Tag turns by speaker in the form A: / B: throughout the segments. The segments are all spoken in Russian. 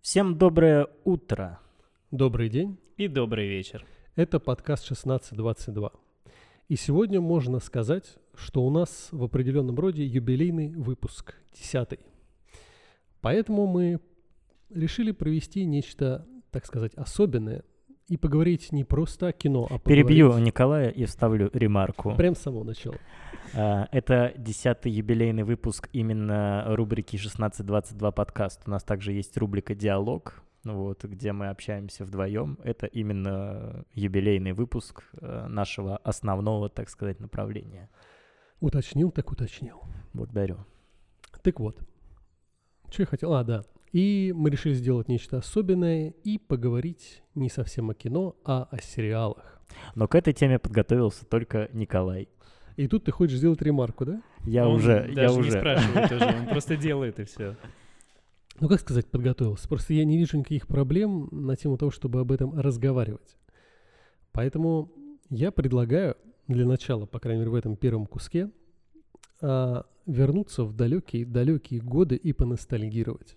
A: Всем доброе утро
B: Добрый день.
A: и добрый вечер.
B: Это подкаст 1622. И сегодня можно сказать, что у нас в определенном роде юбилейный выпуск, десятый. Поэтому мы решили провести нечто, так сказать, особенное и поговорить не просто о кино, а поговорить-
A: Перебью Николая и вставлю ремарку.
B: Прям с самого начала.
A: А, Это десятый юбилейный выпуск именно рубрики 1622 подкаст. У нас также есть рубрика «Диалог», вот, где мы общаемся вдвоем. Это именно юбилейный выпуск э, нашего основного, так сказать, направления.
B: Уточнил, так уточнил.
A: Благодарю.
B: Так вот, что я хотел... А, да. И мы решили сделать нечто особенное и поговорить не совсем о кино, а о сериалах.
A: Но к этой теме подготовился только Николай.
B: И тут ты хочешь сделать ремарку, да?
A: Я
C: Он
A: уже, я
C: даже не
A: уже.
C: спрашивает уже, он просто делает и все.
B: Ну, как сказать, подготовился. Просто я не вижу никаких проблем на тему того, чтобы об этом разговаривать. Поэтому я предлагаю для начала, по крайней мере, в этом первом куске, а, вернуться в далекие-далекие годы и поностальгировать.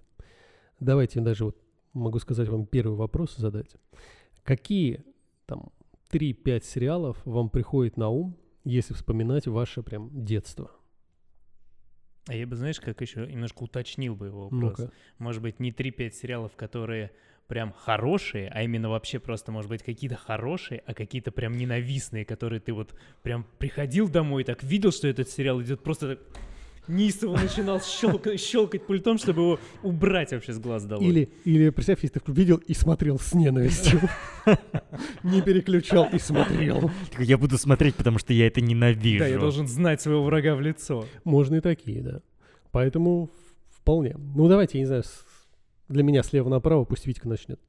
B: Давайте даже вот могу сказать вам первый вопрос задать. Какие там 3-5 сериалов вам приходит на ум, если вспоминать ваше прям детство?
C: А я бы, знаешь, как еще немножко уточнил бы его вопрос.
B: Ну-ка.
C: Может быть, не 3-5 сериалов, которые прям хорошие, а именно вообще просто, может быть, какие-то хорошие, а какие-то прям ненавистные, которые ты вот прям приходил домой и так видел, что этот сериал идет, просто так неистово начинал щелка- щелкать пультом, чтобы его убрать вообще с глаз долой.
B: Или, или представь, если ты вк- видел и смотрел с ненавистью. Не переключал и смотрел.
A: Я буду смотреть, потому что я это ненавижу.
C: Да, я должен знать своего врага в лицо.
B: Можно и такие, да. Поэтому в- вполне. Ну, давайте, я не знаю, с- для меня слева направо, пусть Витька начнет.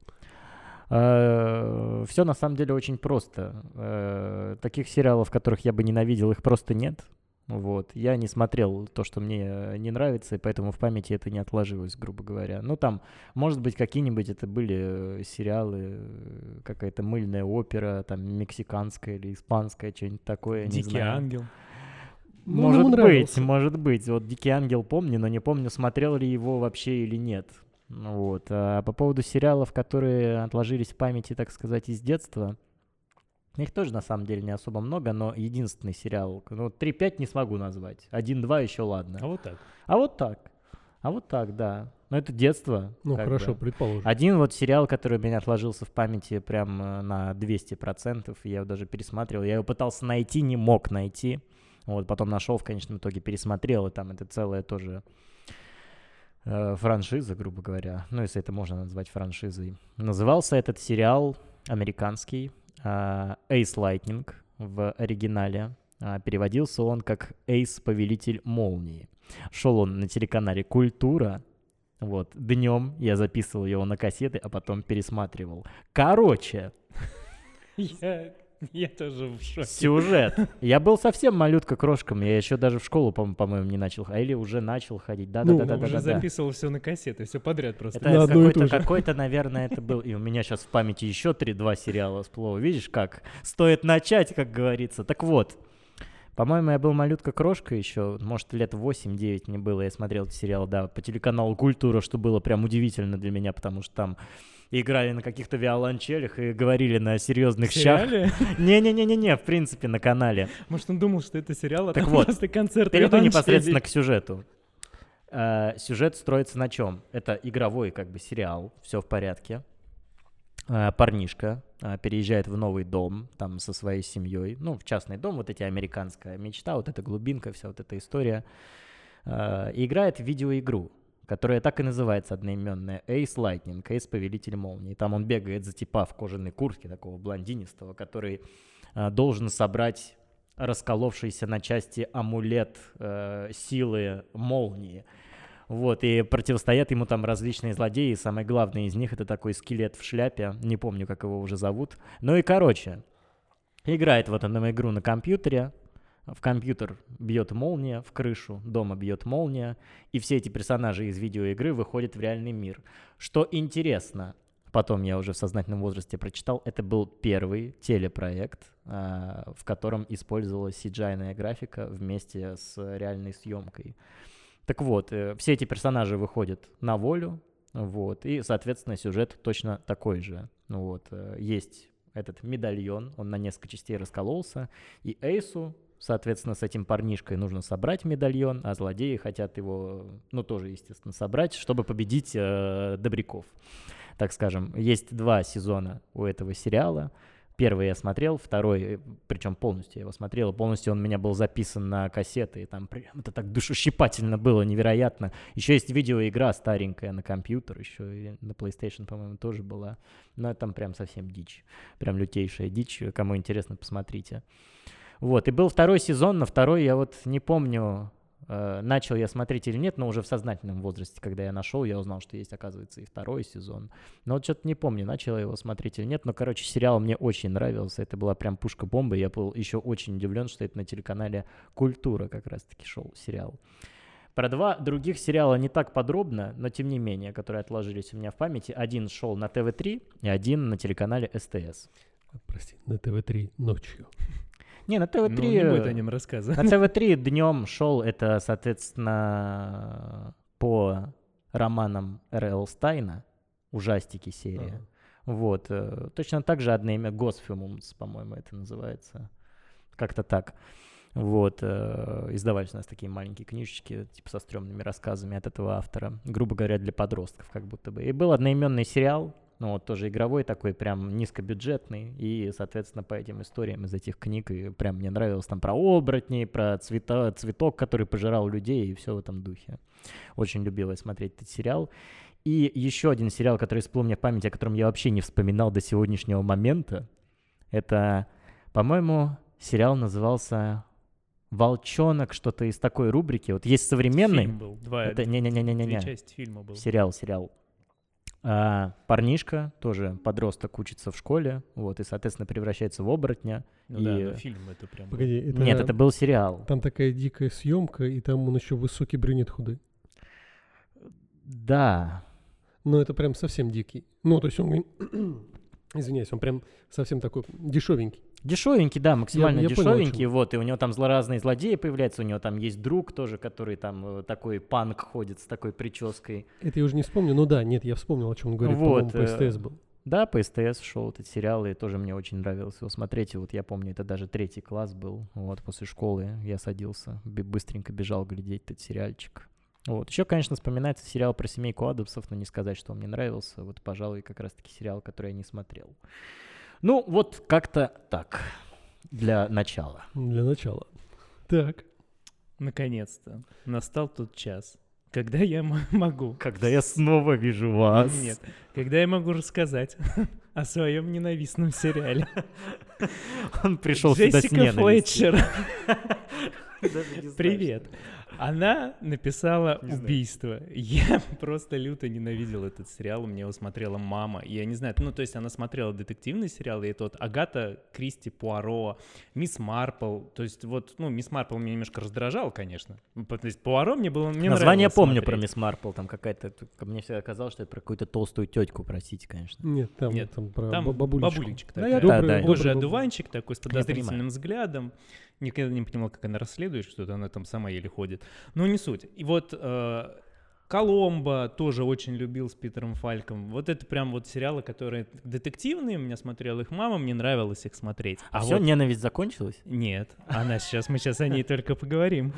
A: Все Э, на самом деле очень просто. Э, Таких сериалов, которых я бы ненавидел, их просто нет. Вот. Я не смотрел то, что мне э, не нравится, и поэтому в памяти это не отложилось, грубо говоря. Ну, там, может быть, какие-нибудь это были э, сериалы, э, какая-то мыльная опера, там, мексиканская или испанская, что-нибудь такое, не
C: Дикий
A: знаю.
C: ангел.
B: Ну, он
A: может
B: ему
A: быть,
B: нравился.
A: может быть. Вот «Дикий ангел» помню, но не помню, смотрел ли его вообще или нет. Ну Вот. А по поводу сериалов, которые отложились в памяти, так сказать, из детства, их тоже, на самом деле, не особо много, но единственный сериал, ну, 3-5 не смогу назвать, 1-2 еще ладно.
B: Ну.
C: А вот так.
A: А вот так, а вот так, да. Но это детство.
B: Ну,
A: как
B: хорошо,
A: бы.
B: предположим.
A: Один вот сериал, который у меня отложился в памяти прям э, на 200%, я его даже пересматривал, я его пытался найти, не мог найти, вот, потом нашел, в конечном итоге пересмотрел, и там это целая тоже э, франшиза, грубо говоря, ну, если это можно назвать франшизой. Назывался этот сериал американский а, Ace Lightning в оригинале, А, переводился он как Ace Повелитель Молнии. Шел он на телеканале «Культура», вот, днем я записывал его на кассеты, а потом пересматривал. Короче,
C: Я, я тоже в шоке.
A: сюжет. Я был совсем малютка-крошком, я еще даже в школу, по- по-моему, не начал, х- а или уже начал ходить.
B: Ну,
A: Да-да-да-да-да.
C: Уже записывал все на кассеты, все подряд просто.
A: Это
B: На одну и ту
A: какой-то,
B: же.
A: какой-то, наверное, это был. И у меня сейчас в памяти еще 3-2 сериала всплыло. Видишь, как стоит начать, как говорится. Так вот, по-моему, я был малютка-крошка еще, может, лет 8-9 мне было, я смотрел этот сериал, да, по телеканалу «Культура», что было прям удивительно для меня, потому что там играли на каких-то виолончелях и говорили на серьезных щах.
C: Сериале?
A: Не-не-не-не-не, в принципе, на канале.
C: Может, он думал, что это сериал, а
A: Так
C: там
A: вот,
C: просто концерт.
A: Перейду
C: Ивана
A: непосредственно
C: Челябина.
A: к сюжету. Э, Сюжет строится на чем? Это игровой как бы сериал, все в порядке. Э, Парнишка э, переезжает в новый дом, там со своей семьей, ну, в частный дом, вот эти американская мечта, вот эта глубинка, вся вот эта история. Э, и Играет в видеоигру, которая так и называется одноименная Ace Lightning, Ace Повелитель Молнии. Там он бегает за типа в кожаной куртке такого блондинистого, который э, должен собрать расколовшийся на части амулет э, силы молнии. Вот, и противостоят ему там различные злодеи. Самый главный из них это такой скелет в шляпе. Не помню, как его уже зовут. Ну и короче, играет вот он игру на компьютере. В компьютер бьет молния, в крышу дома бьет молния. И все эти персонажи из видеоигры выходят в реальный мир. Что интересно, потом я уже в сознательном возрасте прочитал, это был первый телепроект, а, в котором использовалась cgi графика вместе с реальной съемкой. Так вот, э, все эти персонажи выходят на волю, Вот. И, соответственно, сюжет точно такой же. Ну вот, э, есть этот медальон, он на несколько частей раскололся, и Эйсу, соответственно, с этим парнишкой нужно собрать медальон, а злодеи хотят его, ну, тоже, естественно, собрать, чтобы победить э, добряков. Так скажем, есть два сезона у этого сериала. Первый я смотрел, второй, причем полностью я его смотрел, и полностью он у меня был записан на кассеты, и там прям это так душещипательно было, невероятно. Еще есть видеоигра старенькая на компьютер, еще и на PlayStation, по-моему, тоже была. Но это там прям совсем дичь, прям лютейшая дичь, кому интересно, посмотрите. Вот, и был второй сезон, на второй я вот не помню, э, начал я смотреть или нет, но уже в сознательном возрасте, когда я нашел, я узнал, что есть, оказывается, и второй сезон. Но вот что-то не помню, начал я его смотреть или нет, но, короче, сериал мне очень нравился, это была прям пушка-бомба, я был еще очень удивлен, что это на телеканале «Культура» как раз-таки шел сериал. Про два других сериала не так подробно, но тем не менее, которые отложились у меня в памяти. Один шел на ТВ-3 и один на телеканале СТС.
B: Прости, на ТВ-3 ночью.
A: Не, на
C: Ну,
A: ТВ-3...
C: не будет
A: э,
C: о нем рассказа.
A: На ТВ-3 днем шел это, соответственно, по романам Р.Л. Стайна, ужастики серия.
B: Ага.
A: Вот. э, Точно так же одно имя Госфилмс, по-моему, это называется. Как-то так. Вот. э, Издавались у нас такие маленькие книжечки, типа со стрёмными рассказами от этого автора. Грубо говоря, для подростков как будто бы. И был одноименный сериал, ну вот тоже игровой такой, прям низкобюджетный. И, соответственно, по этим историям из этих книг, и прям мне нравилось там про оборотней, про цвета, цветок, который пожирал людей и все в этом духе. Очень любила я смотреть этот сериал. И еще один сериал, который всплыл мне в память, о котором я вообще не вспоминал до сегодняшнего момента, это, по-моему, сериал назывался «Волчонок», что-то из такой рубрики. Вот есть современный.
C: Фильм был. Два,
A: это
C: две
A: не-не-не-не-не.
C: части фильма был.
A: Сериал, сериал. А, парнишка, тоже подросток, учится в школе, вот, и, соответственно, превращается в оборотня.
C: Ну да,
A: и- э,
C: но фильм это прям... был.
B: Погоди, это...
A: Нет, это был сериал.
B: Там такая дикая съемка, и там он еще высокий брюнет худой.
A: Да,
B: Но это прям совсем дикий. Ну, то есть он... Извиняюсь, он прям совсем такой дешевенький.
A: Дешевенький, да, максимально
B: я понял, о
A: дешевенький, вот, и у него там злоразные злодеи появляются, у него там есть друг тоже, который там э, такой панк ходит с такой прической.
B: Это я уже не вспомню, но да, нет, я вспомнил, о чем он говорит.
A: Вот,
B: По-моему, по
A: э,
B: СТС был.
A: Да, по СТС шел этот сериал, и тоже мне очень нравилось его смотреть, и вот я помню, это даже третий класс был, вот, после школы я садился, бе- быстренько бежал глядеть этот сериальчик. Вот. Еще, конечно, вспоминается сериал про семейку Адамсов, но не сказать, что он мне нравился. Вот, пожалуй, как раз-таки сериал, который я не смотрел. Ну, вот как-то так, для начала.
B: Для начала. Так.
C: Наконец-то. Настал тот час, когда я м- могу...
A: Когда я снова вижу вас.
C: Нет, когда я могу рассказать о своем ненавистном сериале.
A: Он пришел сюда с
C: Джессика
A: ненавистью.
C: Флетчер. Привет. Она написала
A: Не знаю.
C: убийство. Я просто люто ненавидел этот сериал. Мне его смотрела мама. Я не знаю, ну то есть она смотрела детективный сериал, и это вот Агата Кристи Пуаро, Мисс Марпл. То есть вот, ну, Мисс Марпл меня немножко раздражал, конечно. Ну, по- То есть Пуаро мне было мне
A: Название
C: нравилось
A: помню про
C: смотреть.
A: мисс Марпл, там какая-то... т- ко- Мне всегда казалось, что это про какую-то толстую тетьку, простите, конечно.
B: Нет, там,
C: Нет,
B: там про
C: Там
B: ба- Э, бабулечку.
C: бабулечка
B: Да, я
A: такая.
B: добрый-
A: Да, да.
B: добрый
C: Тоже
B: бабу-
C: одуванчик такой с подозрительным
A: понимаю.
C: взглядом. Никогда не понимал, как она расследует что-то, она там сама еле ходит. Но не суть. И вот э, Коломбо тоже очень любил с Питером Фальком. Вот это прям вот сериалы, которые детективные, меня смотрела их мама, мне нравилось их смотреть.
A: А, все,
C: вот-
A: ненависть закончилась?
C: Нет, она сейчас, мы сейчас о ней только поговорим.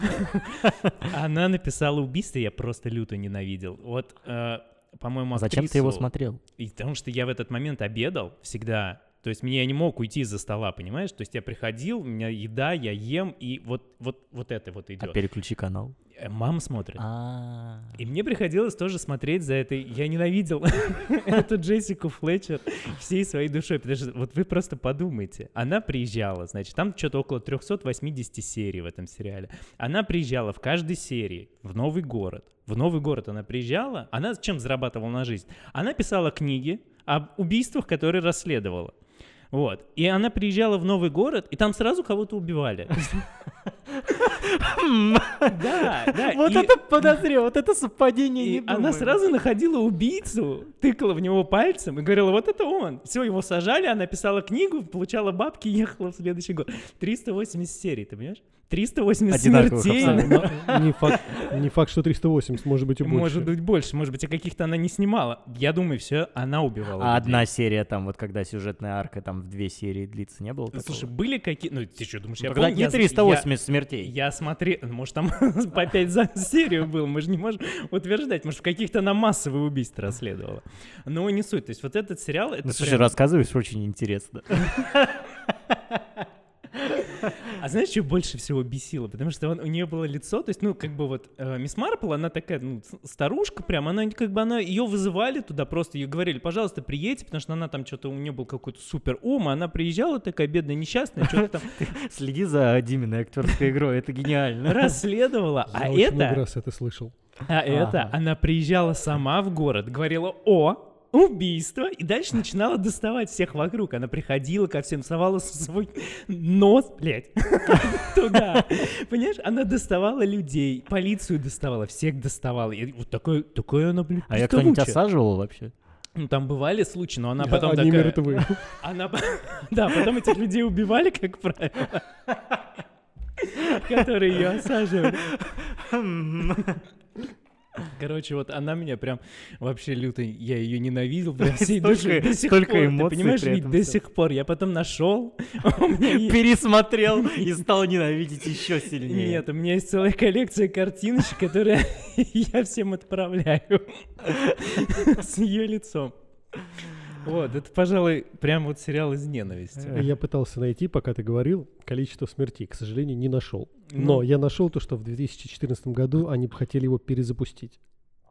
C: Она написала убийство, я просто люто ненавидел. Вот, э, по-моему,
A: А Зачем ты его
C: актрису-
A: смотрел?
C: и потому что я в этот момент обедал всегда. То есть мне я не мог уйти из-за стола, понимаешь? То есть я приходил, у меня еда, я ем, и вот, вот, вот это вот
A: А
C: идет.
A: переключи канал.
C: Э, Мама смотрит.
A: А.
C: И мне приходилось тоже смотреть за этой... Я ненавидел эту Джессику Флетчер всей своей душой, потому что вот вы просто подумайте. Она приезжала, значит, там что-то около 380 серий в этом сериале. Она приезжала в каждой серии в новый город. В новый город она приезжала. Она чем зарабатывала на жизнь? Она писала книги об убийствах, которые расследовала. Вот. И она приезжала в новый город, и там сразу кого-то убивали.
A: «М,
C: Да, да.
A: Вот
C: и-
A: это подозрение, вот это совпадение. не
C: И она
A: думаю.
C: сразу находила убийцу, тыкала в него пальцем и говорила, вот это он. Все, его сажали, она писала книгу, получала бабки и ехала в следующий год. 380 серий, ты понимаешь? 380
A: Одинаковых
C: смертей. Ну,
A: абсолютно.
B: Но А, ну, Не факт, не факт, что 380, может быть, и больше.
C: Может быть, больше. Может быть, о каких-то она не снимала. Я думаю, все, она убивала.
A: А
C: людей.
A: одна серия там, вот когда сюжетная арка там в две серии длится, не было такого?
C: Ну, Слушай, были какие... Ну, ты что, думаешь, я
A: Тогда
C: помню?
A: не
C: Я-
A: 380 смертей.
C: Я смотрел, может, там по 5 за серию был, мы же не можем утверждать, может, в каких-то она массовые убийства расследовала. Но не суть, то есть вот этот сериал... Это
A: Ну, слушай,
C: прям-
A: рассказываешь очень интересно.
C: А знаешь, что больше всего бесило? Потому что он- у нее было лицо, то есть, ну, как бы вот э, мисс Марпл, она такая, ну, с- старушка прям, она как бы, она, ее вызывали туда просто, ее говорили, пожалуйста, приедьте, потому что она там что-то, у нее был какой-то супер ум, а она приезжала такая бедная, несчастная, что-то там
A: Следи за Диминой актерской игрой, это гениально.
C: расследовала,
B: Я
C: а
B: очень много
C: это,
B: раз это слышал.
C: а это,
A: Ага.
C: она приезжала сама в город, говорила, о, убийство, и дальше начинала доставать всех вокруг. Она приходила ко всем, совала свой нос, блядь, туда. Понимаешь, она доставала людей, полицию доставала, всех доставала. И вот такое, такое она, блядь,
A: А я кто-нибудь
C: приставучая.
A: осаживал вообще?
C: Ну, там бывали случаи, но она
B: Да,
C: потом
B: Одни
C: такая...
B: мертвы.
C: Она... по- Да, потом этих людей убивали, как правило. Которые ее осаживали. Короче, вот она меня прям вообще люто, я ее ненавидел прям всей
A: Столько-
C: душой до сих
A: столько
C: пор. Ты
A: эмоций
C: понимаешь,
A: при
C: Вить,
A: этом
C: до
A: всем.
C: сих пор. Я потом нашел. у меня есть-
A: Пересмотрел и стал ненавидеть еще сильнее.
C: Нет, у меня есть целая коллекция картиночек, которые я всем отправляю с ее лицом. Вот, это, пожалуй, прям вот сериал из ненависти.
B: Я пытался найти, пока ты говорил, количество смертей. К сожалению, не нашел.
C: Ну.
B: Но я нашел то, что в 2014 году они бы хотели его перезапустить.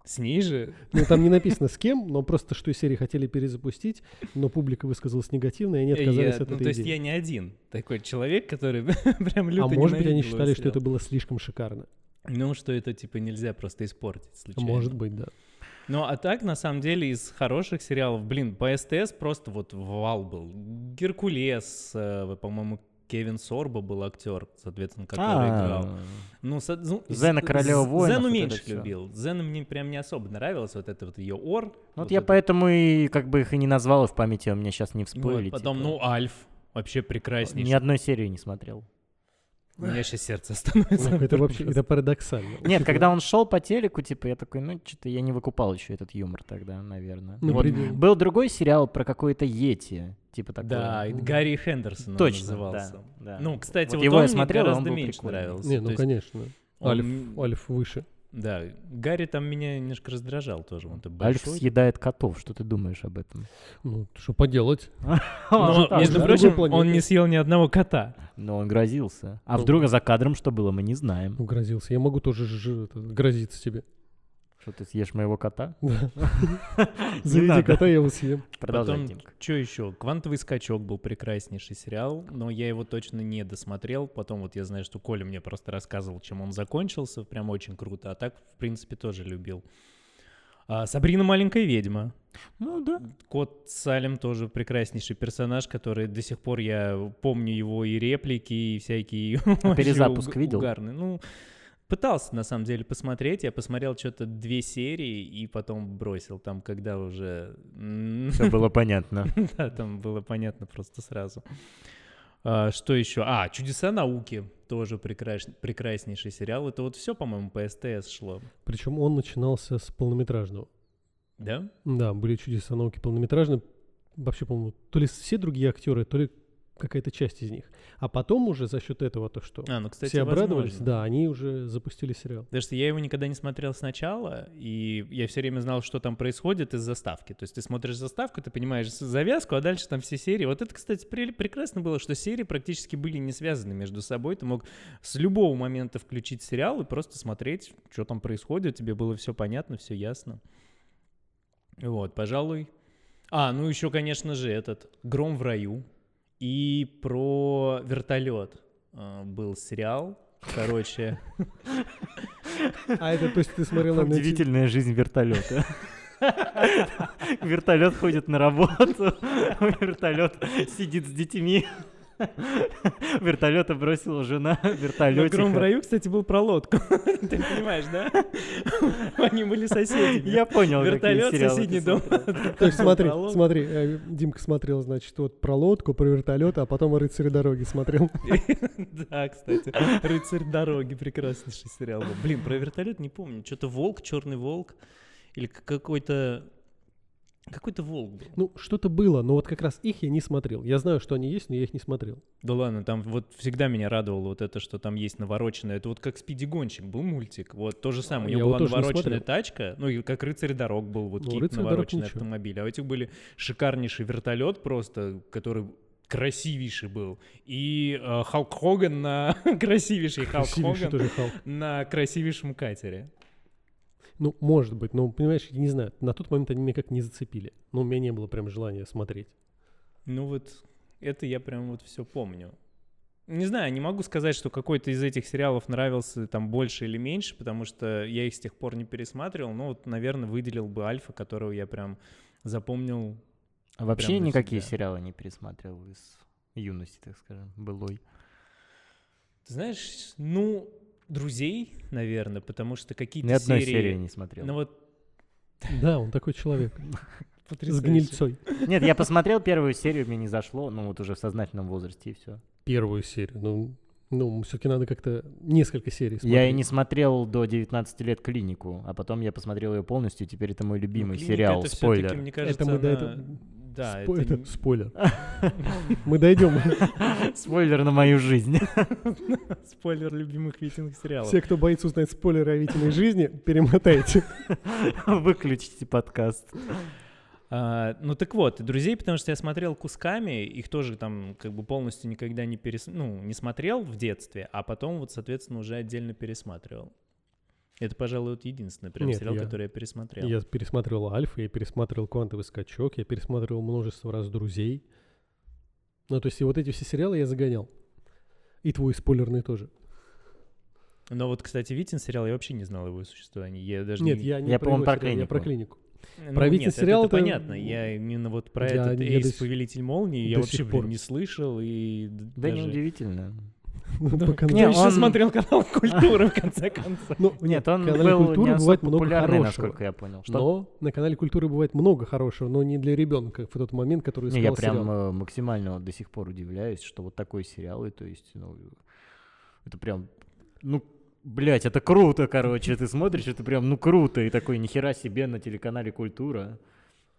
C: С ней же
B: Ну, там не написано с кем, но просто что из серии хотели перезапустить, но публика высказалась негативно, и они
C: Я-
B: отказались от
C: ну,
B: этой
C: то есть я
B: идеи.
C: не один такой человек, который прям люто
B: А может быть, они
C: ненавидел
B: считали,
C: этот
B: что это
C: сериал.
B: было слишком шикарно. А
C: Ну, что это, типа, нельзя просто испортить случайно.
B: Может быть, да.
C: Ну, а так, на самом деле, из хороших сериалов, блин, по СТС просто вот вал был. Геркулес, э, по-моему, Кевин Сорбо был актер, соответственно, который играл.
A: А,
C: Ну, со- ну,
A: Зена
C: з-
A: Королева
C: з-
A: воинов,
C: Зену
A: вот это
C: меньше
A: всё. Ну,
C: любил. Зену мне прям не особо нравилось, вот это вот ее ор.
A: Вот
C: вот
A: я
C: это.
A: поэтому и как бы их и не назвал и в памяти, у меня сейчас не
C: Ну, а
A: вспылили.
C: Потом, ну, Альф, вообще прекраснейший.
A: Ни одной серии не смотрел.
C: У меня сейчас сердце становится.
B: Ну, Это вообще это парадоксально.
A: Нет,
B: Типа,
A: когда он шел по телеку, типа, я такой, ну, что-то я не выкупал еще этот юмор тогда, наверное.
B: Ну,
C: Вот.
B: придумал.
A: Был другой сериал про какое-то Йети, типа такое.
C: Да, и
B: Мгм.
C: Гарри Хендерсон он
A: точно,
C: назывался.
A: да, да.
C: Ну, кстати,
A: Вот
C: вот,
A: его
C: он
A: я
C: мне
A: смотрел, и он
C: гораздо
A: был
C: меньше
A: прикольный.
C: нравился.
B: Не,
C: То
B: ну,
C: есть
B: конечно.
C: он-
B: Альф, Альф выше.
C: Да, Гарри там меня немножко раздражал тоже. Он такой
A: Альф
C: большой.
A: съедает котов, что ты думаешь об этом?
B: Ну, что поделать?
A: Ну,
C: Но,
B: там
C: между
B: же
C: прочим,
B: другой
C: он
B: планеты.
C: не съел ни одного кота.
A: Но он грозился. А
B: Ну.
A: вдруг за кадром что было, мы не знаем.
B: Ну, грозился. Я могу тоже ж- это, грозиться тебе.
A: Что ты съешь моего кота?
B: Да.
A: Не
B: Заведи
A: надо.
B: кота, я его съем.
A: Продолжай,
C: Потом,
A: Димка.
C: что еще? «Квантовый скачок» был прекраснейший сериал, но я его точно не досмотрел. Потом вот я знаю, что Коля мне просто рассказывал, чем он закончился. Прям очень круто. А так, в принципе, тоже любил. А, «Сабрина маленькая ведьма».
A: Ну да.
C: Кот Салем тоже прекраснейший персонаж, который до сих пор я помню его и реплики, и всякие... вообще
A: А перезапуск
C: уг-
A: видел?
C: угарные. Ну, пытался, на самом деле, посмотреть. Я посмотрел что-то две серии и потом бросил там, когда уже... м,
A: Все было понятно.
C: Да, там было понятно просто сразу. А, Что еще? А, «Чудеса науки» тоже прекрас- прекраснейший сериал. Это вот все, по-моему, по СТС шло.
B: Причем он начинался с полнометражного.
C: Да?
B: Да, были чудеса науки полнометражные. Вообще, по-моему, то ли все другие актеры, то ли какая-то часть из них. А потом уже за счет этого то, что
C: А, ну, кстати,
B: все обрадовались,
C: возможно.
B: да, они уже запустили сериал.
C: Потому что я его никогда не смотрел сначала, и я все время знал, что там происходит из заставки. То есть ты смотришь заставку, ты понимаешь с- завязку, а дальше там все серии. Вот это, кстати, при- прекрасно было, что серии практически были не связаны между собой. Ты мог с любого момента включить сериал и просто смотреть, что там происходит. Тебе было все понятно, все ясно. Вот, пожалуй. А, ну еще, конечно же, этот «Гром в раю» и про вертолет э, был сериал. Короче,
B: А это, то есть, ты смотрел на
A: Удивительная жизнь вертолета. Вертолет ходит на работу, вертолет сидит с детьми. Вертолета бросила жена,
C: В «Гром в
A: вертолетика.
C: раю», кстати, был про лодку. Ты понимаешь, да? Они были соседями.
A: Я понял, какие
C: Вертолет,
A: сериалы
C: соседний
A: ты
C: дом.
B: То есть смотри,
C: Про лодку.
B: смотри, э, Димка смотрел, значит, вот про лодку, про вертолет, а потом «Рыцари дороги» смотрел.
C: Да, кстати. Рыцарь дороги, прекраснейший сериал был. Блин, про вертолет не помню. Что-то волк, черный волк. Или к- какой-то... Какой-то волк был.
B: Ну, что-то было, но вот как раз их я не смотрел. Я знаю, что они есть, но я их не смотрел.
C: Да ладно, там вот всегда меня радовало вот это, что там есть навороченное. Это вот как спидигонщик был мультик. Вот то же самое. У
B: Я
C: него
B: его
C: была
B: тоже не
C: навороченная
B: смотрел.
C: тачка. Ну и как рыцарь дорог был, вот
B: Ну,
C: какие-то
B: «Рыцарь дорог»
C: навороченные
B: ничего.
C: автомобили. А у этих были шикарнейший вертолет просто, который красивейший был. И э, Халк Хоган на красивейший Халк
B: Красивейший
C: Хоган
B: тоже Халк.
C: на красивейшем катере.
B: Ну, может быть, но, понимаешь, я не знаю, на тот момент они меня как не зацепили. Но у меня не было прям желания смотреть.
C: Ну вот это я прям вот все помню. Не знаю, не могу сказать, что какой-то из этих сериалов нравился там больше или меньше, потому что я их с тех пор не пересматривал. Но вот, наверное, выделил бы Альфа, которого я прям запомнил.
A: А Вообще
C: Прям
A: никакие
C: навсегда.
A: сериалы не пересматривал из юности, так скажем, былой.
C: Ты знаешь, ну, друзей, наверное, потому что какие-то
A: Ни одной
C: серии...
A: серии не смотрел.
C: Ну вот
B: Да, он такой человек. С
C: потрясающе.
B: гнильцой.
A: Нет, я посмотрел первую серию, мне не зашло, ну вот уже в сознательном возрасте и все.
B: Первую серию. Ну, ну все-таки надо как-то несколько серий смотреть.
A: Я и не смотрел до 19 лет клинику, а потом я посмотрел ее полностью, теперь это мой
C: Ну,
A: любимый
C: «Клиника»
A: сериал,
C: это всё-таки,
A: спойлер.
C: мне кажется,
B: Это мы до
C: она-
B: этого-
C: Да,
B: Спо-
C: это
B: это
C: не-
B: спойлер. Мы дойдем.
A: Спойлер на мою жизнь.
C: спойлер любимых витинг сериалов.
B: Все, кто боится узнать спойлеры о Витиной жизни, перемотайте.
A: Выключите подкаст.
C: А, ну так вот, друзей, потому что я смотрел кусками, их тоже там как бы полностью никогда не перес... ну, не смотрел в детстве, а потом вот, соответственно, уже отдельно пересматривал. Это, пожалуй, вот единственный прям
B: Нет,
C: сериал,
B: я-
C: который я пересмотрел.
B: Я пересматривал «Альфа», я пересматривал «Квантовый скачок», я пересматривал множество раз «Друзей». Ну, то есть и вот эти все сериалы я загонял. И твой спойлерный тоже.
C: Но вот, кстати, Витин сериал, я вообще не знал его существования. Я даже
B: Нет,
C: не...
B: я не
A: Я,
B: про
A: по-моему,
B: его
A: про
B: сериал, Я про клинику.
C: Ну,
B: про Витин
C: нет, это-
B: сериал
C: это,
B: это-
C: понятно. Я именно вот про
B: Я
C: этот
B: не
C: Эйс,
B: до сих-
C: Повелитель Молнии, я
B: до
C: вообще,
B: сих
C: блин,
B: пор.
C: не слышал и д-
A: Да
C: даже...
A: неудивительно.
B: Ну,
C: Да,
B: по
C: Кто
B: каналу-
A: Не,
C: еще
A: он-
C: смотрел канал Культура, в конце концов?
B: Ну,
A: Нет, он
B: канале
A: был
B: «Культура»
A: не особо
B: бывает много
A: популярный,
B: хорошего.
A: насколько я понял. Что?
B: Но на канале культуры бывает много хорошего, но не для ребенка в тот момент, который
A: Не,
B: искал
A: я прям
B: сериал.
A: э, максимально до сих пор удивляюсь, что вот такой сериал, и то есть, ну, это прям, ну, блядь, это круто, короче, ты смотришь, это прям, ну, круто, и такой, нихера себе на телеканале «Культура».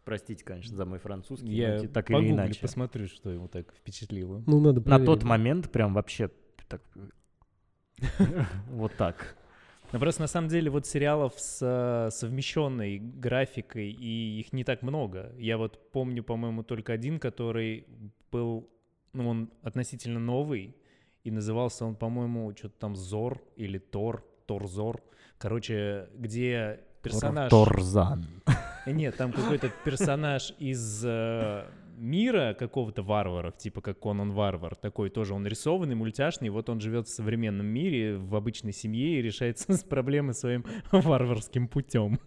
A: Простите, конечно, за мой французский, но
C: Я
A: те- так или
C: погуглю,
A: иначе.
C: посмотрю, что его так впечатлило.
B: Ну, надо
A: э, На
B: проверить.
A: тот момент прям вообще так, вот так.
C: Ну, просто на самом деле вот сериалов с э, совмещенной графикой, и их не так много. Я вот помню, по-моему, только один, который был, ну, он относительно новый, и назывался он, по-моему, что-то там Зор или Тор, Торзор. Короче, где персонаж...
A: Торзан.
C: Нет, там какой-то персонаж из э, мира какого-то варваров, типа как Конан Варвар, такой тоже он рисованный, мультяшный, вот он живет в современном мире, в обычной семье и решается с проблемы своим варварским путем.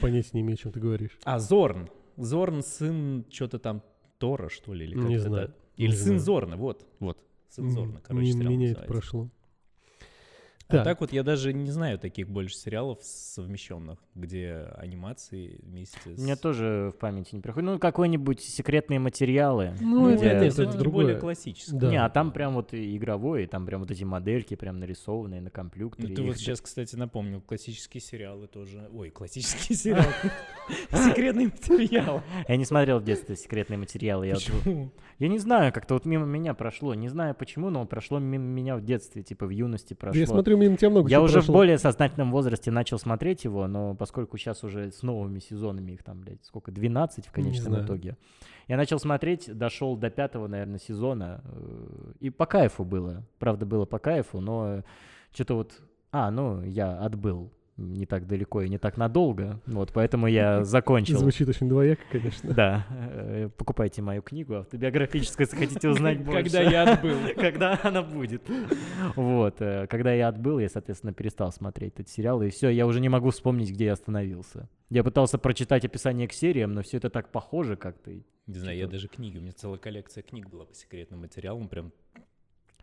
B: Понятия не имею, о чем ты говоришь.
C: А Зорн. Зорн сын что-то там Тора, что ли, или
B: Не
C: как-то
B: знаю,
C: так. Или
B: не
C: сын
B: знаю.
C: Зорна, вот, вот. Сын Зорна,
B: М,
C: короче,
B: м-
C: сериал
B: Меня это
C: называется.
B: прошло.
C: А так вот я даже не знаю таких больше сериалов совмещенных, где анимации вместе с...
A: Мне тоже в памяти не приходит. Ну, какой-нибудь секретные материалы.
B: Ну,
A: где-
B: это-
C: всё-таки
B: это
C: более
B: другое.
C: классическое.
B: Да.
A: Не, а там прям вот и игровой, и там прям вот эти модельки прям нарисованные на
C: Ну,
A: компьютере.
C: ты
A: их
C: вот
A: д-
C: сейчас, кстати, напомнил, классические сериалы тоже. Ой, классические сериалы. Секретный материал.
A: Я не смотрел в детстве секретные материалы. Я, вот-
C: Почему?
A: я не знаю, как-то вот мимо меня прошло. Не знаю почему, но прошло мимо меня в детстве, типа в юности
B: Да
A: прошло.
B: я смотрю, мимо тебя много
A: Я
B: чего
A: уже в
B: прошло.
A: более сознательном возрасте начал смотреть его, но поскольку сейчас уже с новыми сезонами их там, блядь, сколько, 12 в конечном
B: знаю.
A: итоге. Я начал смотреть, дошел до пятого, наверное, сезона, э, и по кайфу было. Правда, было по кайфу, но что-то вот... А, ну, я отбыл. не так далеко и не так надолго. Вот, поэтому я закончил.
B: Звучит очень двояко, конечно.
A: Да, э, покупайте мою книгу автобиографическую, если хотите узнать больше.
C: Когда я отбыл.
A: Когда она будет. Вот, э, когда я отбыл, я, соответственно, перестал смотреть этот сериал, и все, я уже не могу вспомнить, где я остановился. Я пытался прочитать описание к сериям, но все это так похоже как-то. и-
C: Не знаю, я
A: Типа-
C: даже книги, у меня целая коллекция книг была по секретным материалам, прям...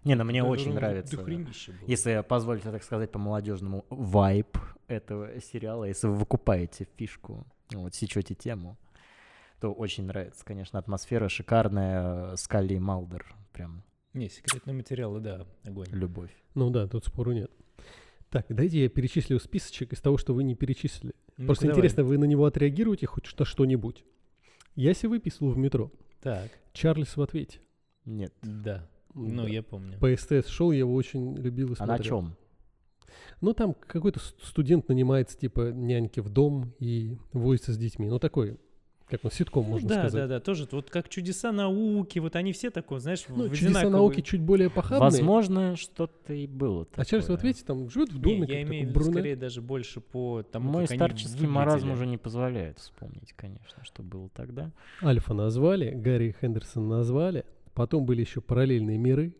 A: Не, ну мне
C: Да,
A: очень
C: ну,
A: нравится.
C: дохренище было.
A: Если позволите так сказать по-молодежному, вайп этого сериала, если вы выкупаете фишку, ну, вот сечете тему, то очень нравится, конечно, атмосфера шикарная, э, Скалли и Малдер, прям
C: Не, секретные материалы, да, огонь.
A: любовь.
B: Ну да, тут спору нет. Так, дайте я перечислю списочек из того, что вы не перечислили.
C: Ну-ка,
B: Просто
C: Ну, давай.
B: интересно, вы на него отреагируете хоть на что-нибудь? Я себе выписал в метро.
C: Так,
B: Чарльз в ответе.
A: Нет.
C: да,
B: М,
C: ну
B: да.
C: я помню.
B: По СТС шел, я его очень любил и
A: А
B: смотрел.
A: на чем?
B: Ну, там какой-то ст- студент нанимается, типа, няньки в дом и возится с детьми. Ну, такой, как он, ситком,
C: Ну
B: можно
C: да,
B: сказать.
C: да, да, тоже вот как чудеса науки, вот они все такое, знаешь,
B: Ну,
C: в
B: чудеса
C: одинаковые-
B: науки чуть более похабные.
A: Возможно, что-то и было.
B: А Чарльз в
A: такое.
B: ответе там живет в
C: Не,
B: доме,
C: я
B: как такой
C: имею в виду
B: брюнет.
C: скорее даже больше по тому,
A: Мой
C: как они
A: старческий маразм
C: выглядели.
A: уже не позволяет вспомнить, конечно, что было тогда.
B: Альфа назвали, Гарри Хендерсон назвали. Потом были еще параллельные миры.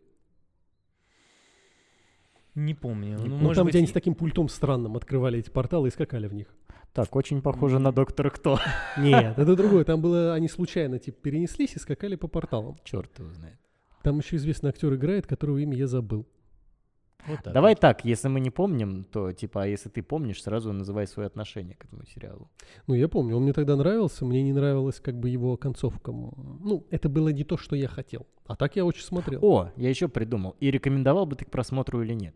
C: Не помню.
A: Не
C: Ну,
A: помню.
B: Ну,
C: может
B: там,
C: быть,
B: где они с таким пультом странным открывали эти порталы и скакали в них.
A: Так, очень похоже на Доктора Кто.
B: Нет, это другое. Там было, они случайно типа перенеслись и скакали по порталам.
A: Черт его знает.
B: Там еще известный актер играет, которого имя я забыл.
C: вот так
A: Давай
C: вот.
A: так, если мы не помним, то типа, а если ты помнишь, сразу называй свое отношение к этому сериалу.
B: Ну, я помню, он мне тогда нравился, мне не нравилась как бы его концовка. М, Ну, это было не то, что я хотел. А так я очень смотрел.
A: О, я еще придумал. И рекомендовал бы ты к просмотру или нет?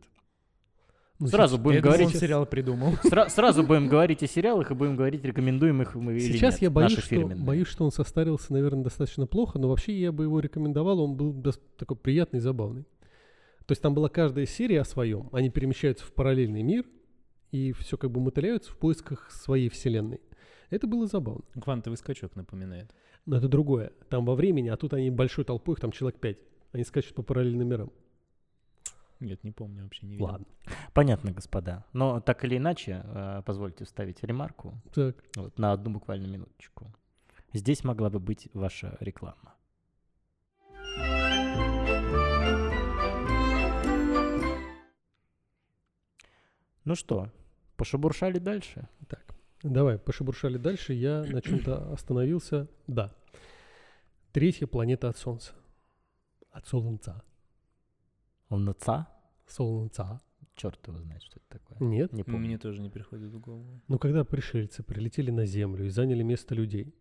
B: Ну,
A: Сразу
B: сейчас-
A: будем
C: Я думал,
A: говорить.
C: он сериал придумал.
A: Сра- сразу будем говорить о сериалах и будем говорить, рекомендуем их мы или
B: Сейчас
A: нет,
B: я боюсь
A: наши
B: что,
A: фирменные.
B: боюсь, что он состарился, наверное, достаточно плохо, но вообще я бы его рекомендовал, он был дос- такой приятный, забавный. То есть там была каждая серия о своем, они перемещаются в параллельный мир, и все как бы мотыляются в поисках своей вселенной. Это было забавно.
C: Квантовый скачок напоминает.
B: Но это другое. Там во времени, а тут они большой толпой, их там человек пять. Они скачут по параллельным мирам.
C: Нет, не помню вообще, не видел.
B: Ладно.
A: Понятно, господа. Но так или иначе, э, позвольте вставить ремарку
B: Так.
A: вот, на одну буквально минуточку. Здесь могла бы быть ваша реклама. Ну что, пошебуршали дальше?
B: Так, давай, пошебуршали дальше. Я на чем-то остановился. Да. Третья планета от Солнца. От Солнца.
A: Лунаца?
B: Солнца.
A: Черт его знает, что это такое.
B: Нет.
A: Не
C: Ну,
A: помню.
C: Мне тоже не приходит в голову.
B: Но когда пришельцы прилетели на Землю и заняли место людей.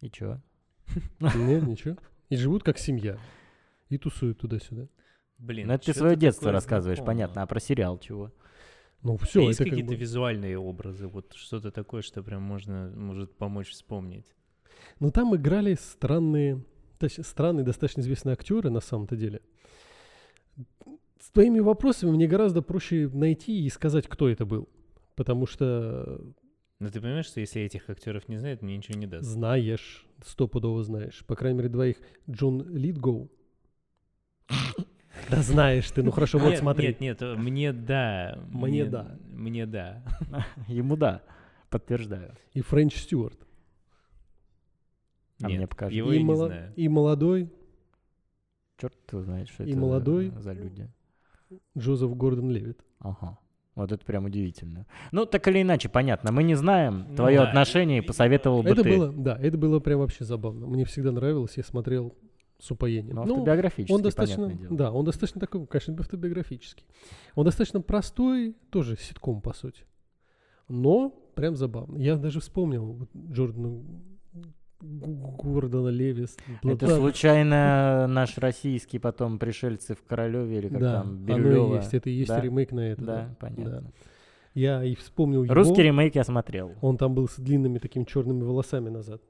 A: И чё?
B: Нет, ничего. И живут как семья. И тусуют туда-сюда.
C: Блин,
A: Ну, это ты
C: чё-то
A: свое детство
C: такое
A: рассказываешь,
C: знакомое.
A: понятно. А про сериал чего?
B: Ну
C: А
B: все,
C: есть
B: это как
C: какие-то
B: бы...
C: визуальные образы, вот что-то такое, что прям можно, может помочь вспомнить.
B: Но Ну, там играли странные, точнее, странные, достаточно известные актеры на самом-то деле. С твоими вопросами мне гораздо проще найти и сказать, кто это был. Потому что
C: Но Ну, ты понимаешь, что если я этих актеров не знаю, это мне ничего не даст.
B: знаешь, стопудово знаешь. По крайней мере, двоих. Джон Литгоу. Да знаешь ты, ну хорошо, вот
C: Нет,
B: смотри.
C: Нет, нет, э, мне да.
B: Мне да.
C: Мне да.
A: Ему да, подтверждаю.
B: И Френч Стюарт.
A: А
C: Нет,
A: мне покажи.
C: Его
B: и,
C: я не
B: моло-
C: знаю.
B: и молодой
A: Черт его знает, что
B: И
A: это
B: молодой.
A: за люди.
B: Джозеф Гордон Левит.
A: Ага. Вот это прям удивительно. Ну, так или иначе, понятно. Мы не знаем
C: Ну
A: твое
C: да,
A: отношение и
C: видимо,
A: посоветовал бы
B: Это
A: ты.
B: было, да, это было прям вообще забавно. Мне всегда нравилось, я смотрел с упоением.
A: Ну,
B: Ну,
A: автобиографически,
B: он достаточно,
A: понятное дело.
B: да, он достаточно такой, конечно, автобиографический. Он достаточно простой, тоже ситком по сути, но прям забавный. Я даже вспомнил вот Джордана Гу- Гордона Левис.
A: Это случайно наш российский потом пришельцы в Королеве или как
B: да,
A: там
B: оно
A: Бирюлева?
B: и есть, это и есть
A: Да?
B: ремейк на это.
A: Да,
B: да.
A: понятно.
B: Я и вспомнил его.
A: Русский ремейк я смотрел.
B: Он там был с длинными такими черными волосами назад.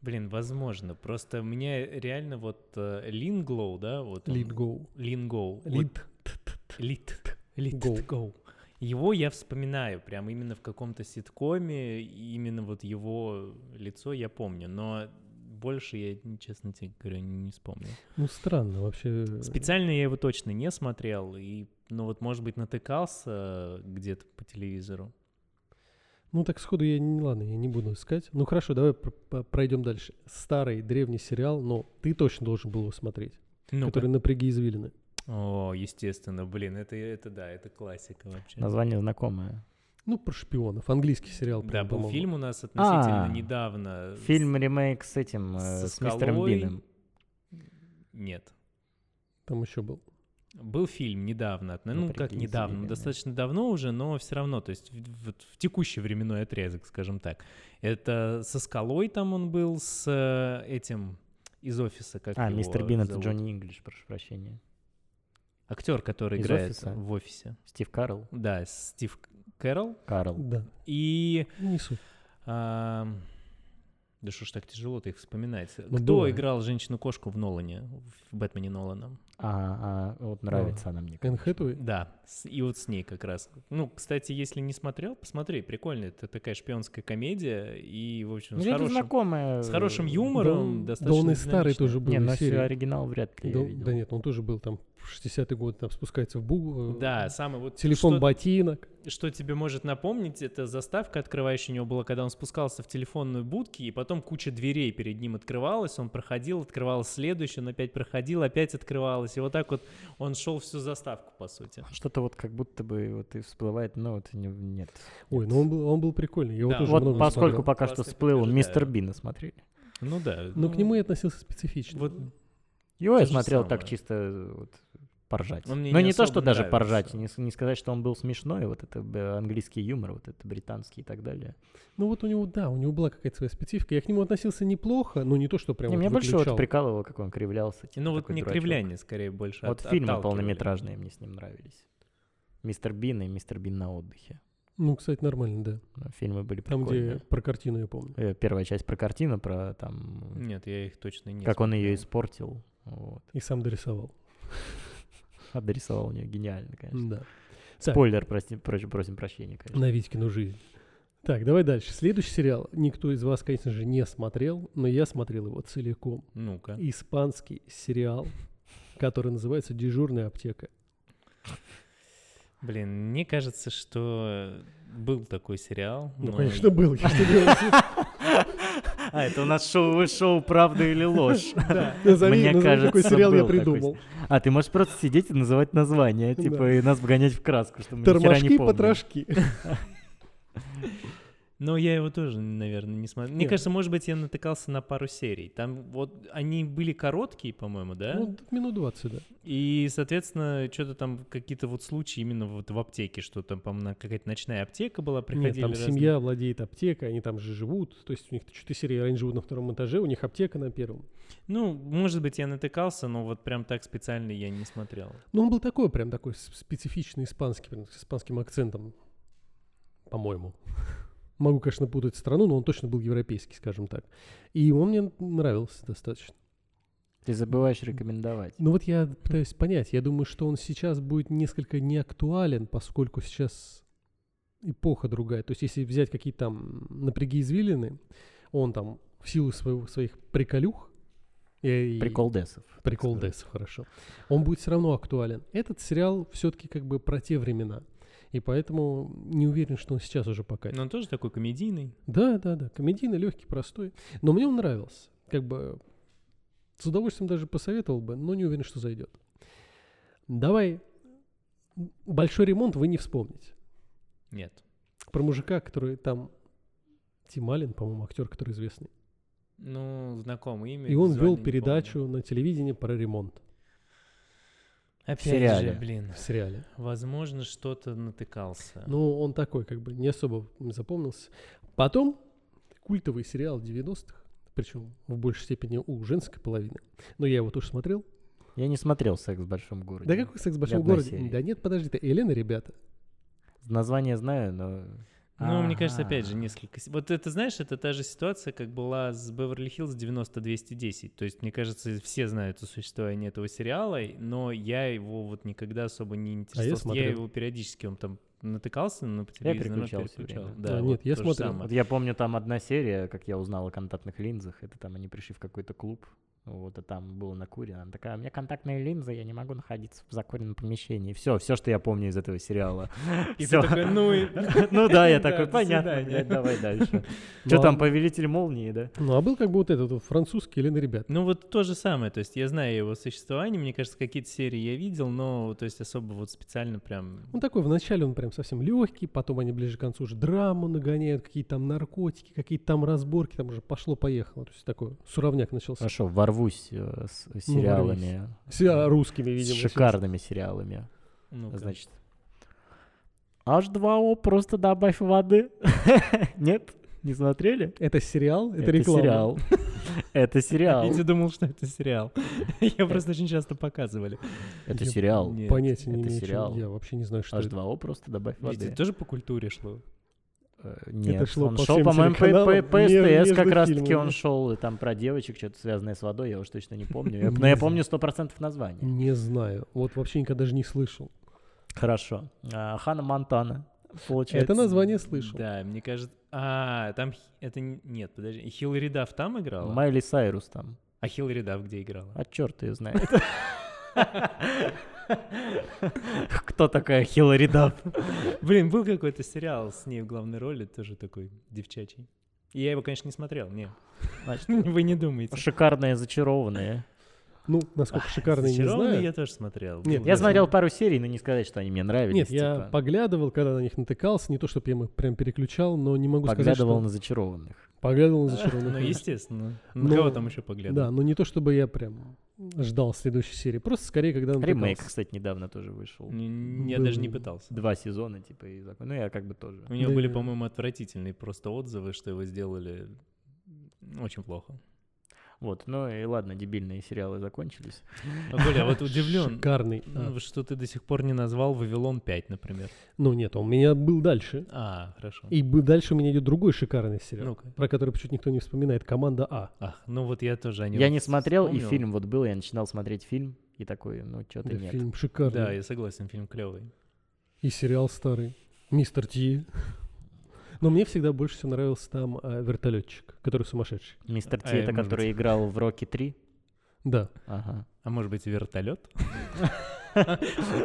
C: Блин, возможно. Просто мне реально вот э, Линглоу, да, вот он-
B: Литгоу.
C: Лингоу. вот
B: Лид.
C: Лит.
B: Гоу.
C: Лит. Гоу. Его я вспоминаю прям именно в каком-то ситкоме, и именно вот его лицо я помню, но больше я, н- честно тебе говорю, не, не вспомню.
B: Ну, странно вообще.
C: Специально я его точно не смотрел, и, ну вот, может быть, натыкался э, где-то по телевизору.
B: Ну, так сходу я не... Ладно, я не буду искать. Ну, хорошо, давай пр- по- пройдем дальше. Старый древний сериал, но ты точно должен был его смотреть.
C: ну
B: который «Напряги извилины».
C: О, естественно, блин, это, это да, это классика вообще.
A: Название знакомое.
B: Ну, про шпионов. Английский сериал.
C: Да,
B: прям,
C: был
B: по-моему.
C: фильм у нас относительно
A: А.
C: недавно. Э, с-
A: Фильм ремейк с этим, э,
C: со
A: с мистером
C: скалой.
A: Бином.
C: Нет.
B: Там еще был.
C: Был фильм недавно, отно- ну как
A: Напряги
C: недавно,
A: извилины.
C: достаточно давно уже, но все равно, то есть в, вот в текущий временной отрезок, скажем так. Это со скалой там он был, с э, этим из офиса, как
A: А,
C: его
A: мистер Бин это
C: зовут?
A: Джонни Инглиш, прошу прощения.
C: Актер, который
A: Из
C: играет
A: «Офиса»?
C: в офисе.
A: Стив Карл?
C: Да, Стив Кэрролл.
A: Карл.
B: Да,
C: И...
B: не суть.
C: ам, да что ж так тяжело-то их вспоминать.
B: Ну,
C: Кто
B: бывает.
C: играл женщину-кошку в Нолане, в Бэтмене Нолана?
A: А, а, вот нравится она мне.
B: Энн Хэтэуэй?
C: Да, с- и вот с ней как раз. Ну, кстати, если не смотрел, посмотри, прикольно. Это такая шпионская комедия и, в общем,
A: Ну,
C: с
A: это
C: хорошим,
A: знакомое.
C: с хорошим
A: э,
B: Да
C: юмором
B: он-
C: достаточно ну,
B: Да он и старый
C: динамично.
B: тоже был.
A: Не,
B: и
A: на
B: серия.
A: оригинал вряд ли я
B: Да,
A: видел.
B: да нет, он тоже был там в 60-й год, там спускается в Бу. э,
C: Да, самый вот
B: Телефон
C: что,
B: ботинок.
C: что тебе может напомнить, это заставка открывающая у него была, когда он спускался в телефонную будки, и потом куча дверей перед ним открывалась, он проходил, открывалась следующую, он опять проходил, опять открывалась, и вот так вот он шел всю заставку, по сути.
A: Что-то вот как будто бы вот и всплывает, но вот не- нет.
B: Ой, ну он был, он был прикольный. Я его
C: Да,
B: тоже
A: вот
B: много
A: поскольку
B: смотрел.
A: пока что
C: Классно
A: всплыл мистер
C: подтверждаю.
A: Бина смотрели.
C: Ну да.
B: Но к нему я относился специфично.
C: Вот
A: Его
C: То
A: я
C: же
A: смотрел
C: самое.
A: так чисто э, вот, поржать.
C: Он мне
A: Но
C: не
A: не то,
C: особо
A: что даже
C: нравится.
A: поржать, не, с- не сказать, что он был смешной, вот это э, английский юмор, вот это британский и так далее.
B: Ну вот у него, да, у него была какая-то своя специфика. Я к нему относился неплохо, но не то, что прям
A: Не,
B: вот
A: меня больше вот
B: выключал.
A: прикалывало, как он кривлялся. типа
C: Ну вот
A: такой
C: не а
A: дурачок.
C: кривляние, скорее больше.
A: Вот
C: от-
A: фильмы
C: отталкивали.
A: полнометражные мне с ним нравились. Мистер Бин и Мистер Бин на отдыхе.
B: Ну, кстати, нормально, да.
A: Ну, фильмы были
B: Там,
A: прикольные.
B: где про картину я помню.
A: Э, Первая часть про картину, про там,
C: Нет, я их точно не
A: как он ее
C: смотрел.
A: испортил. Вот.
B: И сам дорисовал.
A: А дорисовал у нее гениально, конечно.
B: Да.
A: Спойлер, прости, просим, просим прощения, конечно.
B: На Витькину жизнь. Так, давай дальше. Следующий сериал никто из вас, конечно же, не смотрел, но я смотрел его целиком.
C: Ну-ка.
B: Испанский сериал, который называется «Дежурная аптека».
C: Блин, мне кажется, что был такой сериал.
B: Ну,
C: но
B: конечно, был. я что делаю?
A: А, это у нас шоу, шоу «Правда или ложь».
B: Назови,
A: Мне
B: назови, какой
A: кажется,
B: сериал я
A: был такой
B: придумал.
A: А ты можешь просто сидеть и называть название,
B: Да.
A: типа, и нас вгонять в краску, что мы нихера не помним.
B: Тормошки-потрошки.
C: Но я его тоже, наверное, не смотрел. Мне
B: Нет.
C: кажется, может быть, я натыкался на пару серий. Там вот они были короткие, по-моему, да?
B: Ну, минут 20, да.
C: И, соответственно, что-то там какие-то вот случаи именно вот в аптеке, что там, по-моему, на- какая-то ночная аптека была,
B: Нет,
C: приходили.
B: там
C: разные-
B: семья владеет аптекой, они там же живут. То есть у них что-то серии, они живут на втором этаже, у них аптека на первом.
C: Ну, может быть, я натыкался, но вот прям так специально я не смотрел.
B: Ну, он был такой, прям такой с- специфичный испанский, прям с испанским акцентом, по-моему. Могу, конечно, путать страну, но он точно был европейский, скажем так. И он мне нравился достаточно.
A: Ты забываешь рекомендовать.
B: Ну вот я пытаюсь понять. Я думаю, что он сейчас будет несколько неактуален, поскольку сейчас эпоха другая. То есть если взять какие-то там напряги извилины, он там в силу своего, своих приколюх... и- и-
A: Прикол Десов.
B: Прикол
A: сказать.
B: Дэс, хорошо. Он будет все равно актуален. Этот сериал все-таки как бы про те времена. И поэтому не уверен, что он сейчас уже покатит.
C: Но он тоже такой комедийный.
B: Да, да, да. Комедийный, легкий, простой. Но мне он нравился. Как бы с удовольствием даже посоветовал бы, но не уверен, что зайдет. Давай. Большой ремонт вы не вспомните.
C: Нет.
B: Про мужика, который там... Тималин, по-моему, актер, который известный.
C: Ну, знакомое имя.
B: И он
C: визуально
B: вел
C: не
B: передачу на телевидении про ремонт
C: помню. Опять
A: сериале.
C: же, блин,
B: в сериале.
C: возможно, что-то натыкался.
B: Ну, он такой, как бы, не особо запомнился. Потом культовый сериал 90-х, причем в большей степени у женской половины. Но я его тоже смотрел.
A: Я не смотрел «Секс в большом городе».
B: Да какой секс в большом
A: одной
B: городе?
A: серии.
B: Да нет, подожди, ты Елена, ребята.
A: Название знаю, но... А.
C: Ну, мне кажется,
A: Ага.
C: опять же, несколько... с- Вот это, знаешь, это та же ситуация, как была с Беверли-Хиллз 90-210. То есть, мне кажется, все знают о существовании этого сериала, но я его вот никогда особо не интересовался. я
B: смотрел.
C: его периодически, он там натыкался на по телевизору, но
A: переключал всё
C: переключал.
A: время.
C: Да,
B: А,
C: вот
B: нет, я
C: то же
B: смотрел.
A: Вот
C: самое.
A: я помню, там одна серия, как я узнал о контактных линзах, это там они пришли в какой-то клуб, вот, и там было накурено. Она такая, «А у меня контактные линзы, я не могу находиться в закуренном помещении. Все, все, что я помню из этого сериала.
C: И ты
A: Всё.
C: такой, ну и...
A: Ну да, я
C: Да,
A: такой,
C: до
A: понятно,
C: свидания».
A: блядь, давай дальше.
B: Ну,
A: Что
B: а-
A: там, повелитель молнии, да?
B: Ну, а был как бы вот этот вот французский Лен ребят.
C: Ну вот то же самое, то есть я знаю его существование, мне кажется, какие-то серии я видел, но то есть особо вот специально прям...
B: Он такой, вначале он прям совсем легкий, потом они ближе к концу уже драму нагоняют, какие-то там наркотики, какие-то там разборки, там уже пошло-поехало. То есть такой суровняк начался.
A: Хорошо, ворвусь э, с с сериалами.
B: С а, русскими,
A: С
B: видимо.
A: шикарными сериалами.
C: ну-ка.
A: Значит, H2O, просто добавь воды. Нет? Не смотрели?
B: фильм. Это сериал? Это, реклама?
A: сериал. Это сериал.
C: Я не думал, что это сериал. Я просто очень часто показывали.
A: Это
B: Я
A: сериал.
C: не- Нет,
B: Понятия не
A: это
B: имею. о чём.
A: сериал.
B: Я вообще не знаю, что это.
A: H2O просто добавь
C: Видите,
A: воды.
C: тоже по культуре шло.
A: Э, Нет,
B: шло
A: он
B: по
A: шел,
B: всем
A: по-моему, по,
B: телеканалам
A: по- по
B: между-
A: СТС как
B: между
A: раз-таки
B: фильмами.
A: он шел, и там про девочек что-то связанное с водой, я уж точно не помню. Я- Но я
B: Не
A: помню 100% название.
B: Не знаю. Вот вообще никогда даже не слышал.
A: Хорошо. А, Ханна Монтана. Получается.
B: Это название слышал.
C: Да, мне кажется... А, там... Хи- Это... н- Нет, подожди. Хиллари Дафф там играла?
A: Майли Сайрус там.
C: А Хиллари Дафф где играла?
A: А черт ее знает. Кто такая Хиллари Дафф?
C: Блин, был какой-то сериал с ней в главной роли, тоже такой девчачий. И я его, конечно, не смотрел, нет.
A: Значит,
C: Вы не думаете.
A: Шикарные, зачарованные.
B: Ну, насколько шикарный, не
C: «Зачарованный»
B: знаю.
C: я тоже смотрел. Ну,
B: Нет,
C: Был
A: Я
B: Ужасно.
A: смотрел пару серий, но не сказать, что они мне нравились.
B: Нет, я
A: типа.
B: поглядывал, когда на них натыкался. Не то, чтобы я их прям переключал, но не могу сказать,
A: поглядывал
B: что...
A: на зачарованных.
B: Поглядывал на
C: такой.
B: зачарованных.
C: Ну, естественно.
B: Ну,
C: На кого там еще поглядывал?
B: Да, но не то, чтобы я прям ждал следующей серии. Просто скорее, когда натыкался.
A: Ремейк, кстати, недавно тоже вышел.
C: Н- Я даже не
B: Был.
C: пытался.
A: Два сезона, типа, и закон. Ну, я как бы тоже.
C: У него
B: Да.
C: были, по-моему, отвратительные просто отзывы, что его сделали очень плохо.
A: Вот, ну и ладно, дебильные сериалы закончились.
C: А, Коля, вот удивлен,
B: Шикарный. а.
C: ну, что ты до сих пор не назвал «Вавилон 5», например.
B: Ну нет, он у меня был дальше.
C: А, хорошо.
B: И бы- дальше у меня идет другой шикарный сериал,
C: Ну-ка.
B: про который почему-то никто не вспоминает. Команда А.
C: Ах, ну вот я тоже о нем
A: Я не смотрел, и
C: вспомнил.
A: фильм вот был, я начинал смотреть фильм, и такой, ну, что-то
B: Да,
A: нет.
B: Фильм шикарный.
C: Да, я согласен, фильм клевый.
B: И сериал старый. Мистер Ти. Но мне всегда больше всего нравился там а, вертолетчик, который сумасшедший.
A: Мистер
C: А,
A: Ти,
C: э,
A: это
C: может
A: который играл в Рокки 3.
B: Да.
A: Ага.
C: А может быть, вертолет?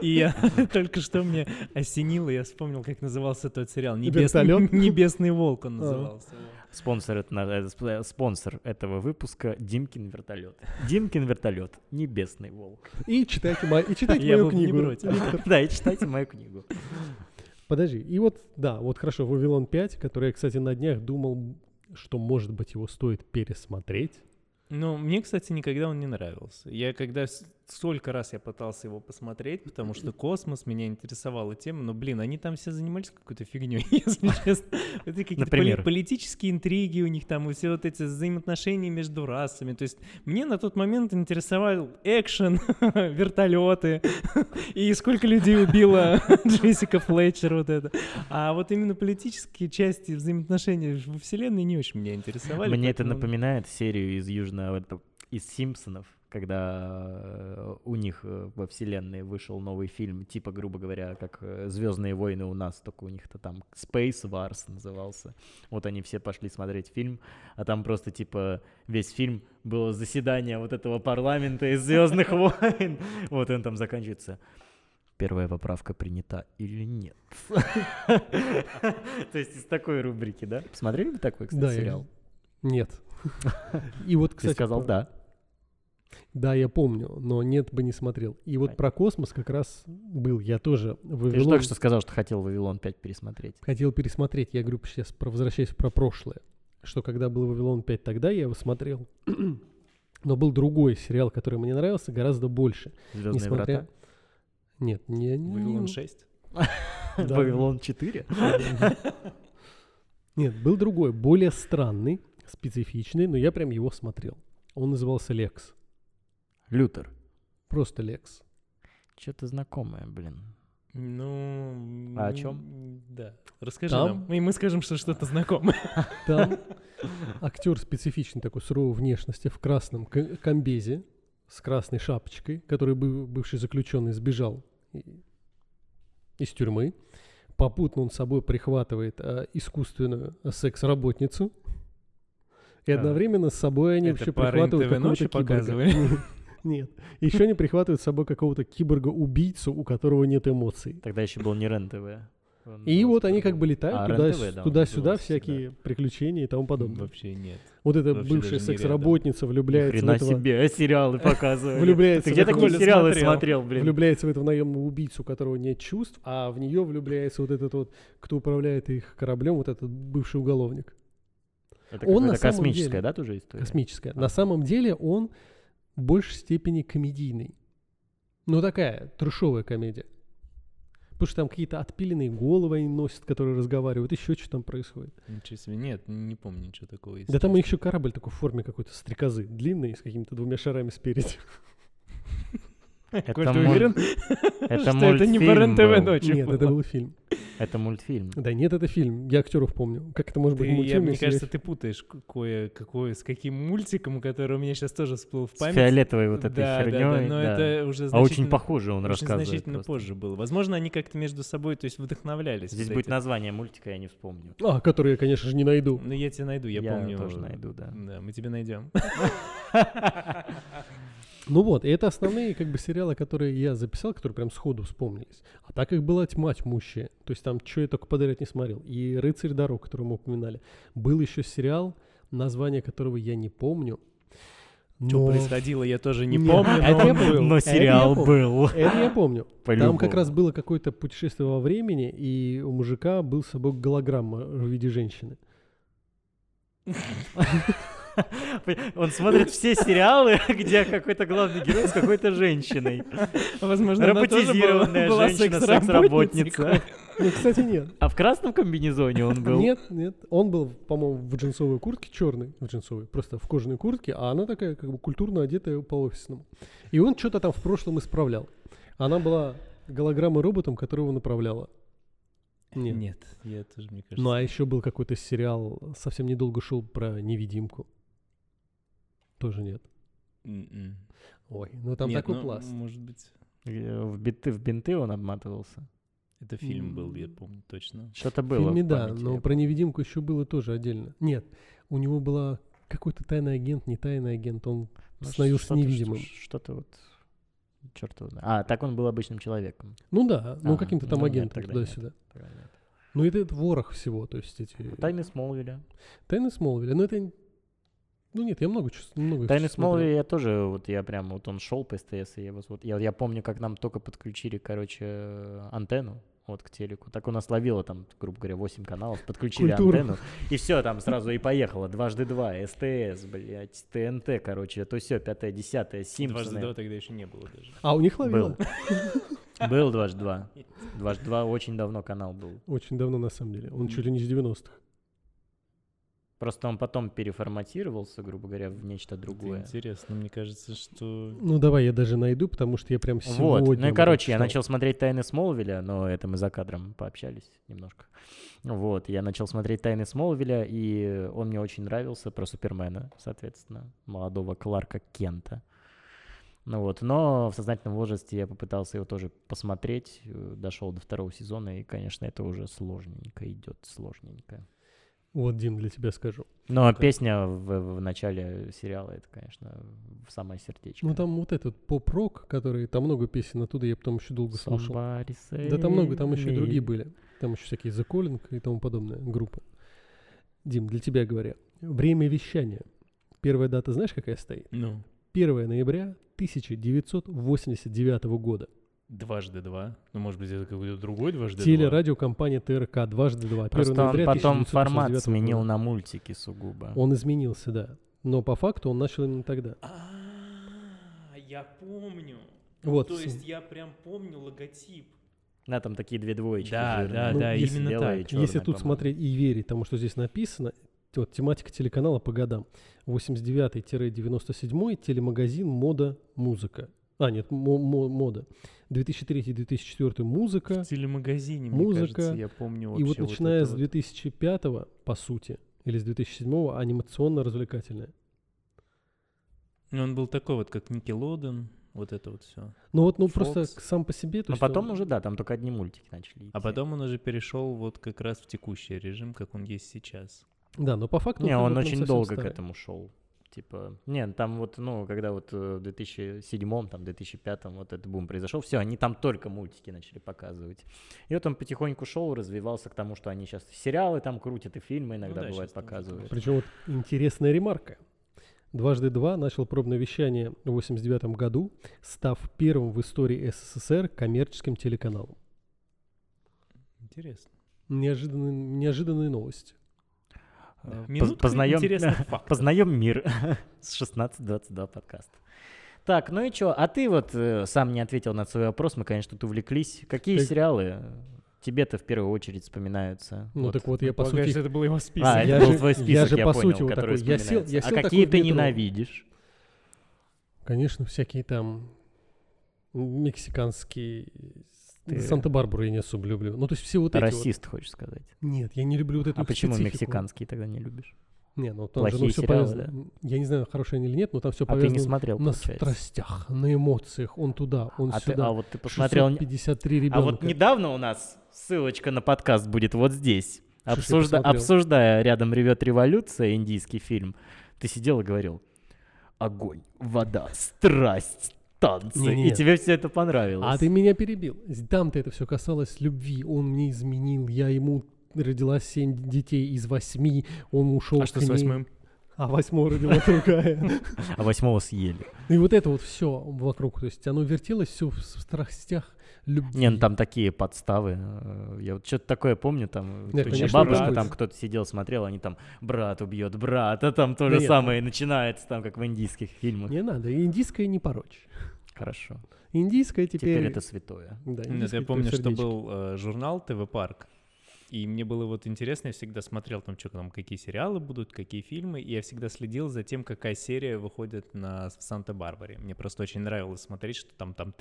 C: И я только что мне осенило, я вспомнил, как назывался тот сериал. Небесный-
B: «Вертолет»?
C: Небесный волк он
B: А.
C: назывался.
A: Спонсор, это на- э, сп- э, спонсор этого выпуска Димкин вертолет. Димкин вертолет. Небесный волк.
B: И читайте, мо- и читайте
C: Я
B: мою
C: был бы не
B: книгу.
C: против.
A: Да, и читайте мою книгу.
B: Подожди. И вот, да, вот хорошо, «Вавилон 5», который я, кстати, на днях думал, что, может быть, его стоит пересмотреть.
C: Ну, мне, кстати, никогда он не нравился. Я когда с- столько раз я пытался его посмотреть, потому что космос меня интересовала тема, но, блин, они там все занимались какой-то фигней, если честно. Это какие-то
A: Например?
C: поли- политические интриги у них там, и все вот эти взаимоотношения между расами. То есть мне на тот момент интересовал экшен, вертолеты, и сколько людей убила Джессика Флетчер вот это. А вот именно политические части взаимоотношения во вселенной не очень меня интересовали.
A: Мне это
C: поэтому-
A: напоминает серию из Южного, это, из Симпсонов, когда э, у них э, во вселенной вышел новый фильм, типа, грубо говоря, как Звездные войны у нас, только у них-то там Space Wars назывался. Вот они все пошли смотреть фильм, а там просто типа весь фильм было заседание вот этого парламента из Звездных войн. Вот он там заканчивается. Первая поправка принята или нет? То есть из такой рубрики, да? Посмотрели бы такой,
B: да,
A: кстати,
B: я-
A: сериал?
B: Нет. И вот,
A: Ты
B: кстати...
A: сказал
B: про-
A: да.
B: Да, я помню, но нет бы не смотрел. И вот
A: Понятно.
B: про космос как раз был. Я тоже
A: Ты же
B: «Вавилон»
A: только что сказал, что хотел «Вавилон 5» пересмотреть.
B: хотел пересмотреть. Я говорю, сейчас про, возвращаясь про прошлое. Что когда был «Вавилон 5», тогда я его смотрел. Но был другой сериал, который мне нравился гораздо больше.
A: «Звездные
B: Несмотря-
A: врата».
B: Нет, не... не-
C: «Вавилон
B: не-
C: 6».
B: Да.
A: «Вавилон 4».
B: Нет, был другой, более странный, специфичный, но я прям его смотрел. Он назывался «Лекс».
A: Лютер.
B: Просто «Лекс».
A: Что-то знакомое, блин.
C: Ну...
A: А о
C: м,
A: чём?
C: Да. Расскажи
B: Там?
C: нам. И мы скажем, что что-то знакомое.
B: Там актер специфичный такой суровой внешности в красном к- комбезе с красной шапочкой, который бы бывший заключенный сбежал и- из тюрьмы. попутно он с собой прихватывает а, искусственную секс-работницу. И
C: А.
B: одновременно с собой они
C: Это
B: вообще
C: по
B: прихватывают
C: РЕН-ТВ
B: какого-то
C: ночью показывали?
B: киборга. Нет. Еще они прихватывают с собой какого-то киборга-убийцу, у которого нет эмоций.
A: Тогда еще был не РЕН-ТВ. Он
B: И
C: Ну,
A: был
B: вот
A: другой.
B: они как бы
A: А,
B: летают туда-
A: РЕН-ТВ, да, он
B: туда-сюда,
A: назывался всегда.
B: всякие приключения и тому подобное.
C: Вообще нет.
B: Вот эта
C: Вообще
B: бывшая
C: даже не
B: секс-работница
A: Ни
B: влюбляется в
A: хрена
B: этого...
A: себе, а сериалы показывают.
B: Влюбляется
A: Ты где
B: в этого-
A: такие сериалы
C: смотрел.
A: смотрел, блин?
B: влюбляется в этого наемного убийцу, у которого нет чувств, а в нее влюбляется вот этот вот, кто управляет их кораблем, вот этот бывший уголовник.
A: Это
B: Он на
A: какая-то
B: самом
A: космическая,
B: деле-
A: да, тоже история?
B: Космическая. На самом деле он в большей степени комедийный. Ну такая, трешовая комедия. Потому что там какие-то отпиленные головы они носят, которые разговаривают, еще что там происходит.
C: Ничего себе. Нет, не помню ничего такого. если
B: Да там
C: честно.
B: еще корабль такой в форме какой-то стрекозы, длинный, с какими-то двумя шарами спереди.
A: Это
C: Коль, ты
A: мульт-
C: уверен,
A: Это
C: что это не по
A: мультфильм
C: РЕН-ТВ
A: был.
C: ночью
B: Нет,
C: было?
B: это был фильм.
A: Это мультфильм.
B: Да нет, это фильм. Я актеров помню. Как это может
C: Ты,
B: быть
C: я-
B: мультфильм?
C: мне
B: если я
C: кажется, ты путаешь к- кое какое с каким мультиком, который у меня сейчас тоже всплыл в
A: С
C: память.
A: фиолетовой вот этой
C: да,
A: херней.
C: Да, да, но
A: да.
C: это уже
A: А очень
C: значительно-
A: похоже он
C: очень
A: рассказывает.
C: значительно
A: просто.
C: позже было. Возможно, они как-то между собой, то есть вдохновлялись.
A: Здесь
C: вот
A: будет
C: этим.
A: название мультика, я не вспомню.
B: А, который я, конечно же, не найду.
C: Ну, я тебя найду, я,
A: Я
C: помню.
A: тоже найду, да.
C: Да, мы тебя найдем.
B: Ну вот, и это основные как бы сериалы, которые я записал, которые прям сходу вспомнились. А так их была тьма тьмущая. То есть там что я только подряд не смотрел. И «Рыцарь дорог», который мы упоминали. Был еще сериал, название которого я не помню.
C: Что
B: но-
C: происходило, я тоже не
B: Нет, А
C: помню,
B: это
C: но
B: я
C: он
B: помню.
C: был.
A: Но
B: Это я
A: сериал
B: помню.
A: был.
B: Это я помню. Там
A: По-любому.
B: как раз было какое-то путешествие во времени, и у мужика был с собой голограмма в виде женщины.
A: Он смотрит все сериалы, где какой-то главный герой с какой-то женщиной.
C: Возможно, она тоже была-
A: Роботизированная
C: была
A: женщина,
C: секс-работницей.
A: секс-работница.
B: Ну, кстати, нет.
A: А в красном комбинезоне он был.
B: Нет, нет. Он был, по-моему, в джинсовой куртке, черной, в джинсовой, просто в кожаной куртке, а она такая как бы культурно одетая по-офисному. И он что-то там в прошлом исправлял. Она была голограммой роботом, которого направляла. Нет.
C: Нет, я тоже, мне кажется.
B: Ну а еще был какой-то сериал, совсем недолго шел про невидимку. Тоже нет.
C: М-м.
B: Ой, ну там
C: Нет,
B: такой
C: ну,
B: пласт.
C: Может быть,
A: Э, В биты, в бинты он обматывался.
C: это фильм был, я
B: М.
C: помню точно.
A: Что-то
B: В
A: было.
B: фильме
A: в
B: да,
A: памяти,
B: но
A: я
B: про невидимку еще было тоже отдельно. Нет, у него была какой-то тайный агент, не тайный агент, он
A: Ну,
B: становился
A: что-то-
B: невидимым.
A: что- Что-то вот... Черт его знает. А, так он был обычным человеком.
B: Ну да, ну
A: Ага,
B: каким-то там
A: ну нет,
B: агентом
A: тогда
B: туда-сюда.
A: Правильно.
B: Ну это, это ворох всего, то есть эти...
A: А Тайны Смолвиля.
B: Тайны Смолвиля, ну это... н- Ну нет, я много чувств... Много их
A: Тайны
B: смотрел.
A: Смолвиля я тоже, вот я прям, вот он шел по СТС, и я вот, вот- я, я помню, как нам только подключили, короче, э, антенну, вот к телеку. Так у нас ловило там, грубо говоря, 8 каналов, подключили
B: Культура.
A: антенну, и все, там сразу и поехало. Дважды два, СТС, блядь, ТНТ, короче, то все, пятое, десятое,
C: Дважды два
A: Симпсоны.
C: тогда еще не было даже.
B: А у них ловило?
A: Был. Был дважды два. Дважды два очень давно канал был.
B: Очень давно, на самом деле. Он чуть ли не с 90-х.
A: Просто он потом переформатировался, грубо говоря, в нечто
C: Это
A: другое.
C: Интересно, мне кажется, что...
B: Ну давай я даже найду, потому что я прям сегодня...
A: Вот. Ну и
B: об
A: короче, я
B: этом
A: начал смотреть Тайны Смолвиля, но это мы за кадром пообщались немножко. Вот, я начал смотреть Тайны Смолвиля, и он мне очень нравился про Супермена, соответственно, молодого Кларка Кента. Ну вот, но в сознательном возрасте я попытался его тоже посмотреть, э, дошел до второго сезона, и, конечно, это уже сложненько идет, сложненько.
B: читал. Вот, Дим, для тебя скажу.
A: Но песня в, в начале сериала, это, конечно, в самое сердечко.
B: Ну там вот этот поп-рок, который... Там много песен оттуда, я потом еще долго слушал.
A: Somebody
B: Да там много, там
A: save
B: еще и другие
A: me.
B: были. Там еще всякие The Calling и тому подобное группы. Дим, для тебя говоря. Время вещания. Первая дата знаешь, какая стоит?
C: Ну,
B: 1 ноября 1989 года.
C: дважды два. Ну, может быть, это какой-то другой дважды два.
B: Телерадиокомпания ТРК дважды два. 1
A: ну Просто он
B: ноября
A: потом формат
B: 1989
A: сменил
B: года.
A: на мультики сугубо.
B: Он изменился, да. Но по факту он начал именно тогда.
C: А, я помню.
B: Вот.
C: То есть я прям помню логотип.
A: Да, там такие две двоечки.
C: Да,
A: жирные.
C: да,
B: Ну,
C: да,
B: если
C: именно
A: белое
C: так.
A: и чёрное,
B: Если тут
A: по-моему.
B: смотреть и верить тому, что здесь написано, вот тематика телеканала по годам. 89-97 телемагазин «Мода. Музыка». А, нет, мо- мо- «Мода». 2003-2004 «Музыка».
C: В телемагазине,
B: Музыка.
C: музыка. кажется, я помню
B: И
C: вообще
B: вот начиная
C: это
B: с
C: вот.
B: 2005 по сути, или с 2007 анимационно-развлекательное.
C: Ну, Он был такой вот, как Никелодон, вот это вот все.
B: Ну вот, ну просто
C: Fox.
B: к- сам по себе... то
A: Но
B: есть он-
A: потом уже, да, там только одни мультики начали.
C: А
A: идти.
C: потом он уже перешел вот как раз в текущий режим, как он есть сейчас.
B: Да, но по факту...
A: Не,
B: вот
A: он
B: прям
A: очень
B: Ну, совсем
A: долго к
B: старый.
A: этому шел. Типа, не, ну там вот, ну, когда вот э, в 2007, там, 2005 вот этот бум произошел, все, они там только мультики начали показывать. И вот он потихоньку шел, развивался к тому, что они сейчас сериалы там крутят, и фильмы
B: Ну
A: иногда
C: да,
A: бывает
C: щас там уже
A: показывают.
B: Причем вот интересная ремарка. Дважды два начал пробное вещание в 1989 году, став первым в истории СССР коммерческим телеканалом.
C: Интересно.
B: Неожиданный, неожиданная новость.
A: Э,
C: Да.
A: поз-
C: Минутка
A: познаем-
C: интересных фактов.
A: Познаем мир с 1622 подкаста. Так, ну и чё, а ты вот э, сам не ответил на свой вопрос, мы, конечно, тут увлеклись. Какие
B: Так-
A: сериалы э, тебе-то в первую очередь вспоминаются?
B: Ну так вот, я по
C: Полагаю,
B: сути...
C: что это был его список.
A: А,
B: Я
A: это был
B: же-
A: твой
B: я
A: список,
B: же, по
A: понял,
B: сути, вот
A: который
B: такой, я сел- я
A: вспоминается.
B: сел
A: А
B: такой
A: какие
B: в
A: ты
B: метро.
A: ненавидишь?
B: Конечно, всякие там мексиканские...
A: Ты-
B: Санта-Барбару я не особо люблю. Ну, то есть все вот эти вот.
A: Расист, хочешь сказать.
B: Нет, я не люблю вот эту
A: А
B: их
A: почему
B: специфику.
A: мексиканские тогда не любишь?
B: Не, ну там же
A: Плохие
B: все
A: сериалы,
B: повязано. Я не знаю, хорошие они или нет, но там все
A: А ты не
B: повязано
A: смотрел,
B: на
A: получается.
B: страстях, на эмоциях. Он туда, он
A: А, ты,
B: сюда.
A: а вот ты посмотрел... не-
B: 653 ребенка.
A: А вот недавно у нас ссылочка на подкаст будет вот здесь.
B: Слушай,
A: Обсужда-
B: посмотрел.
A: Обсуждая «Рядом ревет революция», индийский фильм, ты сидел и говорил «Огонь, вода, страсть, танцы». И
B: Не-не.
A: тебе все это понравилось.
B: А ты меня перебил. Там-то это все касалось любви. Он мне изменил, я ему родила семь детей из восьми, он ушел
C: А что с восьмым?
B: А восьмого родила другая.
A: А восьмого съели.
B: И вот это вот все вокруг. То есть оно вертелось все в страстях любви.
A: Не, ну там такие подставы. э, Я вот что-то такое помню, там
B: Да,
A: у меня
B: конечно,
A: бабушка,
B: брат.
A: там кто-то сидел, смотрел, они там брат убьет брата, там то
B: Да
A: же
B: нет, ну.
A: самое и начинается, там как в индийских фильмах.
B: Не надо, индийское не порочь.
A: Хорошо.
B: Индийское теперь...
A: Теперь... это святое.
B: Да,
C: Нет,
B: индийское
C: я
B: теперь
C: помню, что
B: сердечки.
C: был э, журнал ТВ Парк. И мне было вот интересно, я всегда смотрел там, что там, какие сериалы будут, какие фильмы, и я всегда следил за тем, какая серия выходит на в Санта-Барбаре. Мне просто очень нравилось смотреть, что там там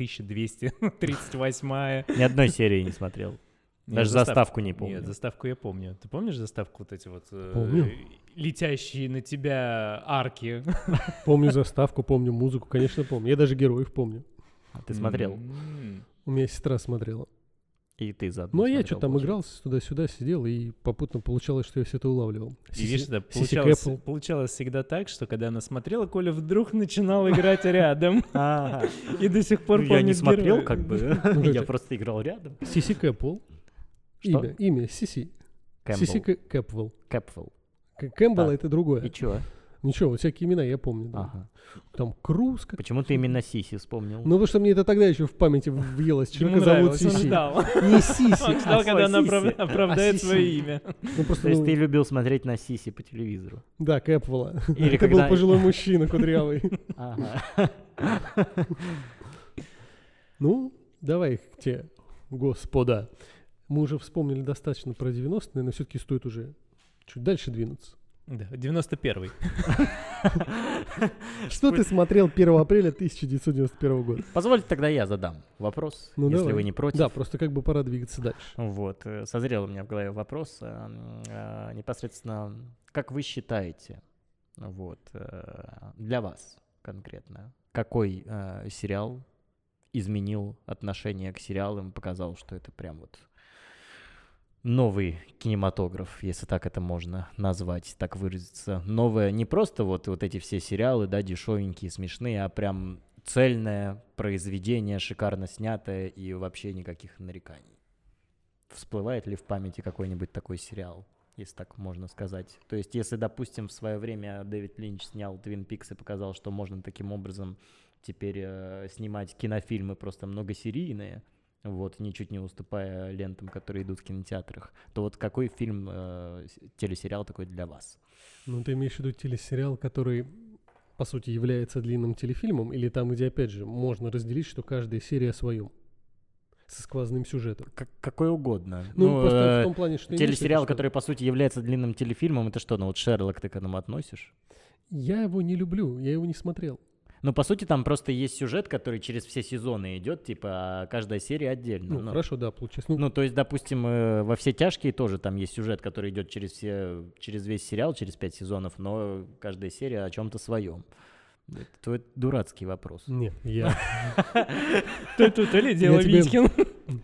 C: 1238
A: Ни одной серии не смотрел. Даже заставку не помню.
C: Нет, заставку я помню. Ты помнишь заставку вот эти вот... э,
B: Помню.
C: Летящие на тебя арки.
B: Помню заставку, помню музыку, конечно, помню. Я даже героев помню.
A: А ты смотрел?
C: М.
B: У меня сестра смотрела.
A: И ты заодно
B: Ну, а я
A: смотрел,
B: что-то там
A: получается.
B: игрался туда-сюда, сидел, и попутно получалось, что я все это улавливал.
C: И видишь, да,
B: Сиси
C: получалось,
B: Кэпл.
C: получалось всегда так, что когда она смотрела, Коля вдруг начинал играть рядом.
A: Ага.
C: И до сих пор
A: Ну, я не
C: помнит
A: смотрел,
C: героя.
A: как бы.
B: Ну,
A: Я
B: это-
A: просто играл рядом.
B: Сиси Кэппл.
A: Что?
B: Имя, имя, Сиси. Сиси
A: Кэмпбелл.
B: Кэ- Кэпвелл.
A: Кэпвелл.
B: К- Кэмпбелл
A: Так.
B: это
A: И
B: другое.
A: чё?
B: Ничего, вот всякие имена я помню. да.
A: Ага.
B: Там Круз. как-
A: Почему ты именно Сиси вспомнил?
B: Ну, потому что мне это тогда еще в памяти въелось.
C: Ему
B: Человека зовут
C: нравилось, он
B: Сиси.
C: ждал.
B: Не Сиси.
C: Он ждал,
A: а
C: когда она
A: свой
C: оправ-
A: Сиси.
B: А
C: оправдает
B: Сиси.
C: свое имя.
B: Ну,
A: То
B: просто,
A: есть
B: ну,
A: ты любил смотреть на Сиси по телевизору?
B: да, Кэпвелла.
A: Или
B: Это был
A: когда-
B: пожилой мужчина, кудрявый.
A: Ага.
B: Ну, давай к те, господа. Мы уже вспомнили достаточно про 90-е, наверное, все-таки стоит уже чуть дальше двинуться.
C: Да, 91-й.
B: Что ты смотрел 1 апреля 1991 года?
A: Позвольте тогда я задам вопрос,
B: Ну,
A: если
B: давай.
A: вы не против.
B: Да, просто как бы пора двигаться дальше.
A: Вот, э, созрел у меня в голове вопрос. э, м, э, Непосредственно, как вы считаете, вот, э, для вас конкретно, какой э, сериал изменил отношение к сериалам, показал, что это прям вот новый кинематограф, если так это можно назвать, так выразиться. Новое, не просто вот, вот эти все сериалы, да, дешевенькие, смешные, а прям цельное произведение, шикарно снятое и вообще никаких нареканий. Всплывает ли в памяти какой-нибудь такой сериал, если так можно сказать? То есть, если, допустим, в свое время Дэвид Линч снял Твин Пикс и показал, что можно таким образом теперь э, снимать кинофильмы просто многосерийные, вот, ничуть не уступая лентам, которые идут в кинотеатрах, то вот какой фильм, э, с- телесериал такой для вас?
B: Ну, ты имеешь в виду телесериал, который, по сути, является длинным телефильмом, или там, где, опять же, можно разделить, что каждая серия о своем, со сквозным сюжетом.
A: какой угодно. э,
B: Ну, просто в том плане, что... имеется в виду,
A: телесериал,
B: что-
A: который, по сути, является длинным телефильмом, это что, ну вот Шерлок ты к этому относишь?
B: Я его не люблю, я его не смотрел.
A: Ну, по сути, там просто есть сюжет, который через все сезоны идет, типа, а каждая серия отдельно.
B: Ну,
A: Ну,
B: хорошо, да, получается. Ну,
A: ну, то есть, допустим, э, во все тяжкие тоже там есть сюжет, который идет через все, через весь сериал, через пять сезонов, но каждая серия о чем-то своем. Это твой дурацкий вопрос.
B: Нет, я,
C: То тут, то ли дело
B: Я тебе-
C: Витькин.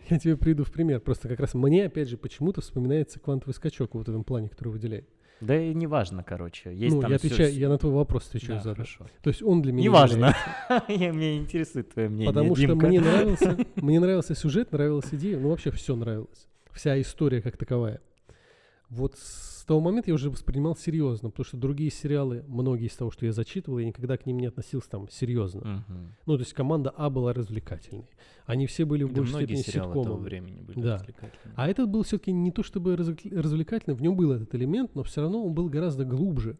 B: я тебе приду в пример. Просто как раз мне, опять же, почему-то вспоминается квантовый скачок вот в этом плане, который выделяет.
A: Да и неважно, короче. Есть
B: ну,
A: там
B: я
A: всё-
B: отвечаю, я на твой вопрос отвечаю
A: Да,
B: за
A: хорошо.
B: То есть он для меня...
A: Неважно.
B: является-
A: Я- Меня интересует твое мнение,
B: Потому что
A: Димка.
B: мне нравился, мне нравился сюжет, нравилась идея, ну вообще все нравилось. Вся история как таковая. Вот с того момента я уже воспринимал серьезно, потому что другие сериалы, многие из того, что я зачитывал, я никогда к ним не относился там серьезно.
A: Мгм.
B: Ну, то есть команда А была развлекательной. Они все были в
C: Да
B: большей
C: многие
B: степени
C: сериалы того
B: ситкомом.
C: времени были
B: Да.
C: развлекательными.
B: А этот был все-таки не то чтобы развлек- развлекательным, в нем был этот элемент, но все равно он был гораздо глубже.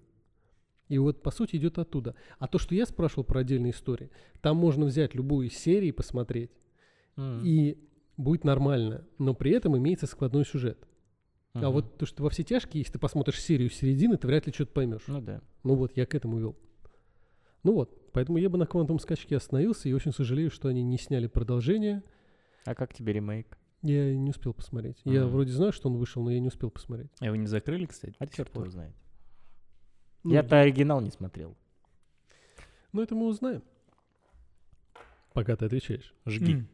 B: И вот, по сути, идет оттуда. А то, что я спрашивал про отдельные истории, там можно взять любую из серий и посмотреть,
A: М.
B: и будет нормально, но при этом имеется складной сюжет. А
A: Мгм.
B: вот то, что во все тяжкие, если ты посмотришь серию середины, ты вряд ли что-то поймешь.
A: Ну да.
B: Ну вот, я к этому вел. Ну вот, поэтому я бы на квантовом скачке остановился, и очень сожалею, что они не сняли продолжение.
A: А как тебе ремейк?
B: Я не успел посмотреть. Я
A: Мгм.
B: вроде знаю, что он вышел, но я не успел посмотреть.
C: А его не закрыли, кстати?
A: А
C: до сих
A: черт его
C: пор?
A: знает.
B: Ну,
A: Я-то оригинал не смотрел.
B: Ну, это мы узнаем. Пока ты отвечаешь.
A: Жги.
C: М.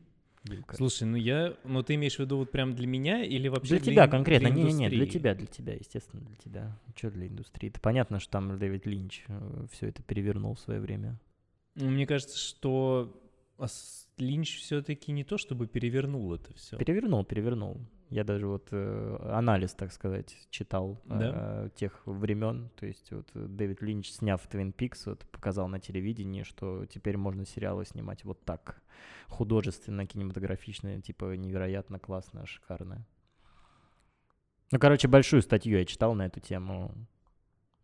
C: Слушай, ну я... Ну ты имеешь в виду вот прям для меня или вообще
A: Для тебя
C: ин-
A: конкретно,
C: для
A: не, не, для
C: индустрии?
A: тебя, для тебя, естественно, для тебя. Че для индустрии? Это понятно, что там Дэвид Линч все это перевернул в свое время.
C: Ну, Мне кажется, что ос- Линч все-таки не то, чтобы перевернул это все.
A: Перевернул, перевернул. Я даже вот э, анализ, так сказать, читал
C: Да?
A: э, тех времен. То есть вот э, Дэвид Линч, сняв Twin Peaks, вот показал на телевидении, что теперь можно сериалы снимать вот так. Художественно, кинематографично, типа невероятно классно, шикарно. Ну, короче, большую статью я читал на эту тему.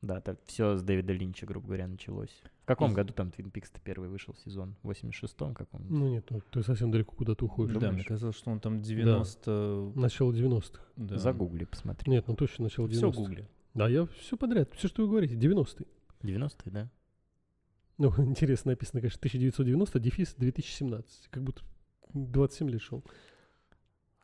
A: Да, так все с Дэвида Линча, грубо говоря, началось. В каком
C: Из-
A: году там Twin Peaks-то первый вышел сезон? В 86-м каком-нибудь?
B: Ну нет, ну, ты совсем далеко куда-то уходишь.
C: Да, мне
A: думаешь?
C: казалось, что он там 90...
B: Начало 90-х.
C: да.
A: Загугли, посмотри.
B: Нет, ну точно начало 90-х.
C: Все гугли.
B: Да, я все подряд, все, что вы говорите, 90-е.
A: 90-е, да?
B: Ну, интересно написано, конечно, 1990, дефис 2017. Как будто 27 лет шел.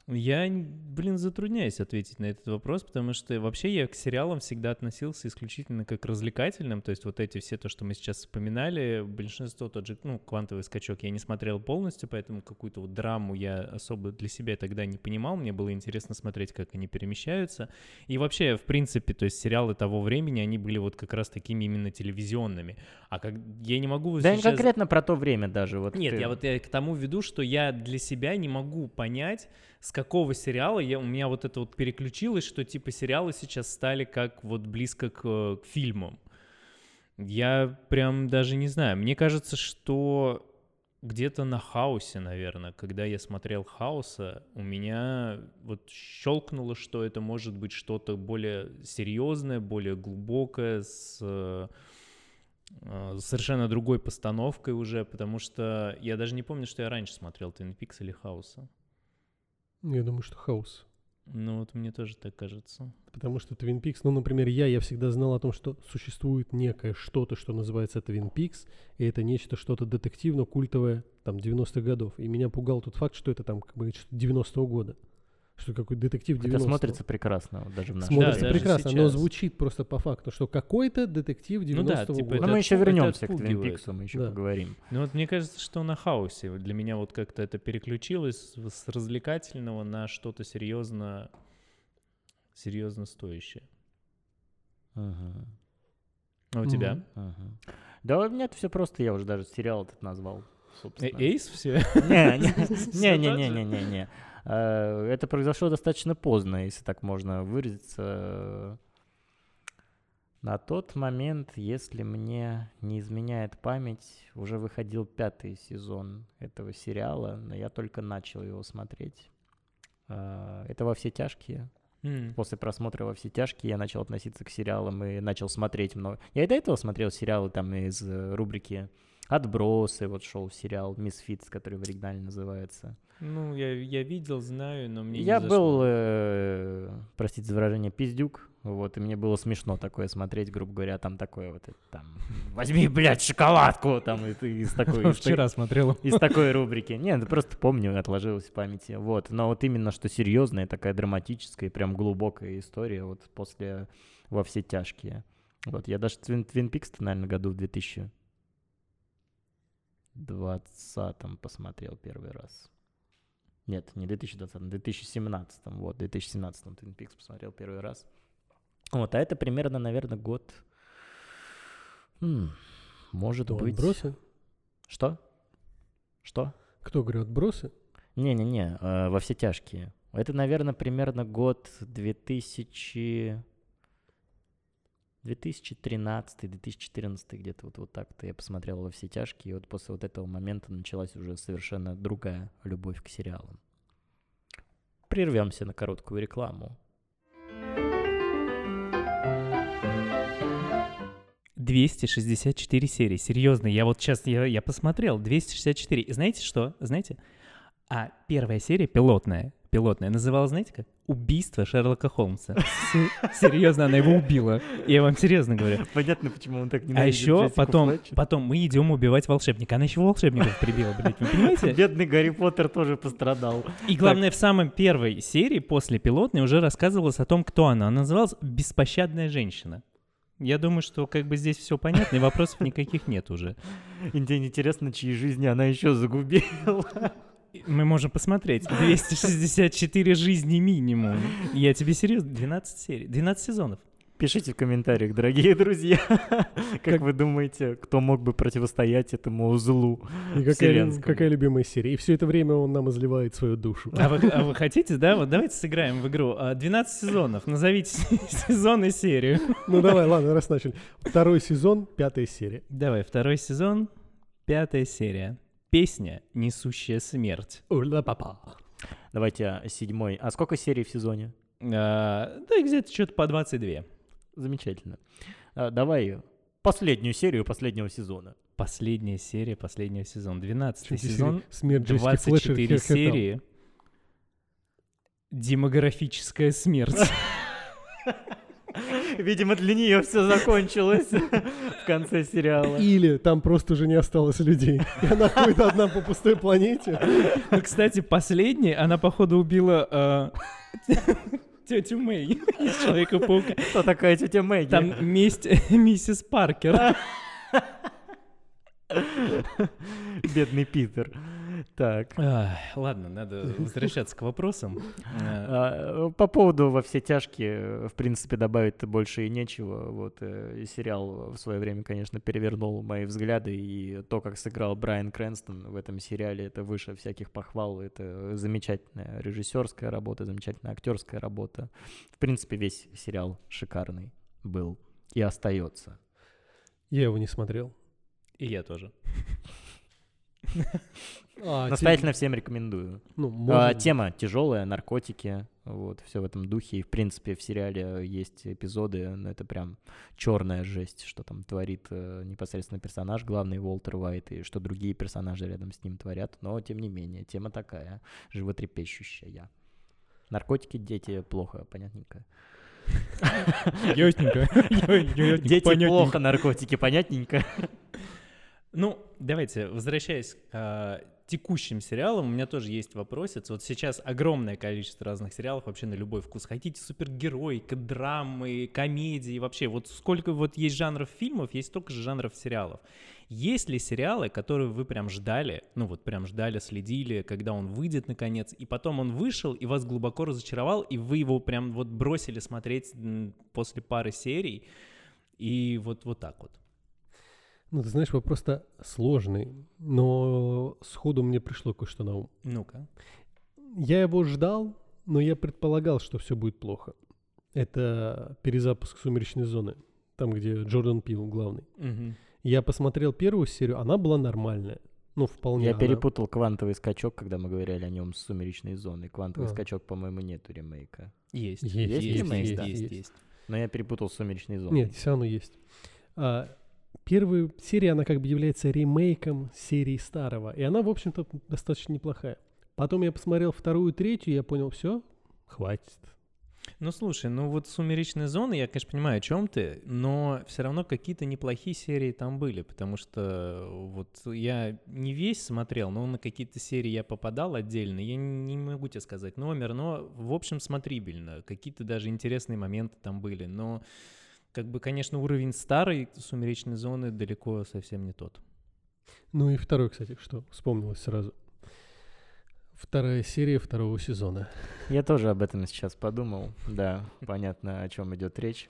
C: Я, н- блин, затрудняюсь ответить на этот вопрос, потому что вообще я к сериалам всегда относился исключительно как к развлекательным, то есть вот эти все то, что мы сейчас вспоминали, большинство тот же, ну, «Квантовый скачок» я не смотрел полностью, поэтому какую-то вот драму я особо для себя тогда не понимал, мне было интересно смотреть, как они перемещаются. И вообще, в принципе, то есть сериалы того времени, они были вот как раз такими именно телевизионными. А как... Я не могу
A: Да не
C: сейчас...
A: конкретно про то время даже. Вот
C: Нет,
A: ты-
C: я вот я к тому веду, что я для себя не могу понять, с какого сериала я, у меня вот это вот переключилось, что типа сериалы сейчас стали как вот близко к, э, к фильмам. Я прям даже не знаю. Мне кажется, что где-то на хаосе, наверное, когда я смотрел хаоса, у меня вот щелкнуло, что это может быть что-то более серьезное, более глубокое, с э, э, совершенно другой постановкой уже, потому что я даже не помню, что я раньше смотрел Twin Peaks или Хаоса.
B: Я думаю, что хаос.
C: Ну вот мне тоже так кажется.
B: Потому что Twin Peaks, ну, например, я, я всегда знал о том, что существует некое что-то, что называется Twin Peaks, и это нечто что-то детективно-культовое, там, 90-х годов. И меня пугал тот факт, что это там, как бы, что-то 90-го года. Что какой-то детектив 90-го.
A: Хотя смотрится прекрасно, вот даже в нашем.
B: Смотрится
C: Да, даже
B: прекрасно, но
C: сейчас.
B: звучит просто по факту, что какой-то детектив 90-го
C: Ну да, типа
B: года.
A: Но
C: это
A: мы еще
C: отпу- это
A: вернемся к Твин
C: отпугивает.
A: Пиксу, мы еще
B: Да.
A: поговорим.
C: Ну вот мне кажется, что на хаосе. Вот Для меня вот как-то это переключилось с- с развлекательного на что-то серьезно, серьезно стоящее.
A: Мгм,
C: А у тебя?
B: Мгм.
A: мгм. Да у меня это все просто, я уже даже сериал этот назвал.
C: Э,
A: собственно.
C: Эйс все?
A: Не,
C: Всё
A: не, не,
C: так
A: не,
C: же?
A: не, не, не. Э, Это произошло достаточно поздно, если так можно выразиться. На тот момент, если мне не изменяет память, уже выходил пятый сезон этого сериала, но я только начал его смотреть. Э, Это во все тяжкие.
C: М.
A: После просмотра во все тяжкие я начал относиться к сериалам и начал смотреть много. Я и до этого смотрел сериалы там из э, рубрики Отбросы, вот шел сериал Мисфитс, который в оригинале называется.
C: Ну, я, я видел, знаю, но мне не
A: я был,
C: зашло.
A: э, простите за выражение, пиздюк. Вот, и мне было смешно такое смотреть, грубо говоря, там такое вот, это, там, возьми, блядь, шоколадку, там, и ты из такой... из такой-
C: Вчера смотрел.
A: из такой рубрики. Нет, ну просто помню, отложилось в памяти. Вот. Но вот именно что серьезная, такая драматическая, и прям глубокая история вот после «Во все тяжкие». Вот, я даже Твин, Твин Пикс, наверное, году в 2000 2020 посмотрел первый раз. Нет, не 2020, в 2017. Вот, в 2017 Twin Peaks посмотрел первый раз. Вот, а это примерно, наверное, год... м, может
B: Кто
A: быть...
B: отбросы?
A: Что? Что?
B: Кто, говорю, отбросы?
A: Не-не-не, э, во все тяжкие. Это, наверное, примерно год 2000... 2013-2014, где-то вот, вот так-то я посмотрел во все тяжкие, и вот после вот этого момента началась уже совершенно другая любовь к сериалам. Прервемся на короткую рекламу.
C: двести 264 серии. Серьезно, я вот сейчас, я, я посмотрел, 264. И знаете что? Знаете? А первая серия пилотная, пилотная, называлась, знаете как? Убийство Шерлока Холмса. С- Серьезно, она его убила. Я вам серьезно говорю.
A: Понятно, почему он так не
C: А еще потом, потом мы идем убивать волшебника. Она еще волшебников прибила, блядь, вы понимаете?
A: Бедный Гарри Поттер тоже пострадал.
C: И главное, в самой первой серии после пилотной уже рассказывалось о том, кто она. Она называлась «Беспощадная женщина». Я думаю, что как бы здесь все понятно, и вопросов никаких нет уже.
A: Интересно, чьи жизни она еще загубила.
C: Мы можем посмотреть. 264 жизни минимум. Я тебе серьезно, 12 серий, 12 сезонов.
A: Пишите в комментариях, дорогие друзья, как вы думаете, кто мог бы противостоять этому узлу?
B: И какая,
A: Вселенскому.
B: какая любимая серия. И все это время он нам изливает свою душу.
C: А вы, а вы хотите, да? Вот давайте сыграем в игру. А, 12 сезонов. Назовите сезон и серию.
B: Ну давай, ладно, раз начали. Второй сезон, пятая серия.
C: Давай, второй сезон, пятая серия. Песня, несущая смерть.
B: Ура, папа.
A: Давайте а, седьмой. А сколько серий в сезоне?
C: А, да, где-то что-то по 22.
A: Замечательно. А, Давай последнюю серию последнего сезона.
C: Последняя серия последнего сезона. 12
B: Чё,
C: сезон,
B: серия? Смерть Джессики Флетчер,
C: 24
B: Хер-Хер-Дам.
C: серии. Демографическая смерть.
A: Видимо, для нее все закончилось в конце сериала.
B: Или там просто уже не осталось людей. И она ходит одна по пустой планете.
C: Ну, кстати, последняя, она, походу, убила э, тетю Мэй из Человека-паука.
A: Кто такая тетя Мэгги?
C: Там месть миссис Паркер.
A: Бедный Питер. Так.
C: Ах, Ладно, надо возвращаться к вопросам. Э,
A: А, По поводу «Во все тяжкие», в принципе, добавить-то больше и нечего. Вот э, и сериал в свое время, конечно, перевернул мои взгляды, и то, как сыграл Брайан Крэнстон в этом сериале, это выше всяких похвал. Это замечательная режиссерская работа, замечательная актерская работа. В принципе, весь сериал шикарный был и остается.
B: Я его не смотрел.
C: И я тоже.
B: А,
A: Настоятельно всем рекомендую.
B: те- Ну,
A: А,
B: может,
A: тема тяжелая, наркотики, вот, все в этом духе. И, в принципе, в сериале есть эпизоды, но это прям черная жесть, что там творит э, непосредственно персонаж, главный Уолтер Уайт, и что другие персонажи рядом с ним творят. Но, тем не менее, тема такая, животрепещущая. Наркотики, дети, плохо, понятненько.
C: Ясненько.
A: Дети плохо, наркотики, понятненько.
C: Ну, давайте, возвращаясь к э, текущим сериалам, у меня тоже есть вопросец. Вот сейчас огромное количество разных сериалов вообще на любой вкус. Хотите супергероика, драмы, комедии, вообще вот сколько вот есть жанров фильмов, есть столько же жанров сериалов. Есть ли сериалы, которые вы прям ждали, ну вот прям ждали, следили, когда он выйдет наконец, и потом он вышел, и вас глубоко разочаровал, и вы его прям вот бросили смотреть м, после пары серий, и вот, вот так вот.
B: ну, ты знаешь, вопрос-то сложный. Но сходу мне пришло кое-что на ум.
C: Ну-ка.
B: Я его ждал, но я предполагал, что все будет плохо. Это перезапуск «Сумеречной зоны», там, где Джордан Пил главный.
C: Мгм.
B: Я посмотрел первую серию, она была нормальная. Ну, вполне.
A: Я
B: она-
A: перепутал квантовый скачок, когда мы говорили о нем с сумеречной зоны. Квантовый
B: А.
A: скачок, по-моему, нету ремейка.
C: Есть.
B: Есть,
A: Есть
B: есть,
A: ремейк,
B: есть,
A: да?
B: есть.
A: Но я перепутал с сумеречной зоной.
B: Нет, все равно есть. А, первая серия, она как бы является ремейком серии старого. И она, в общем-то, достаточно неплохая. Потом я посмотрел вторую, третью, и я понял, все, хватит.
C: Ну слушай, ну вот сумеречная зона, я, конечно, понимаю, о чем ты, но все равно какие-то неплохие серии там были, потому что вот я не весь смотрел, но на какие-то серии я попадал отдельно. Я не могу тебе сказать номер, но в общем смотрибельно. Какие-то даже интересные моменты там были, но как бы, конечно, уровень старой сумеречной зоны далеко совсем не тот.
B: Ну и второй, кстати, что вспомнилось сразу. Вторая серия второго сезона.
A: Я тоже об этом сейчас подумал. Да, понятно, о чем идет речь.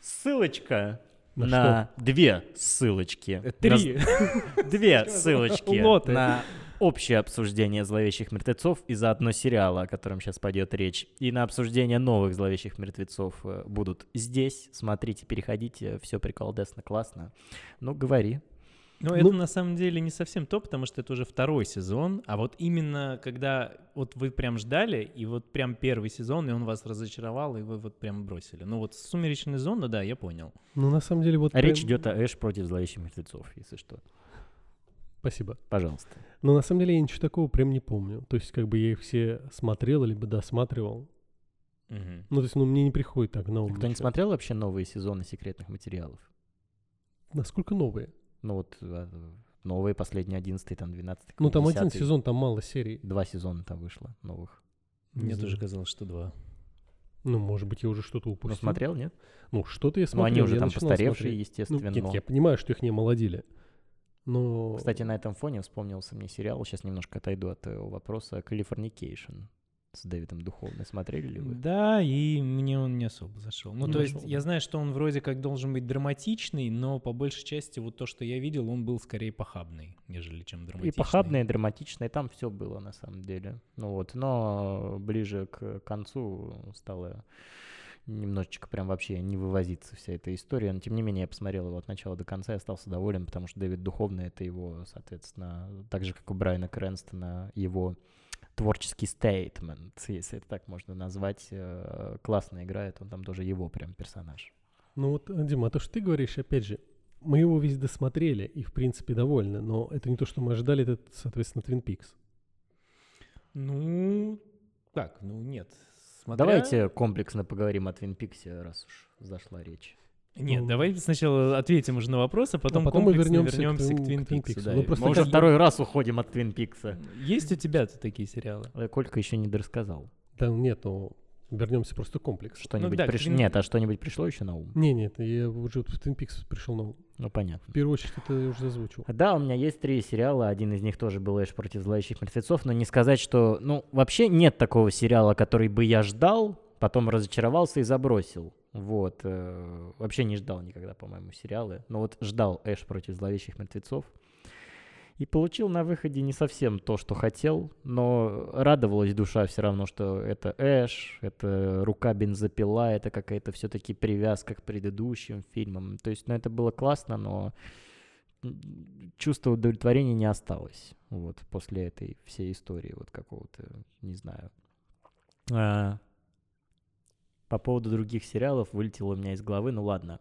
A: Ссылочка
B: На
A: на, две ссылочки.
B: Э,
A: На
C: Три.
A: Две ссылочки
C: Лоты.
A: на общее обсуждение зловещих мертвецов и заодно сериала, о котором сейчас пойдет речь, и на обсуждение новых зловещих мертвецов э, будут здесь. Смотрите, переходите, все приколдесно, классно. Ну, говори.
C: Ну,
B: Ну-
C: это на самом деле не совсем то, потому что это уже второй сезон, а вот именно когда вот вы прям ждали, и вот прям первый сезон, и он вас разочаровал, и вы вот прям бросили. Ну вот «Сумеречная зона», да, я понял.
B: Ну, на самом деле, вот... прям-
A: А Речь идет о Эш против зловещих мертвецов, если что.
B: Спасибо.
A: Пожалуйста.
B: Но на самом деле я ничего такого прям не помню. То есть, как бы я их все смотрел, либо досматривал.
C: Мгм.
B: Ну, то есть, ну, мне не приходит так на ум.
A: Кто не
B: ничего.
A: смотрел вообще новые сезоны секретных материалов?
B: Насколько новые?
A: Ну вот э, новые, последний, одиннадцатый, там, двенадцатый.
B: Ну, там один
A: 10-й.
B: сезон, там мало серий.
A: Два сезона там вышло новых.
B: Не
C: Мне
B: знаю.
C: тоже казалось, что два.
B: Ну, может быть, я уже что-то
A: Ну,
B: упустил.
A: смотрел, нет?
B: Ну, что-то я
A: Ну,
B: смотрел.
A: они уже
B: я
A: там
B: начинал
A: постаревшие,
B: смотреть. Ну,
A: естественно.
B: нет,
A: но-
B: я понимаю, что их не молодили. Но...
A: Кстати, на этом фоне вспомнился мне сериал. Сейчас немножко отойду от э, вопроса. «Калифорникейшн» с Дэвидом Духовной. Смотрели ли вы?
C: Да, и мне он не особо зашел. Ну,
A: Не
C: то есть,
A: зашел,
C: я
A: да.
C: знаю, что он вроде как должен быть драматичный, но по большей части вот то, что я видел, он был скорее похабный, нежели чем драматичный.
A: И похабные, и драматичные. Там все было, на самом деле. Ну вот. Но ближе к концу стало немножечко прям вообще не вывозиться вся эта история. Но, тем не менее, я посмотрел его от начала до конца и остался доволен, потому что Дэвид Духовный — это его, соответственно, так же, как у Брайана Крэнстона, его творческий стейтмент, если это так можно назвать. Э, Классно играет, он там тоже его прям персонаж.
B: Ну вот, э, Дима, а то, что ты говоришь, опять же, мы его весь досмотрели и, в принципе, довольны, но это не то, что мы ожидали, это, соответственно, Твин Пикс.
C: Ну, так, ну нет. Смотря-
A: Давайте комплексно поговорим о Твин Пиксе, раз уж зашла речь.
C: Нет,
B: Ну.
C: давай сначала ответим уже на вопрос, а потом,
B: потом мы
C: комплексно
B: вернемся к
C: вернемся к
B: твоему-
C: Твин
B: к Twin
C: Пиксу.
B: Peaks.
C: да.
B: Ну,
C: И
B: просто
A: Мы
C: может,
A: уже второй раз уходим от Твин Пикса.
C: Есть у тебя тут такие сериалы?
A: Э, Колька еще не дорассказал.
B: Да нет, ну, вернемся просто к комплексу.
A: Что-нибудь
C: да, к
A: приш-
C: Twin
A: Нет, а что-нибудь пришло еще на ум?
B: Не, нет, я уже в Твин Пикс пришел, но
A: Ну, понятно.
B: в первую очередь это я уже озвучил.
A: Да, у меня есть три сериала. Один из них тоже был Эш против зловещих мертвецов, но не сказать, что... Ну, вообще нет такого сериала, который бы я ждал, потом разочаровался и забросил. Вот. э, Вообще не ждал никогда, по-моему, сериалы. Но вот ждал Эш против зловещих мертвецов. И получил на выходе не совсем то, что хотел, но радовалась душа все равно, что это Эш, это рука бензопила, это какая-то все-таки привязка к предыдущим фильмам. То есть, ну, это было классно, но м, чувства удовлетворения не осталось вот после этой всей истории вот какого-то не знаю А, по поводу других сериалов вылетело у меня из головы ну ладно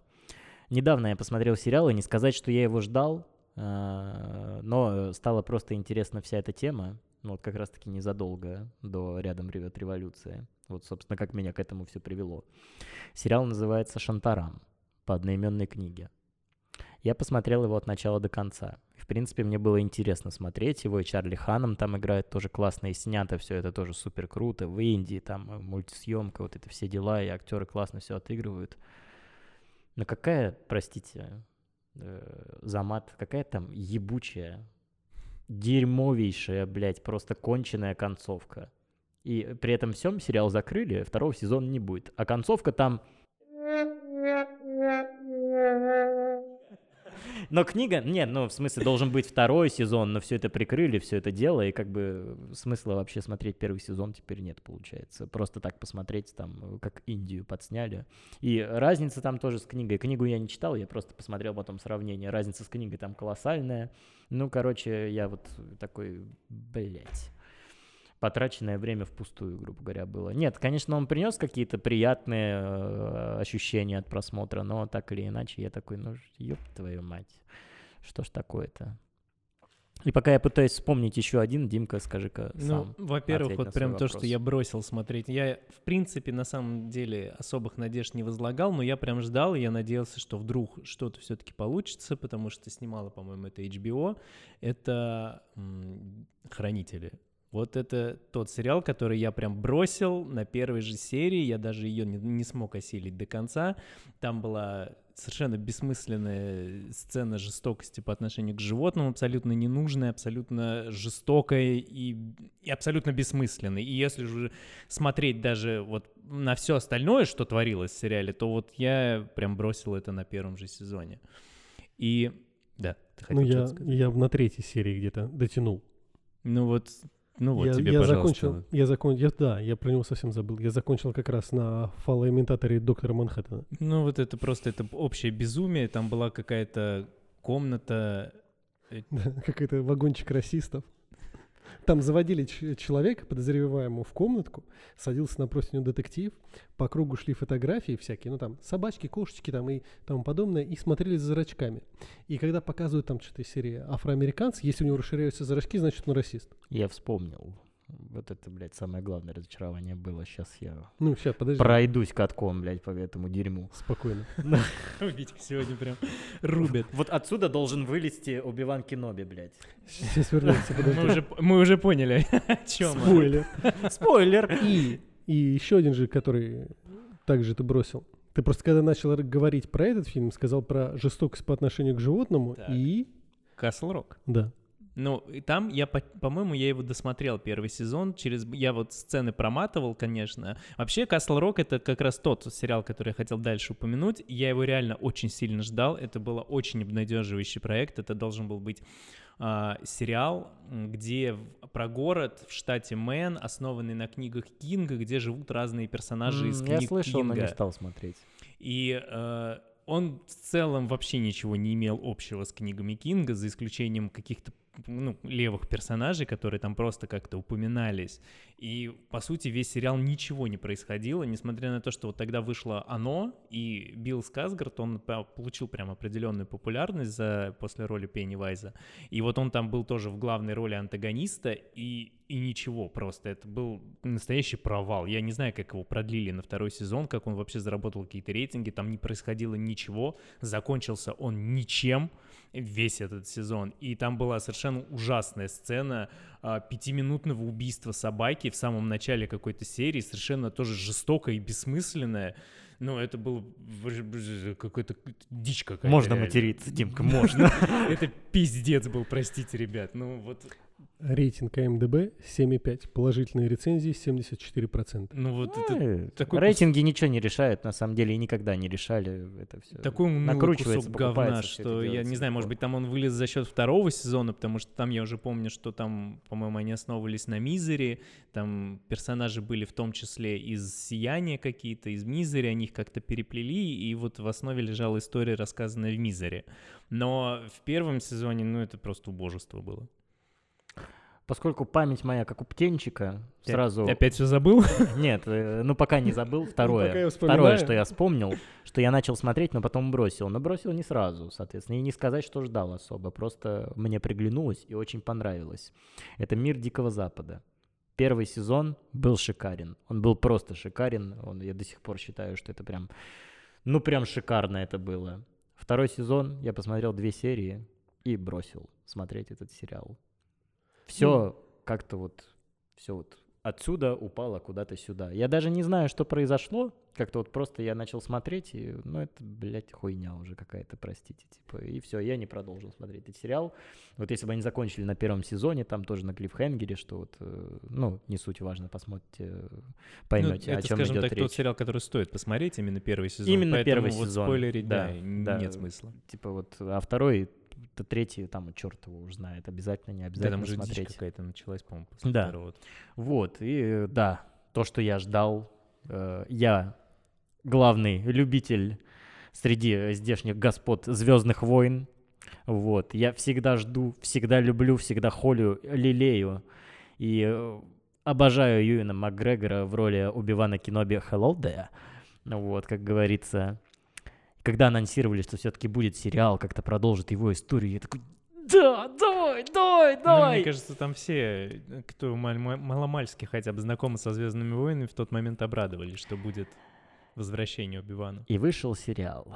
A: недавно я посмотрел сериал и не сказать что я его ждал а, но стала просто интересна вся эта тема ну вот как раз таки незадолго до рядом ревет революция вот собственно как меня к этому все привело сериал называется шантарам по одноименной книге я посмотрел его от начала до конца. В принципе, мне было интересно смотреть его, и Чарли Ханом там играет тоже классно, и снято все это тоже супер круто. В Индии там э, мультисъемка, вот это все дела, и актеры классно все отыгрывают. Но какая, простите, э, за мат, какая там ебучая, дерьмовейшая, блядь, просто конченая концовка. И при этом всем сериал закрыли, второго сезона не будет. А концовка там Но книга, нет, ну, в смысле, должен быть второй сезон, но все это прикрыли, все это дело, и как бы смысла вообще смотреть первый сезон теперь нет, получается. Просто так посмотреть, там, э, как Индию подсняли. И разница там тоже с книгой. Книгу я не читал, я просто посмотрел потом сравнение. Разница с книгой там колоссальная. Ну, короче, я вот такой, блядь потраченное время впустую, грубо говоря, было. Нет, конечно, он принес какие-то приятные э, ощущения от просмотра, но так или иначе я такой, ну, ж- ёб твою мать, что ж такое-то? И пока я пытаюсь вспомнить еще один, Димка, скажи-ка сам.
C: Ну, во-первых,
A: ответь
C: вот
A: на
C: прям
A: свой
C: то, что
A: вопрос.
C: я бросил смотреть. Я, в принципе, на самом деле особых надежд не возлагал, но я прям ждал, и я надеялся, что вдруг что-то все-таки получится, потому что снимала, по-моему, это HBO. Это м, «Хранители». Вот это тот сериал, который я прям бросил на первой же серии. Я даже ее не, не смог осилить до конца. Там была совершенно бессмысленная сцена жестокости по отношению к животным, абсолютно ненужная, абсолютно жестокая и, и абсолютно бессмысленная. И если же смотреть даже вот на все остальное, что творилось в сериале, то вот я прям бросил это на первом же сезоне. И да, ты хотел
B: ну, я,
C: что-то сказать?
B: я на третьей серии где-то дотянул.
C: Ну вот, ну вот
B: я,
C: тебе,
B: я
C: пожалуйста.
B: закончил, я закон, я, да, я про него совсем забыл. Я закончил как раз на фалоимитаторе доктора Манхэттена.
C: Ну вот это просто это общее безумие. Там была какая-то комната.
B: Да, Какой-то вагончик расистов. Там заводили ч- человека, подозреваемого, в комнатку, садился напротив него детектив, по кругу шли фотографии всякие, ну там собачки, кошечки там и тому подобное, и смотрели за зрачками. И когда показывают там что-то из серии афроамериканцы, если у него расширяются зрачки, значит он расист.
A: Я вспомнил. Вот это, блядь, самое главное разочарование было. Сейчас я
B: Ну, сейчас, подожди.
A: пройдусь катком, блядь, по этому дерьму.
B: Спокойно.
C: Витик сегодня прям рубит.
A: Вот отсюда должен вылезти Убиван Кеноби, блядь.
B: Сейчас вернемся,
C: Мы
B: подожди.
C: уже, п- мы уже поняли, о чем.
B: Спойлер.
A: Спойлер!
B: И, и еще один же, который также ты бросил. Ты просто когда начал р- говорить про этот фильм, сказал про жестокость по отношению к животному
C: Так.
B: и...
C: Касл Рок.
B: Да.
C: Ну, и там я, по- по-моему, я его досмотрел первый сезон. Через я вот сцены проматывал, конечно. Вообще, Касл Рок это как раз тот сериал, который я хотел дальше упомянуть. Я его реально очень сильно ждал. Это был очень обнадеживающий проект. Это должен был быть а, сериал, м, где в- про город в штате Мэн, основанный на книгах Кинга, где живут разные персонажи из
A: М,
C: книг
A: Я слышал, но не
C: Кинга.
A: стал смотреть.
C: И э, он в целом вообще ничего не имел общего с книгами Кинга, за исключением каких-то ну, левых персонажей, которые там просто как-то упоминались. И, по сути, весь сериал ничего не происходило, несмотря на то, что вот тогда вышло «Оно», и Билл Сказгард, он по- получил прям определенную популярность за, после роли Пенни Вайза. И вот он там был тоже в главной роли антагониста, и, и ничего просто. Это был настоящий провал. Я не знаю, как его продлили на второй сезон, как он вообще заработал какие-то рейтинги, там не происходило ничего, закончился он ничем весь этот сезон. И там была совершенно ужасная сцена а, пятиминутного убийства собаки в самом начале какой-то серии, совершенно тоже жестокая и бессмысленная. Ну, это был какой-то дичь какая-то.
A: Можно
C: реально.
A: материться, Димка, можно.
C: Это пиздец был, простите, ребят. Ну вот,
B: Рейтинг АМДБ 7,5. Положительные рецензии 74%.
C: ну вот это
A: Э,
C: такой
A: Рейтинги ничего не решают, на самом деле, и никогда не решали это все.
C: такой унылый
A: э, накручивается,
C: кусок говна,
A: покупается, всё это
C: что я
A: делается
C: не знаю, может
A: легко.
C: быть, там он вылез за счет второго сезона, потому что там я уже помню, что там, по-моему, они основывались на Мизере, там персонажи были в том числе из Сияния какие-то, из Мизери, они их как-то переплели, и вот в основе лежала история, рассказанная в Мизере. Но в первом сезоне, ну это просто убожество было.
A: Поскольку память моя, как у птенчика,
C: Ты
A: сразу...
C: Опять все забыл?
A: Нет, э, ну пока не забыл.
B: пока
A: Второе,
B: я
A: второе,
B: вспоминаю.
A: что я вспомнил, что я начал смотреть, но потом бросил. Но бросил не сразу, соответственно. И не сказать, что ждал особо. Просто мне приглянулось и очень понравилось. Это «Мир Дикого Запада». Первый сезон был шикарен. Он был просто шикарен. Он, я до сих пор считаю, что это прям... Ну, прям шикарно это было. Второй сезон я посмотрел две серии и бросил смотреть этот сериал.
B: Ну,
A: Все как-то вот, все вот отсюда упало куда-то сюда. Я даже не знаю, что произошло. Как-то вот просто я начал смотреть, и, ну, это, блядь, хуйня уже какая-то, простите, типа. И все, я не продолжил смотреть этот сериал. Вот если бы они закончили на первом сезоне, там тоже на клиффхенгере, что вот, э, ну, не суть важно, посмотрите, э, поймете,
C: Ну,
A: о
C: это,
A: чем
C: скажем
A: идет
C: так,
A: речь.
C: тот сериал, который стоит посмотреть, именно первый сезон.
A: Именно
C: Поэтому
A: первый
C: вот
A: сезон,
C: спойлерить, да,
A: да,
C: н-
A: да.
C: нет смысла.
A: Типа вот, а второй, т- третий, там, черт его уж знает, обязательно, не
C: Да,
A: обязательно
C: там же дичь
A: смотреть.
C: какая-то началась, по-моему, после
A: Да.
C: второго.
A: Вот, и э, да, то, что я ждал, э, я главный любитель среди э, здешних господ Звездных войн. Вот, я всегда жду, всегда люблю, всегда холю, лелею и э, обожаю Юина Макгрегора в роли Убивана Киноби Hello there. Ну Вот, как говорится, когда анонсировали, что все-таки будет сериал, как-то продолжит его историю, я такой, да, давай, давай,
C: Ну,
A: давай.
C: мне кажется, там все, э, кто маль- ма- маломальски хотя бы знакомы со «Звездными войнами», в тот момент обрадовались, что будет возвращение Убивана.
A: И вышел сериал.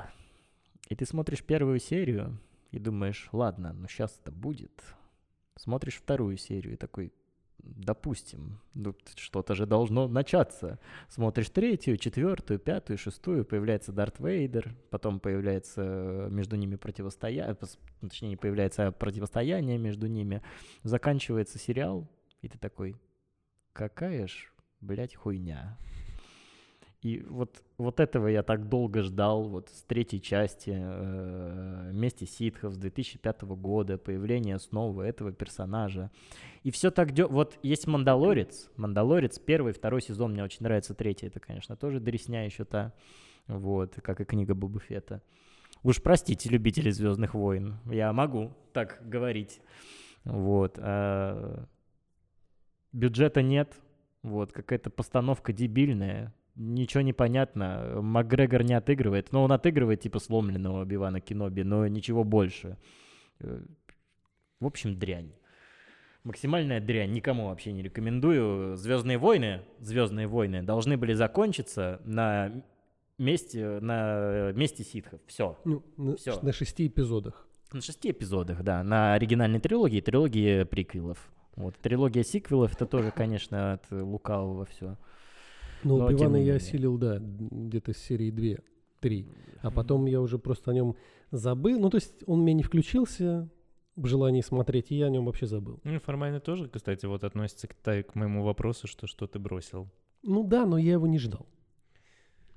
A: И ты смотришь первую серию и думаешь, ладно, ну сейчас это будет. Смотришь вторую серию и такой, допустим, ну, т- что-то же должно начаться. Смотришь третью, четвертую, пятую, шестую, появляется Дарт Вейдер, потом появляется э, между ними противостояние, точнее, не появляется а противостояние между ними, заканчивается сериал, и ты такой, какая ж, блядь, хуйня. И вот, вот этого я так долго ждал, вот с третьей части э, «Мести ситхов» с 2005 года, появление снова этого персонажа. И все так... дё- Вот есть «Мандалорец», «Мандалорец» первый, второй сезон, мне очень нравится третий, это, конечно, тоже дресня еще та, вот, как и книга Боба Фетта. Уж простите, любители «Звездных войн», я могу так говорить, вот. а, бюджета нет, вот, какая-то постановка дебильная, ничего не понятно, Макгрегор не отыгрывает, но он отыгрывает типа сломленного Бивана Киноби, но ничего больше. Э, В общем, дрянь. Максимальная дрянь, никому вообще не рекомендую. Звездные войны, Звездные войны должны были закончиться на месте, на месте ситхов. Все.
B: Ну, на,
A: Всё.
B: ш- на шести эпизодах.
A: На шести эпизодах, да, на оригинальной трилогии и трилогии приквелов. Вот. Трилогия сиквелов это тоже, конечно, от лукавого все.
B: Но,
A: Но,
B: Бивана
A: тем не
B: я
A: менее.
B: осилил, да, где-то с серии 2, 3. А потом я уже просто о нем забыл. Ну, то есть он мне не включился в желании смотреть, и я о нем вообще забыл.
C: Ну, и формально тоже, кстати, вот относится к, та- к моему вопросу, что что ты бросил.
B: Ну да, но я его не ждал.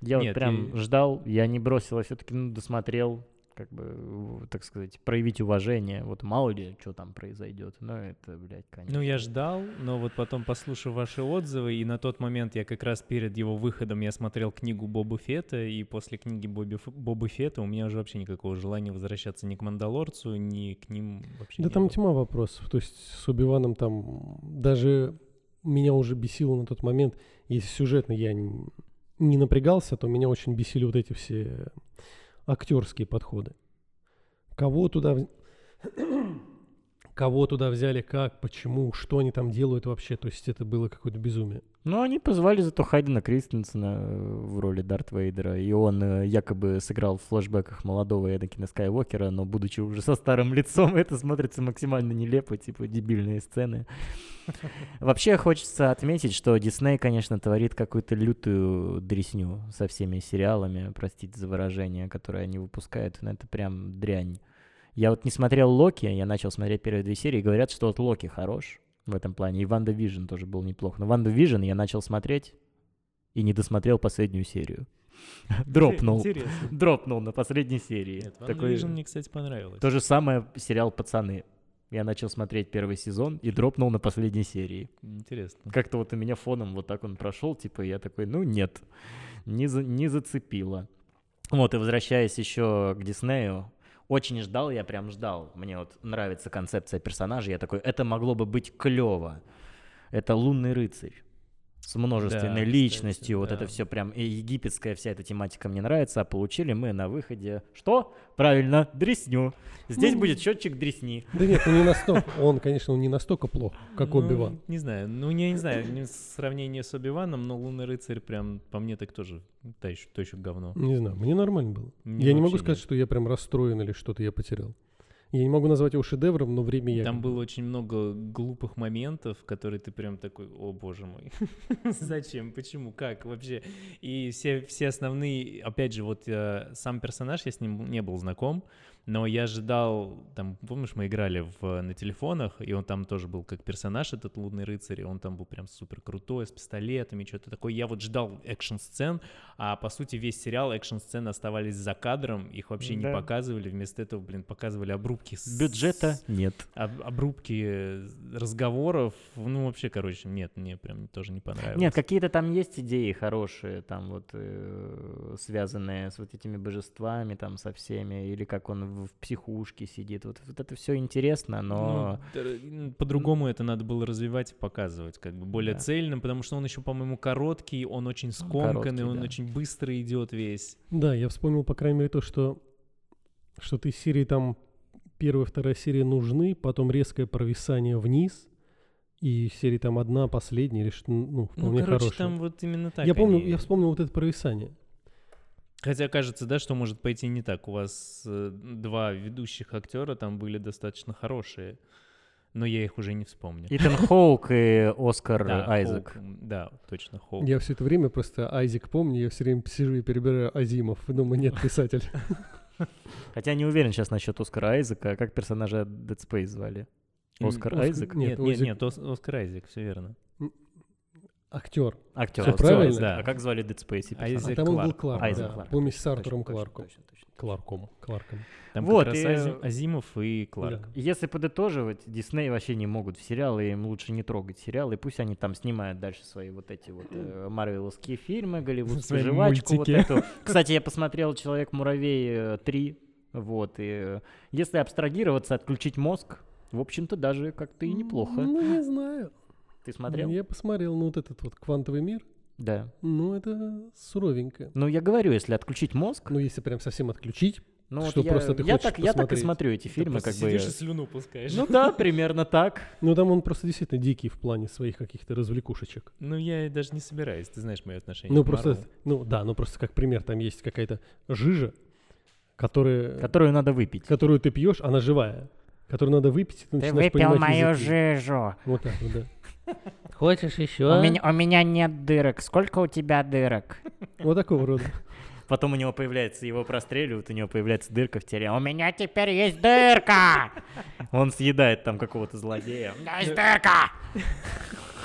A: Я вот
C: Нет,
A: прям
C: и-
A: ждал, я не бросил, а все-таки досмотрел, как бы, в- так сказать, проявить уважение. Вот мало ли, что там произойдет. Но это, блядь, конечно.
C: Ну, я ждал, но вот потом, послушав ваши отзывы, и на тот момент я как раз перед его выходом я смотрел книгу Боба Фета, и после книги Боби Ф- Боба Фета у меня уже вообще никакого желания возвращаться ни к Мандалорцу, ни к ним вообще
B: Да
C: не
B: там
C: было.
B: тьма вопросов. То есть с Убиваном там даже меня уже бесило на тот момент, если сюжетно я н- не напрягался, то меня очень бесили вот эти все актерские подходы. Кого туда в- кого туда взяли, как, почему, что они там делают вообще. То есть это было какое-то безумие.
A: Ну, они позвали зато Хайдена Кристенсена э, в роли Дарт Вейдера, и он э, якобы сыграл в флешбеках молодого Эдакина Скайуокера, но, будучи уже со старым лицом, это смотрится максимально нелепо, типа дебильные сцены. Вообще хочется отметить, что Дисней, конечно, творит какую-то лютую дресню со всеми сериалами, простите за выражение, которые они выпускают, но это прям дрянь. Я вот не смотрел Локи, я начал смотреть первые две серии, и говорят, что вот Локи хорош в этом плане, и Ванда Вижн тоже был неплох. Но Ванда Вижн я начал смотреть и не досмотрел последнюю серию. Дропнул.
C: Интересно.
A: Дропнул на последней серии.
C: Нет,
A: Такой-
C: «WandaVision» мне, кстати, понравилось.
A: То же самое сериал «Пацаны». Я начал смотреть первый сезон и дропнул на последней серии.
C: Интересно.
A: Как-то вот у меня фоном вот так он прошел, типа я такой, ну нет, не, за- не зацепило. Вот, и возвращаясь еще к Диснею, очень ждал, я прям ждал. Мне вот нравится концепция персонажей, я такой, это могло бы быть клево. Это лунный рыцарь с
C: Да,
A: множественной
C: кстати,
A: личностью, вот это
C: да.
A: все прям и египетская вся эта тематика мне нравится, а получили мы на выходе что? Правильно, дресню. Здесь
B: Ну,
A: будет счетчик дресни.
B: Да нет, ну не настолько. Он, конечно, он не настолько плох, как
C: Ну,
B: Оби-Ван.
C: Не знаю, ну я не знаю, не в сравнении с Оби-Ваном, но Лунный Рыцарь прям по мне так тоже, то еще, то еще говно.
B: Не знаю, мне нормально было.
C: Мне
B: я не могу
C: вообще
B: сказать,
C: нет.
B: что я прям расстроен или что-то я потерял. Я не могу назвать его шедевром, но время я...
C: Там
B: как бы-
C: было очень много глупых моментов, которые ты прям такой, о боже мой, зачем, почему, как вообще. И все, все основные, опять же, вот э, сам персонаж, я с ним не был знаком, но я ожидал, там, помнишь, мы играли в, на телефонах, и он там тоже был как персонаж, этот лунный рыцарь, и он там был прям супер крутой, с пистолетами, что-то такое. Я вот ждал экшн-сцен, а по сути весь сериал экшн-сцены оставались за кадром, их вообще не
A: Да.
C: показывали, вместо этого, блин, показывали обрубки с-
A: Бюджета нет.
C: об- обрубки э, разговоров. Ну, вообще, короче, нет, мне прям тоже не понравилось.
A: Нет, какие-то там есть идеи хорошие, там вот э, связанные с вот этими божествами, там со всеми, или как он в, в психушке сидит. Вот, вот это все интересно,
C: Ну,
A: но
C: д- н- по-другому это надо было развивать и показывать, как бы более
A: Да.
C: цельным, потому что он еще, по-моему, короткий, он очень
A: короткий,
C: скомканный, он
A: да.
C: очень быстро идет весь.
B: Да, я вспомнил, по крайней мере, то, что что-то из серии там первая, вторая серия нужны, потом резкое провисание вниз, и серии там одна, последняя, или что, ну,
C: Ну,
B: вполне
C: короче,
B: хорошая.
C: там вот именно так.
B: я помню,
C: они-
B: я вспомнил вот это провисание.
C: Хотя кажется, да, что может пойти не так. У вас э, два ведущих актера там были достаточно хорошие. но я их уже не вспомню.
A: Итан Хоук и Оскар
C: Да,
A: Айзек.
C: Хоук, м, да, точно, Хоук.
B: Я все это время просто Айзик помню, я все время сижу и перебираю Азимов. и Думаю, нет, писатель.
A: Хотя не уверен сейчас насчет Оскара Айзека. А Как персонажа Dead Space звали? Оскар
B: Оскар-
A: Айзек?
B: Нет,
C: Нет, нет,
B: Оззи-
C: нет, Ос- Оскар Айзек, все верно.
B: Актер.
A: Актер.
B: Всё
A: актер,
B: правильно.
A: да. А как звали Dead Space? и персонажа?
C: Айзек
B: а там он был
C: Кларк,
B: Кларк,
A: Айзек
B: да.
A: Кларк,
B: Помесь с
A: точно,
B: Артуром
A: точно,
B: Кларком.
A: точно, точно.
B: Кларком. Кларком.
C: Там
A: Вот,
C: как раз
A: и- э,
C: Ази- Азимов и Кларк.
A: Если подытоживать, Дисней вообще не могут в сериалы, им лучше не трогать сериалы, пусть они там снимают дальше свои вот эти вот э, марвеловские фильмы, голливудскую
C: Свои
A: жвачку вот
C: мультики.
A: эту. Кстати, я посмотрел «Человек-муравей 3», вот, и э, если абстрагироваться, отключить мозг, в общем-то, даже как-то и неплохо.
B: Ну, не знаю.
A: Ты смотрел?
B: Я посмотрел, ну, вот этот вот квантовый мир.
A: Да.
B: Ну, это суровенько.
A: Ну, я говорю, если отключить мозг,
B: Ну, если прям совсем отключить,
A: ну,
B: что
A: вот я,
B: просто ты
A: я
B: хочешь
A: так, я так и
B: посмотреть.
A: смотрю эти фильмы, как бы.
C: слюну пускаешь.
A: Ну
C: Ну,
A: да, примерно так.
B: Ну, там он просто действительно дикий в плане своих каких-то развлекушечек.
C: ну, я и даже не собираюсь, ты знаешь мое отношение
B: Ну,
C: к
B: просто,
C: Марвелу.
B: ну, да, ну, просто как пример, там есть какая-то жижа, которая,
A: Которую надо выпить.
B: которую ты пьешь, она живая, которую надо выпить, и ты начинаешь понимать языки.
A: жижу.
B: Вот так вот, да.
D: Хочешь еще?
A: У меня, у меня нет дырок. Сколько у тебя дырок?
B: Вот такого рода.
A: Потом у него появляется, его простреливают, у него появляется дырка в теле. У меня теперь есть дырка! Он съедает там какого-то злодея. У меня есть дырка!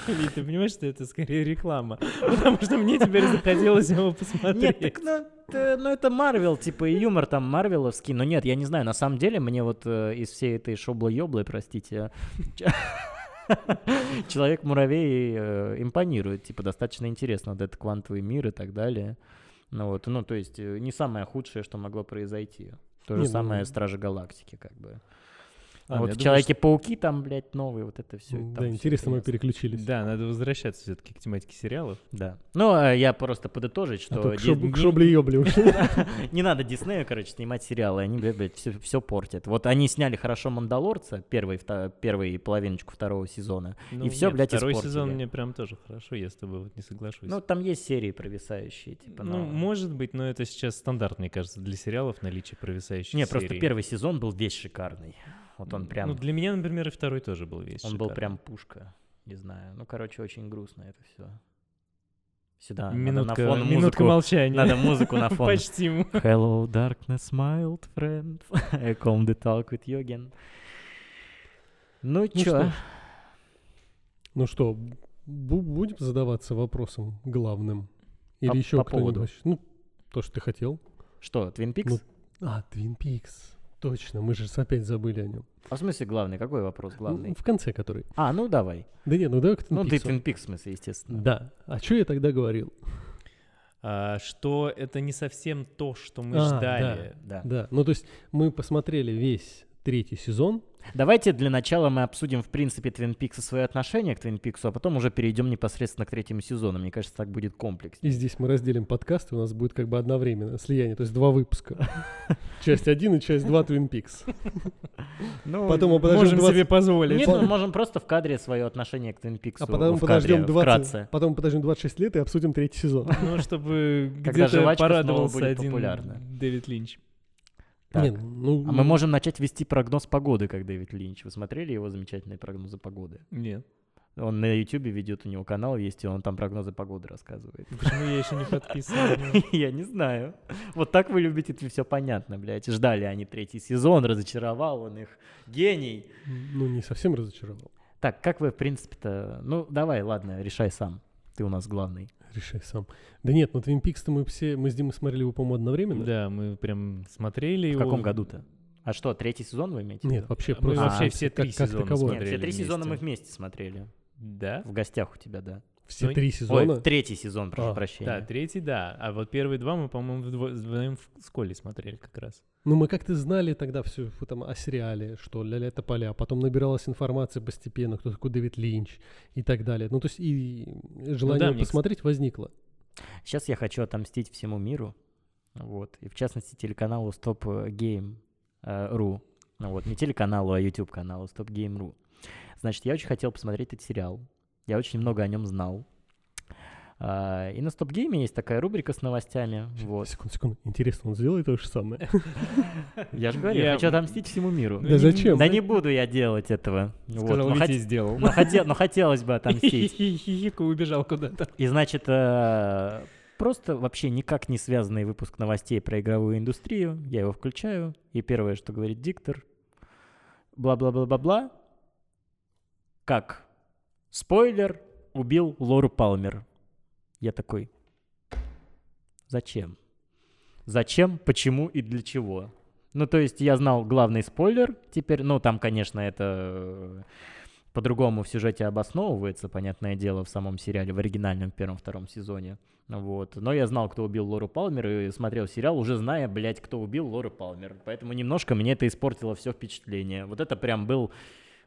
C: Или ты понимаешь, что это скорее реклама? Потому что мне теперь захотелось его
A: Нет,
C: посмотреть.
A: так, ну, это- ну это Марвел, типа, и юмор там марвеловский. Но нет, я не знаю, на самом деле мне вот э, из всей этой шоблы-ёблы, простите, ч- Человек-муравей э, импонирует, типа, достаточно интересно, вот этот квантовый мир и так далее. Ну вот, ну то есть э, не самое худшее, что могло произойти. То
B: Не,
A: же
B: ну- А,
A: самое Стражи Галактики, как бы.
C: Ладно, А, я
A: вот
C: думаю,
A: Человеки-пауки там, блядь, новые, вот это все.
B: Ну Да, интересно, мы переключились.
C: Да, надо возвращаться все-таки к тематике сериалов.
A: Да. Ну, а я просто подытожить,
B: А
A: что...
B: то к
A: Дис-
B: шоб- к
A: не-
B: шобле-ёбле ушли.
A: Не надо Диснею, короче, снимать сериалы. Они, бля, блядь, все, портят. Вот они сняли хорошо «Мандалорца», первый, вта- первый половиночку второго сезона.
C: Ну,
A: всё,
C: нет,
A: блядь,
C: Второй сезон
A: испортили.
C: мне прям тоже хорошо, я с тобой вот не соглашусь.
A: Ну, там есть серии провисающие, типа,
C: Ну,
A: но-
C: может быть, но это сейчас стандарт, мне кажется, для сериалов наличие провисающих
A: Не, просто
C: серий.
A: первый сезон был весь шикарный. Вот он прям,
C: Ну, для меня, например, и второй тоже был весь
A: он был
C: шикарный.
A: прям пушка. Не знаю. Ну, короче, очень грустно это все. Сюда, надо
C: Минутка,
A: а, на фон музыку.
C: минутка молчания.
A: Надо музыку на фон.
C: Почти. ему.
A: Hello, darkness, my old friend. I come to talk with you again. Ну,
B: Ну
A: чё?
B: что ж. Ну что, бу- будем задаваться вопросом главным? Или
A: По-
B: еще
A: по
B: кто-нибудь?
A: поводу?
B: хочет? Ну, то, что ты хотел.
A: Что, Twin Peaks?
B: Ну, А, Твин Пикс. Точно, мы же опять забыли о нем.
A: А в смысле главный? Какой вопрос
B: Ну,
A: главный?
B: в конце который.
A: А, ну давай.
B: Да не, ну давай к Твин
A: Ну, ты
B: Пиксу.
A: Twin Peaks, в смысле, естественно.
B: Да. А что я тогда говорил?
C: А, Что это не совсем то, что мы
B: А,
C: ждали.
A: Да.
B: Да. Ну, то есть мы посмотрели весь третий сезон.
A: Давайте для начала мы обсудим, в принципе, Twin Peaks и свои отношения к Twin Peaks, а потом уже перейдем непосредственно к третьему сезону. Мне кажется, так будет комплекс.
B: И здесь мы разделим подкаст, и у нас будет как бы одновременно слияние, то есть два выпуска. Часть 1 и часть 2 Твин Пикс.
A: Ну,
B: Потом мы подождем 20
C: позволить.
A: Нет, ну, мы можем просто в кадре свое отношение к Twin Peaks
B: А потом
A: в
B: подождем,
A: кадре,
B: 20,
A: вкратце.
B: потом подождем 26 лет и обсудим третий сезон.
C: Ну, чтобы
A: Когда
C: где-то
A: жвачка снова
C: порадовался
A: будет
C: один
A: популярна.
C: Дэвид Линч.
A: Так.
B: Не, ну,
A: А мы можем начать вести прогноз погоды, как Дэвид Линч. Вы смотрели его замечательные прогнозы погоды?
C: Нет.
A: Он на Ютубе ведет, у него канал есть, и он там прогнозы погоды рассказывает.
C: Почему я еще не подписан?
A: Я не знаю. Вот так вы любите, все понятно, блядь. Ждали они третий сезон, разочаровал он их. Гений.
B: ну, не совсем разочаровал.
A: Так, как вы, в принципе-то... Ну, давай, ладно, решай сам. Ты у нас главный.
B: Решай сам. Да нет, ну Твин Пикс-то мы все, мы с Димой смотрели его, по-моему, одновременно.
C: Да, мы прям смотрели
A: В
C: его.
A: каком году-то? А что, третий сезон вы имеете? в
B: Нет,
A: виду?
B: вообще
C: Мы
B: просто...
C: вообще
A: А,
C: все
B: как-
C: три
B: как
C: сезона
B: таковое.
A: Нет, все три
C: смотрели
A: сезона мы
C: вместе.
A: вместе смотрели.
C: Да?
A: В гостях у тебя, да.
B: Все
C: Ну,
B: три
A: Ой,
B: сезона.
A: третий сезон, прошу
B: А,
C: Да,
A: прощения.
C: третий, да. А вот первые два мы, по-моему, вдво- вдвоем в школе смотрели как раз.
B: Ну, мы как-то знали тогда все там о сериале, что ля-ля тополя, потом набиралась информация постепенно, кто такой Дэвид Линч и так далее. Ну, то есть и желание
C: Ну да, мне,
B: посмотреть возникло.
A: Сейчас я хочу отомстить всему миру. Вот. И в частности телеканалу Stop Game э, .ru. Ну вот, не телеканалу, а YouTube-каналу Stop Game .ru. Значит, я очень хотел посмотреть этот сериал. Я очень много о нем знал. А, И на Стопгейме есть такая рубрика с новостями. Вот.
B: Секунду, секунду. Интересно, он сделает то же самое?
A: Я же говорю,
C: Я-
A: я хочу отомстить всему миру.
B: Да зачем?
A: Да не буду я делать этого.
C: Сказал,
A: Вот, но
C: Витя
A: хот-
C: и сделал.
A: но хоте- но хотелось бы отомстить.
C: Хихихихик, и убежал куда-то.
A: И значит, э, просто вообще никак не связанный выпуск новостей про игровую индустрию. Я его включаю, и первое, что говорит диктор, бла-бла-бла-бла-бла, как спойлер убил Лору Палмер. Я такой, зачем? Зачем, почему и для чего? Ну, то есть я знал главный спойлер теперь. Ну, там, конечно, это э, по-другому в сюжете обосновывается, понятное дело, в самом сериале, в оригинальном первом-втором сезоне. Вот. Но я знал, кто убил Лору Палмер, и смотрел сериал, уже зная, блядь, кто убил Лору Палмер. Поэтому немножко мне это испортило все впечатление. Вот это прям был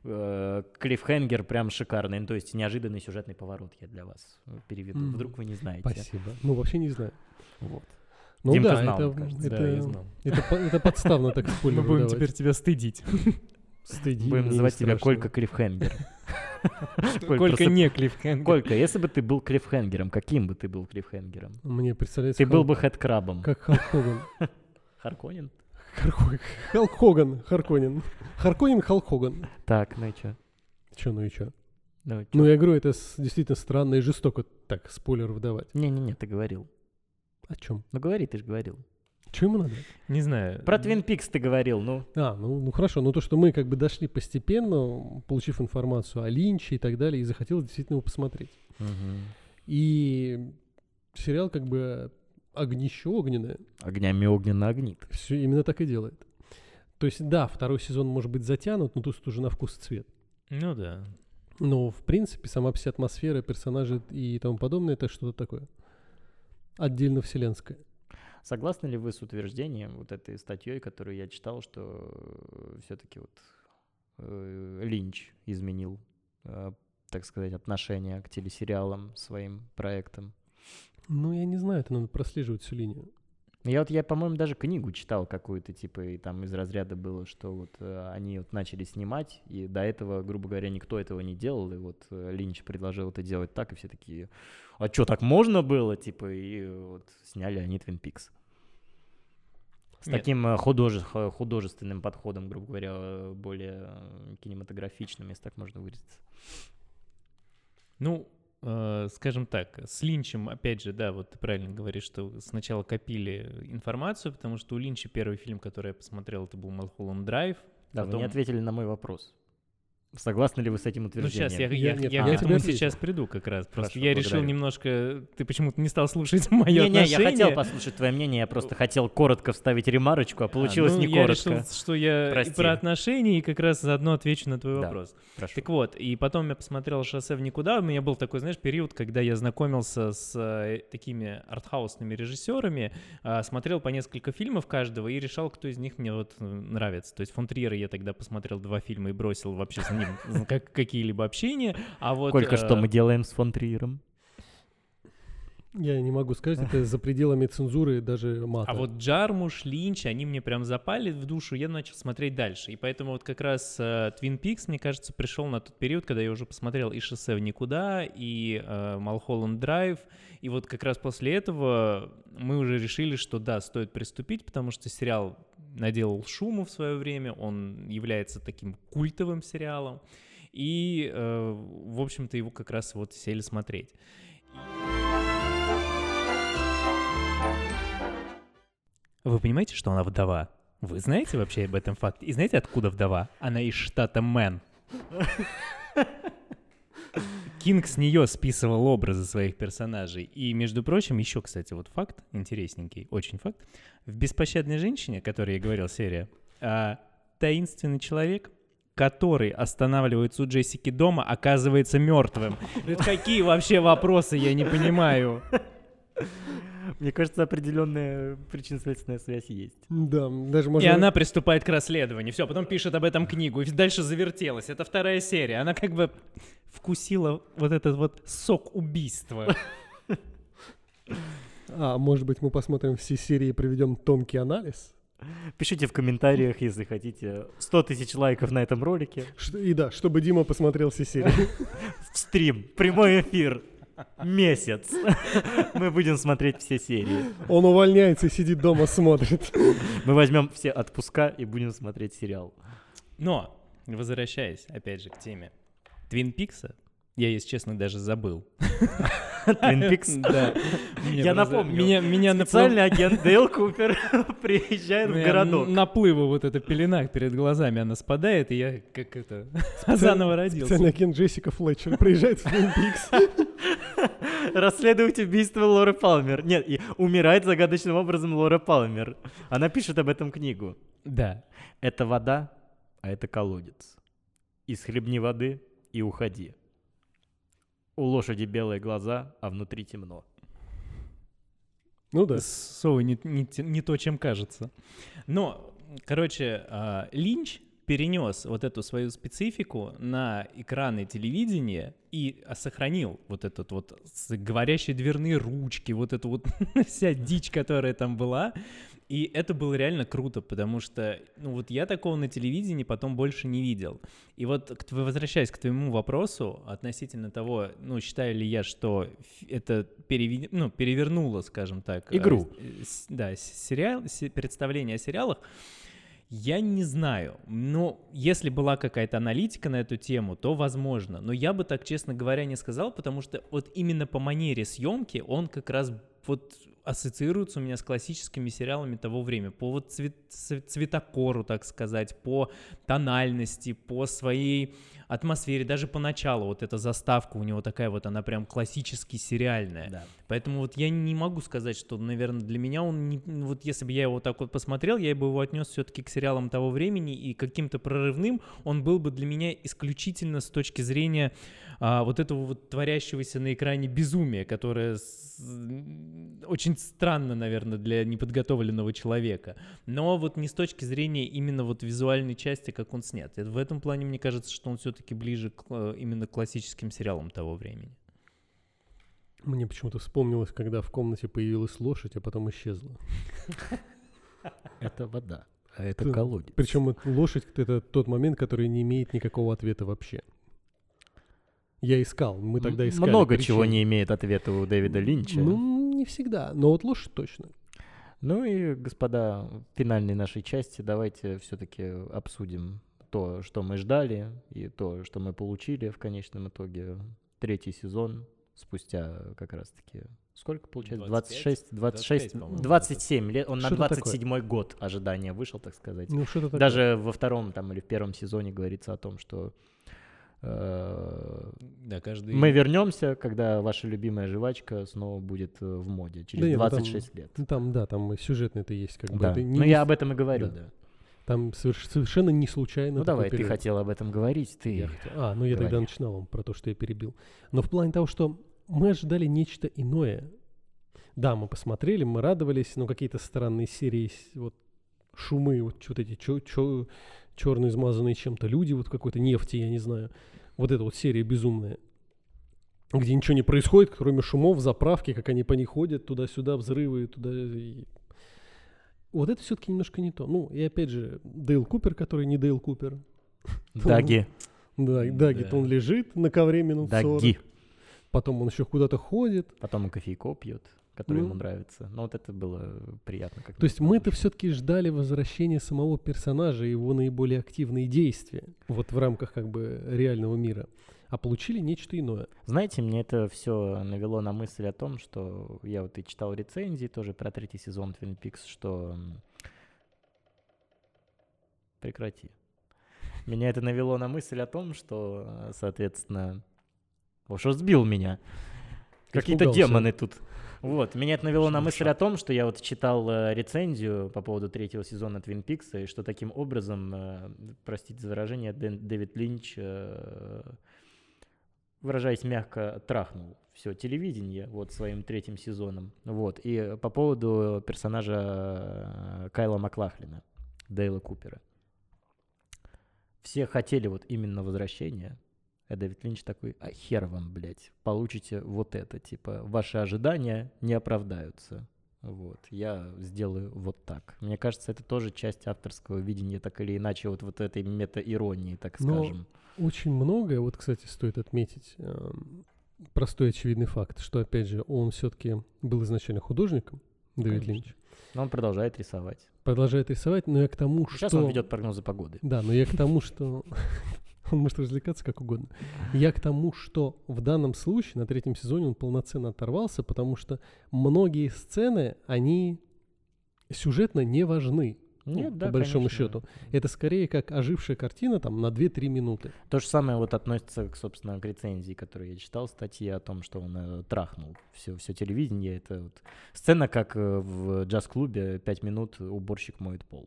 A: э, клиффхенгер прям шикарный. Ну, то есть неожиданный сюжетный поворот я для вас э, переведу.
B: Мгм.
A: Вдруг вы не знаете.
B: Спасибо. Ну, вообще не знаю.
A: Вот.
B: Ну
A: Дим, ты
B: да,
A: знал,
B: это,
A: мне кажется.
B: это,
C: Да, я знал.
B: это по- это подставно так спойлеры
C: Мы будем
B: давать.
C: теперь тебя стыдить.
B: Стыди, мне
A: Будем
B: не
A: называть тебя
B: страшно.
A: Колька Клиффхенгер. Коль,
C: Колька
A: просып-
C: не клиффхенгер.
A: Колька, если бы ты был клиффхенгером, каким бы ты был клиффхенгером?
B: Мне представляется...
A: Ты был
B: Халк-
A: бы хедкрабом.
B: Как Халк Хоган.
A: Харконин?
B: Харко- Халк Хоган, Харконин. Харконин, Халк Хоган.
A: Так, ну и чё?
B: Че, ну и че?
A: Ну и чё?
B: Ну, я говорю, это с- действительно странно и жестоко так спойлер выдавать.
A: Ну, Не-не-не, ты говорил.
B: О чем?
A: Ну говори, ты же говорил.
B: Че ему надо?
C: Не знаю.
A: Про Твин Пикс ты говорил, ну.
B: А, ну, ну хорошо, но то, что мы как бы дошли постепенно, получив информацию о Линче и так далее, и захотелось действительно его посмотреть. И сериал как бы огнище огненное,
A: Огнями огненно огнит.
B: все именно так и делает. То есть, да, второй сезон может быть затянут, но тут уже на вкус и цвет.
C: Ну да.
B: Но, в принципе, сама вся атмосфера, персонажи и тому подобное, это что-то такое. Отдельно вселенское.
A: Согласны ли вы с утверждением вот этой статьей, которую я читал, что все-таки вот э, Линч изменил, э, так сказать, отношение к телесериалам своим проектам?
B: Ну, я не знаю, это надо прослеживать всю линию.
A: Я вот, я, по-моему, даже книгу читал какую-то, типа, и там из разряда было, что вот э, они вот начали снимать, и до этого, грубо говоря, никто этого не делал, и вот э, Линч предложил это делать так, и все такие, а что, так можно было, типа, и э, вот сняли они Твин Пикс. С
C: Нет.
A: таким э, художе- хо- художественным подходом, грубо говоря, э, более э, кинематографичным, если так можно выразиться.
C: Ну, э, скажем так, с Линчем, опять же, да, вот ты правильно говоришь, что сначала копили информацию, потому что у Линча первый фильм, который я посмотрел, это был Малхолланд Драйв.
A: Да, вы
C: Потом-
A: не ответили на мой вопрос. Согласны ли вы с этим
C: Ну,
A: утверждением?
C: сейчас я,
B: Я-
C: я, я,
B: нет,
C: к
A: я
C: этому
B: тебе отвечу.
C: сейчас приду как раз. Просто
A: Хорошо,
C: я решил
A: благодарю.
C: немножко... Ты почему-то не стал слушать мое
A: Не-не,
C: отношение.
A: я хотел послушать твое мнение, я просто хотел коротко вставить ремарочку, а получилось
C: А, ну,
A: не
C: я
A: коротко.
C: решил, что я и
A: Прости.
C: про отношения, и как раз заодно отвечу на
A: Да.
C: твой вопрос.
A: Прошу.
C: Так вот, и потом я посмотрел «Шоссе в никуда», у меня был такой, знаешь, период, когда я знакомился с э, такими артхаусными режиссерами, а, смотрел по несколько фильмов каждого и решал, кто из них мне вот э, нравится. То есть фон Триера я тогда посмотрел два фильма и бросил вообще с ним как- какие-либо общения, а вот...
A: Сколько
C: э,
A: что мы делаем с фон Триером?
B: Я не могу сказать, это за пределами цензуры даже мата.
C: А вот Джармуш, Линч, они мне прям запали в душу, я начал смотреть дальше. И поэтому вот как раз э, Twin Peaks, мне кажется, пришел на тот период, когда я уже посмотрел и «Шоссе в никуда», и э, «Малхолланд Драйв». И вот как раз после этого мы уже решили, что да, стоит приступить, потому что сериал наделал шуму в свое время, он является таким культовым сериалом. И, э, в общем-то, его как раз вот сели смотреть. Вы понимаете, что она вдова? Вы знаете вообще об этом факте? И знаете, откуда вдова? Она из штата Мэн. Кинг с нее списывал образы своих персонажей. И, между прочим, еще, кстати, вот факт интересненький, очень факт. В «Беспощадной женщине», о которой я говорил, серия, а, таинственный человек, который останавливается у Джессики дома, оказывается мертвым. Это какие вообще вопросы, я не понимаю.
A: Мне кажется, определенная причинно-следственная связь есть.
B: Да, даже
C: И
B: можно...
C: она приступает к расследованию. Все, потом пишет об этом книгу. И дальше завертелась. Это вторая серия. Она как бы вкусила вот этот вот сок убийства.
B: А, может быть, мы посмотрим все серии и проведем тонкий анализ?
A: Пишите в комментариях, если хотите. 100 тысяч лайков на этом ролике.
B: Ш- И да, чтобы Дима посмотрел все серии.
A: В стрим. Прямой эфир. месяц. Мы будем смотреть все серии.
B: Он увольняется и сидит дома, смотрит.
A: Мы возьмем все отпуска и будем смотреть сериал.
C: Но, возвращаясь, опять же, к теме Твин Пикса, я, если честно, даже забыл.
A: Twin Peaks?
C: Да. Мне
A: Я
C: просто-
A: напомню.
C: Меня, меня напла-
A: Специальный агент Дейл Купер приезжает в
C: меня
A: городок.
C: н- Наплыва вот эта пелена перед глазами, она спадает, и я как это, заново родился.
B: Специальный агент Джессика Флетчер приезжает в Twin Peaks.
A: Расследовать убийство Лоры Палмер. Нет, и умирает загадочным образом Лора Палмер. Она пишет об этом книгу.
C: Да.
A: Это вода, а это колодец. Исхлебни воды и уходи. У лошади белые глаза, а внутри темно.
B: Ну да.
C: Сова не, не те- не то, чем кажется. Но, короче, а, Линч перенес вот эту свою специфику на экраны телевидения и а, сохранил вот этот вот с- говорящие дверные ручки, вот эту вот вся дичь, которая там была. И это было реально круто, потому что, ну вот я такого на телевидении потом больше не видел. И вот к тво- возвращаясь к твоему вопросу относительно того, ну считаю ли я, что ф- это переве- ну, перевернуло, скажем так, э,
A: Игру.
C: э, с- да, с- сериал, се- представление о сериалах. Я не знаю, но если была какая-то аналитика на эту тему, то возможно. Но я бы так, честно говоря, не сказал, потому что вот именно по манере съемки он как раз вот ассоциируется у меня с классическими сериалами того времени. По вот цвет- цве- цветокору, так сказать, по тональности, по своей атмосфере, даже поначалу вот эта заставка у него такая вот, она прям классически сериальная.
A: Да.
C: Поэтому вот я не могу сказать, что, наверное, для меня он не- ну, вот если бы я его так вот посмотрел, я бы его отнес все-таки к сериалам того времени и каким-то прорывным, он был бы для меня исключительно с точки зрения а, вот этого вот творящегося на экране безумия, которое с- м, очень странно, наверное, для неподготовленного человека. Но вот не с точки зрения именно вот визуальной части, как он снят. Это- В этом плане мне кажется, что он все-таки ближе к э, именно классическим сериалам того времени.
B: Мне почему-то вспомнилось, когда в комнате появилась лошадь, а потом исчезла.
A: Это вода, а
B: Ты-
A: это колодец.
B: Причем эта лошадь — это тот момент, который не имеет никакого ответа вообще. Я искал, мы тогда искали.
A: Много чего
B: причины.
A: не имеет ответа у Дэвида Линча.
B: Ну, не всегда, но вот лошадь точно.
A: Ну и, господа, в финальной нашей части давайте все-таки обсудим то, что мы ждали, и то, что мы получили в конечном итоге. Третий сезон спустя как раз-таки... Сколько получается?
C: 25?
A: 26, 26,
C: 25, по-моему,
A: 27 лет. Он на
B: Что-то такое.
A: 27 год ожидания вышел, так сказать.
B: Ну, что-то такое.
A: Даже во втором там или в первом сезоне говорится о том, что э,
C: Да, каждый...
A: мы вернемся, когда ваша любимая жвачка снова будет э, в моде через
B: Да нет, ну там
A: 26 лет.
B: Ну, Там, да, там и сюжетный-то есть как бы.
A: Да.
B: Это не-
A: Ну, я об этом и говорю,
B: да.
A: да.
B: Там соверш- совершенно не случайно.
A: Ну,
B: такой
A: давай, ты
B: период.
A: хотел об этом говорить, ты...
B: Я хотел. А, ну я тогда
A: говори.
B: начинал вам про то, что я перебил. Но в плане того, что мы ожидали нечто иное. Да, мы посмотрели, мы радовались, но какие-то странные серии, с- вот шумы, вот чё- вот эти черные измазанные чем-то люди, вот какой-то нефти, я не знаю. Вот эта вот серия безумная, где ничего не происходит, кроме шумов, заправки, как они по ней ходят, туда-сюда, взрывы, туда... и- Вот это все-таки немножко не то. Ну, и опять же, Дейл Купер, который не Дейл Купер,
A: Даги,
B: да, и Дагит,
C: Да.
B: он лежит на ковре минут 40.
A: даги.
B: Потом он еще куда-то ходит.
A: Потом он кофейко пьет, который ему
B: Ну.
A: нравится. Ну, вот это было приятно. Как
B: То есть мы-то все-таки ждали возвращения самого персонажа и его наиболее активные действия вот в рамках как бы реального мира. А получили нечто иное.
A: Знаете, мне это все навело на мысль о том, что я вот и читал рецензии тоже про третий сезон Twin Peaks, что... м, Прекрати. Меня это навело на мысль о том, что, э, соответственно... О, что сбил меня? Какие-то
B: Испугался.
A: демоны тут. Вот, меня это навело на мысль о том, что я вот читал э, рецензию по поводу третьего сезона Твин Пикса, и что таким образом, э, простите за выражение, Дэн- Дэвид Линч, э, выражаясь мягко, трахнул все телевидение вот своим третьим сезоном. Вот, и по поводу персонажа э, Кайла Маклахлина, Дейла Купера. Все хотели вот именно возвращения, а Дэвид Линч такой, а хер вам, блядь, получите вот это, типа, ваши ожидания не оправдаются. Вот, я сделаю вот так. Мне кажется, это тоже часть авторского видения, так или иначе, вот, вот этой мета-иронии, так
B: Но
A: скажем.
B: Очень многое, вот, кстати, стоит отметить, эм, простой очевидный факт, что, опять же, он все-таки был изначально художником, Дэвид
A: Конечно.
B: Линч.
A: Но он продолжает рисовать.
B: Продолжает рисовать, но я к тому,
A: Сейчас
B: что...
A: он ведет прогнозы погоды.
B: Да, но я к тому, что... Он может развлекаться как угодно. Я к тому, что в данном случае на третьем сезоне он полноценно оторвался, потому что многие сцены, они сюжетно не важны. Ну,
A: Нет,
B: по
A: да,
B: большому
A: конечно.
B: счету. Это скорее как ожившая картина там на 2-3 минуты.
A: То же самое вот относится, к, собственно, к рецензии, которую я читал, статье о том, что он э, трахнул все, все телевидение. Это вот сцена, как э, в джаз-клубе пять минут уборщик моет пол.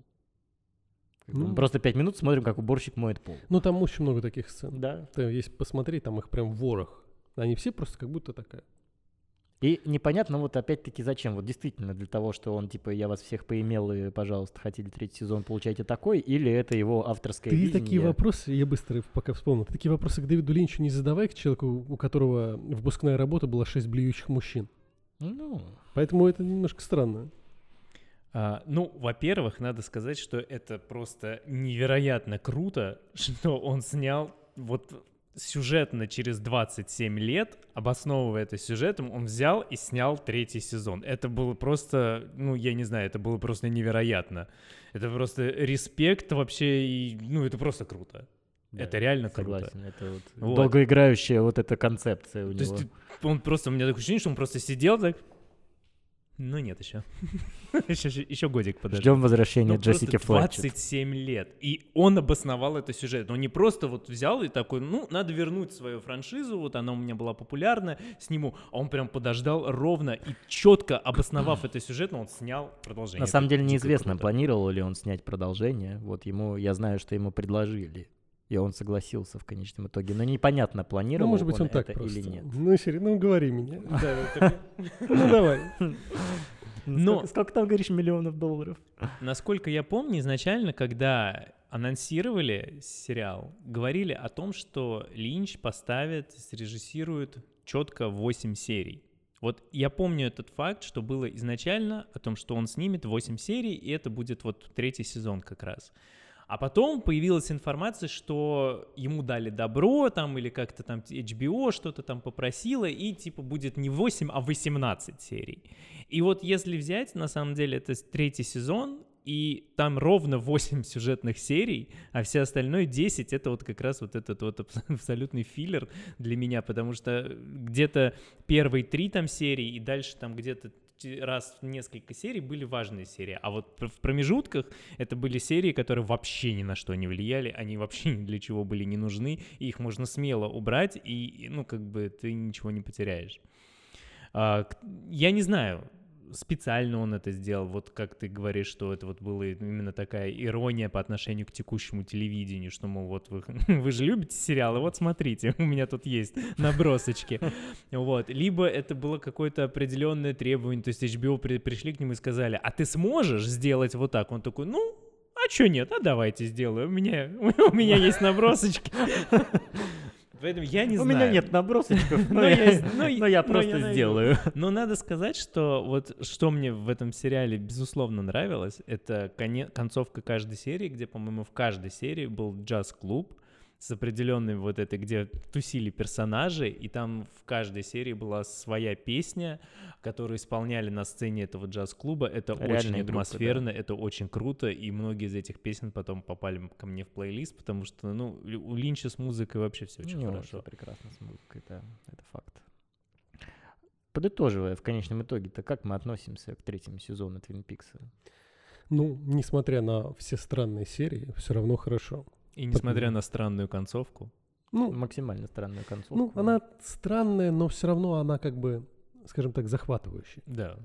A: Как бы мы
B: Ну.
A: Просто пять минут смотрим, как уборщик моет пол.
B: Ну, там очень много таких сцен.
A: Да.
B: Там, если посмотреть, там их прям ворох. Они все просто как будто такая.
A: И непонятно вот опять-таки зачем. Вот действительно для того, что он типа я вас всех поимел и, пожалуйста, хотели третий сезон, получайте такой, или это его авторское
B: Ты
A: видение.
B: такие вопросы, я быстро их пока вспомнил, ты такие вопросы к Дэвиду Линчу не задавай, к человеку, у которого выпускная работа была 6 блюющих мужчин.
A: Ну,
B: Поэтому это немножко странно.
C: А, ну, во-первых, надо сказать, что это просто невероятно круто, что он снял вот сюжетно через 27 лет, обосновывая это сюжетом, он взял и снял третий сезон. Это было просто, ну, я не знаю, это было просто невероятно. Это просто респект вообще, и, ну, это просто круто.
A: да,
C: это реально круто.
A: согласен. Это вот,
C: Вот.
A: долгоиграющая вот эта концепция у
C: То
A: него.
C: есть ты- он просто, у меня такое ощущение, что он просто сидел так, ну нет, еще. Еще годик подожди.
A: Ждем возвращения
C: Ну,
A: Джессики
C: просто
A: Флетчер.
C: 27 лет. И он обосновал это сюжет. Он не просто вот взял и такой, ну, надо вернуть свою франшизу, вот она у меня была популярна, сниму. А он прям подождал ровно и четко обосновав это сюжетно, он снял продолжение.
A: На самом
C: Это
A: деле
C: дико
A: неизвестно,
C: круто.
A: планировал ли он снять продолжение. Вот ему, я знаю, что ему предложили. И он согласился в конечном итоге. Но непонятно, планировал
B: ну, может быть, он, так
A: это
B: просто.
A: или нет.
B: Ну, Сири, ну говори меня.
C: Да, да, так-
B: Ну давай.
C: Но-
A: Сколько, сколько там, говоришь, миллионов долларов?
C: Насколько я помню, изначально, когда анонсировали сериал, говорили о том, что Линч поставит, срежиссирует четко 8 серий. Вот я помню этот факт, что было изначально о том, что он снимет 8 серий, и это будет вот третий сезон как раз. А потом появилась информация, что ему дали добро там или как-то там HBO что-то там попросило, и типа будет не 8, а 18 серий. И вот если взять, на самом деле, это с- третий сезон, и там ровно 8 сюжетных серий, а все остальное 10 — это вот как раз вот этот вот абс- абсолютный филлер для меня, потому что где-то первые три там серии и дальше там где-то те- раз в несколько серий были важные серии, а вот пр- в промежутках это были серии, которые вообще ни на что не влияли, они вообще ни для чего были не нужны, и их можно смело убрать, и, и, ну, как бы ты ничего не потеряешь. А, к- я не знаю, специально он это сделал, вот как ты говоришь, что это вот была именно такая ирония по отношению к текущему телевидению, что, мол, вот вы, вы же любите сериалы, вот смотрите, у меня тут есть набросочки. Вот. Либо это было какое-то определенное требование, то есть HBO при- пришли к нему и сказали, а ты сможешь сделать вот так? Он такой, ну, а чё нет? А давайте сделаю. У меня, у меня есть набросочки. Поэтому я не
A: У
C: знаю.
A: меня нет набросочков, но
C: Но
A: Ну, я-
C: есть, но и-
A: но я
C: но я
A: просто
C: найду.
A: сделаю.
C: Но Ну, надо сказать, что вот что мне в этом сериале безусловно нравилось, это коне- концовка каждой серии, где, по-моему, в каждой серии был джаз-клуб с определенной вот этой, где тусили персонажи, и там в каждой серии была своя песня, которую исполняли на сцене этого джаз-клуба. Это
A: Реальные
C: очень
A: группы, да.
C: атмосферно, это очень круто, и многие из этих песен потом попали м- ко мне в плейлист, потому что, ну, лю- у Линча с музыкой вообще все очень
A: Ну, всё
C: хорошо.
A: прекрасно с музыкой, да, это факт. Подытоживая, в конечном итоге-то как мы относимся к третьему сезону Твин Пикса?
B: Ну, несмотря на все странные серии, все равно хорошо.
C: И несмотря на странную концовку,
B: Ну,
A: Максимально странную концовку.
B: ну, она странная, но все равно она как бы, скажем так, захватывающая.
C: да,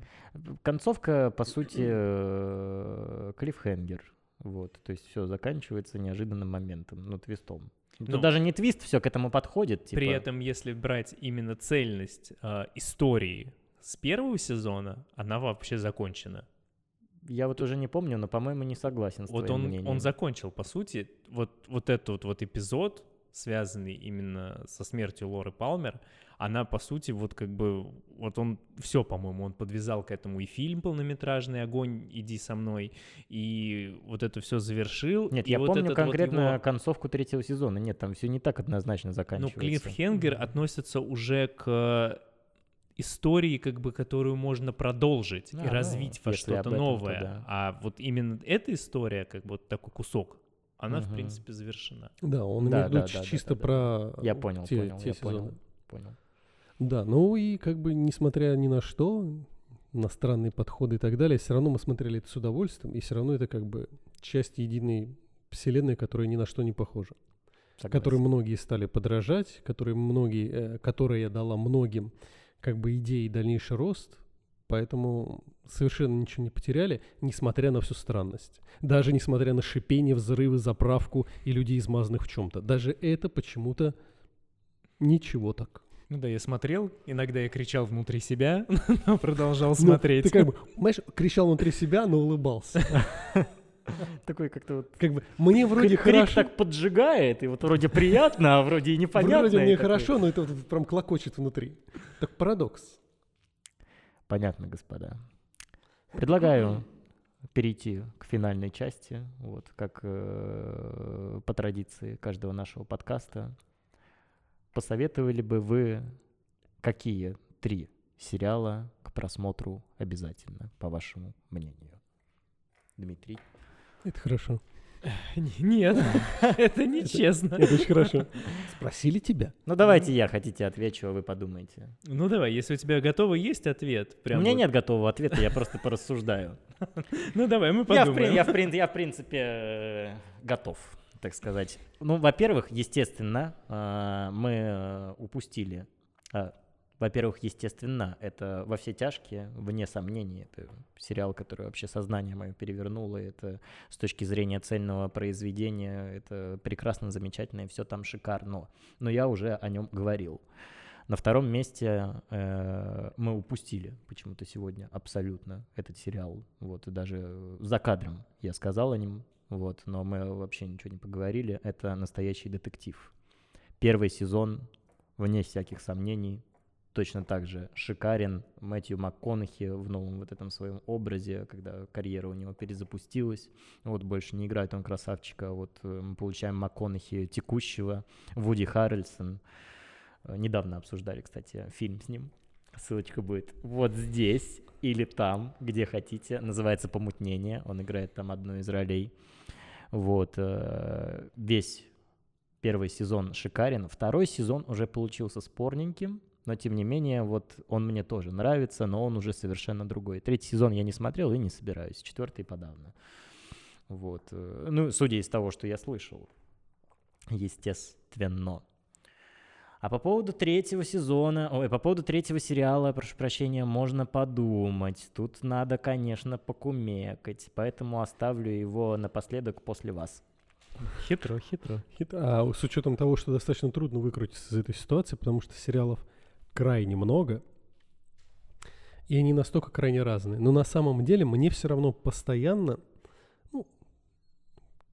A: Концовка, по сути,
C: э.
A: э, клиффхенгер. Вот, то есть все заканчивается неожиданным моментом, ну, твистом. Тут
C: Ну.
A: даже не твист, все к этому подходит. Типа,
C: При этом, если брать именно цельность э, истории с первого сезона, она вообще закончена.
A: Я вот уже не помню, но, по-моему, не согласен с
C: Вот
A: твоим
C: он,
A: мнением.
C: он закончил, по сути, вот, вот этот вот эпизод, связанный именно со смертью Лоры Палмер, она, по сути, вот как бы, вот он все, по-моему, он подвязал к этому и фильм полнометражный «Огонь, иди со мной», и вот это все завершил.
A: Нет,
C: и
A: я
C: вот
A: помню
C: этот вот
A: конкретно
C: его-
A: концовку третьего сезона. Нет, там все не так однозначно
C: Ну,
A: заканчивается.
C: клиффхенгер относится уже к э, истории, как бы, которую можно продолжить
A: А,
C: и
A: ну,
C: развить во
A: если об
C: что-то
A: этом, то
C: новое.
A: да.
C: А вот именно эта история, как бы вот такой кусок, она, в
A: Мгм.
C: принципе, завершена.
B: Да, он
A: Да,
B: имеет в виду
A: да, да, да, да,
B: чисто
A: да.
B: про
A: Я
B: э,
A: понял,
B: те,
A: понял,
B: те
A: я
B: сезоны.
A: понял, понял.
B: Да, ну и как бы несмотря ни на что, на странные подходы и так далее, все равно мы смотрели это с удовольствием, и все равно это как бы часть единой вселенной, которая ни на что не похожа,
A: Согласен.
B: которой многие стали подражать, которой многие, э, которая дала многим как бы идеи и дальнейший рост, поэтому совершенно ничего не потеряли, несмотря на всю странность. Даже несмотря на шипение, взрывы, заправку и людей, измазанных в чем-то. Даже это почему-то ничего так.
C: Ну да, я смотрел, иногда я кричал внутри себя, но продолжал
B: Ну,
C: смотреть.
B: Ты как бы, знаешь, кричал внутри себя, но улыбался.
A: такой как-то вот
B: Как бы, мне вроде
A: крик, крик
B: хорошо,
A: так поджигает, и вот вроде приятно, а вроде и непонятно.
B: вроде
A: и
B: мне
A: такой-
B: хорошо, но это вот прям клокочет внутри. Так парадокс.
A: Понятно, господа. Предлагаю перейти к финальной части, вот как э, по традиции каждого нашего подкаста. Посоветовали бы вы какие три сериала к просмотру обязательно, по вашему мнению? Дмитрий.
B: Это хорошо.
C: Н- Нет, это нечестно.
B: Это очень хорошо. Спросили тебя.
A: Ну давайте я, хотите, отвечу, а вы подумайте.
C: Ну давай, если у тебя готово есть ответ, прям
A: У меня
C: вот.
A: нет готового ответа, я просто порассуждаю.
C: Ну давай, мы
A: Я в, прин-
C: подумаем.
A: я в прин- я в принципе э, готов, так сказать. Ну, во-первых, естественно, э, мы э, упустили. э, Во-первых, естественно, это во все тяжкие, вне сомнений, это сериал, который вообще сознание мое перевернуло. Это с точки зрения цельного произведения, это прекрасно, замечательно, и все там шикарно. Но я уже о нем говорил. На втором месте э, мы упустили почему-то сегодня абсолютно этот сериал. Вот, и даже э, за кадром я сказал о нем, вот, но мы вообще ничего не поговорили. Это «Настоящий детектив». Первый сезон, вне всяких сомнений, точно так же шикарен. Мэтью МакКонахи в новом вот этом своем образе, когда карьера у него перезапустилась. Вот больше не играет он красавчика, вот э, мы получаем МакКонахи текущего, Вуди Харрельсон. Э, Недавно обсуждали, кстати, фильм с ним. Ссылочка будет вот здесь или там, где хотите. Называется «Помутнение». Он играет там одну из ролей. Вот. э, Весь первый сезон шикарен. Второй сезон уже получился спорненьким. Но, тем не менее, вот он мне тоже нравится, но он уже совершенно другой. Третий сезон я не смотрел и не собираюсь. Четвертый подавно. Вот. э, Ну, судя из того, что я слышал. Естественно. А по поводу третьего сезона, ой, по поводу третьего сериала, прошу прощения, можно подумать. Тут надо, конечно, покумекать, поэтому оставлю его напоследок после вас.
C: Хитро, хитро.
B: Хит- А с учетом того, что достаточно трудно выкрутиться из этой ситуации, потому что сериалов крайне много, и они настолько крайне разные. Но на самом деле мне все равно постоянно, ну,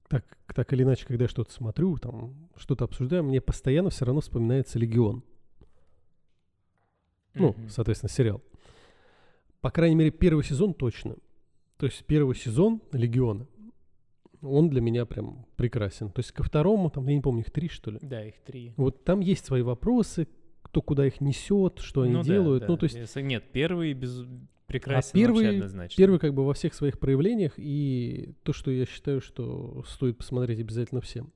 B: так, так или иначе, когда я что-то смотрю, там, что-то обсуждаю, мне постоянно все равно вспоминается «Легион». Ну,
C: Мгм.
B: соответственно, сериал. По крайней мере, первый сезон точно. То есть первый сезон «Легиона», он для меня прям прекрасен. То есть ко второму, там, я не помню, их три, что ли.
C: Да, их три.
B: Вот там есть свои вопросы, кто куда их несет, что они
C: Ну да,
B: делают.
C: да.
B: ну, то есть
C: Если- Нет, первый без... прекрасен
A: А
B: первый-
C: вообще однозначно.
B: первый как бы во всех своих проявлениях и то, что я считаю, что стоит посмотреть обязательно всем.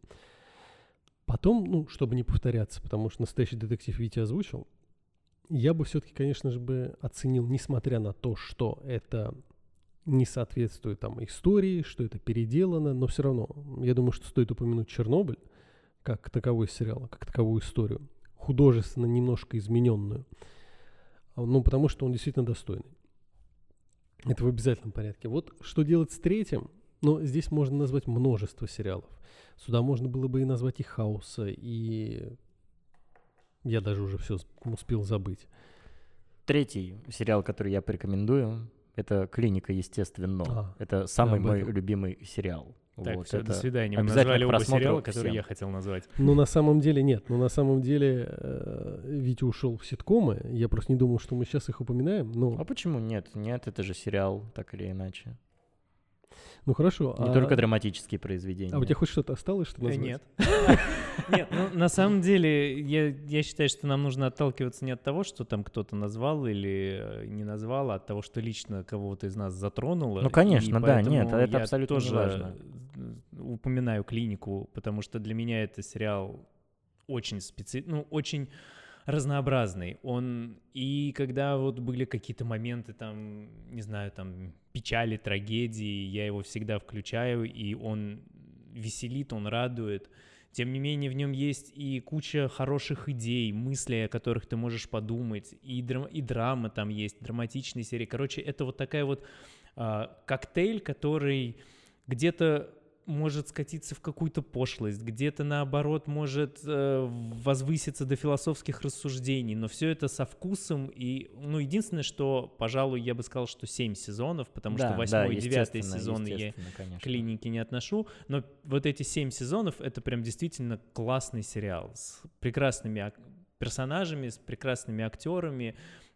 B: Потом, ну, чтобы не повторяться, потому что настоящий детектив Витя озвучил, я бы все-таки, конечно же, бы оценил, несмотря на то, что это не соответствует там истории, что это переделано, но все равно, я думаю, что стоит упомянуть Чернобыль как таковой сериал, как таковую историю, художественно немножко измененную, А, ну, потому что он действительно достойный. Это в обязательном порядке. Вот что делать с третьим? Но здесь можно назвать множество сериалов. Сюда можно было бы и назвать и хаоса, и я даже уже все успел забыть.
A: Третий сериал, который я порекомендую, это «Клиника, естественно».
B: А,
A: это самый
B: об
A: мой
B: этом.
A: любимый сериал.
C: Так,
A: Вот
C: все, до
A: это
C: свидания. Мы
A: обязательно
C: назвали
A: к
C: оба
A: просмотру
C: сериала, которые
A: всем.
C: я хотел назвать.
B: Но на самом деле нет. Но на самом деле э, Витя ушел в ситкомы. Я просто не думал, что мы сейчас их упоминаем.
A: А
B: Но,
A: почему нет? Нет, это же сериал, так или иначе.
B: ну хорошо.
A: Не
B: а,
A: только драматические произведения.
B: а у тебя хоть что-то осталось, что
C: Э,
B: назвать?
C: Нет. Нет, ну на самом деле я, я считаю, что нам нужно отталкиваться не от того, что там кто-то назвал или э, не назвал, а от того, что лично кого-то из нас затронуло.
A: Ну,
C: И
A: конечно, да,
C: поэтому
A: нет, это
C: я
A: абсолютно
C: тоже
A: неважно.
C: э, упоминаю клинику, потому что для меня это сериал очень специ... ну, очень разнообразный. Он и когда вот были какие-то моменты там, не знаю, там печали, трагедии, я его всегда включаю, и он веселит, он радует. Тем не менее, в нем есть и куча хороших идей, мыслей, о которых ты можешь подумать, и, драм- и драма там есть, драматичные серии. Короче, это вот такая вот а, коктейль, который где-то может скатиться в какую-то пошлость, где-то наоборот может э, возвыситься до философских рассуждений, но все это со вкусом и, ну, единственное, что, пожалуй, я бы сказал, что 7 сезонов, потому
A: Да,
C: что
A: да,
C: 8 и 9
A: естественно,
C: сезоны я
A: естественно, конечно.
C: к клинике не отношу, но вот эти 7 сезонов — это прям действительно классный сериал с прекрасными ак- персонажами, с прекрасными актерами,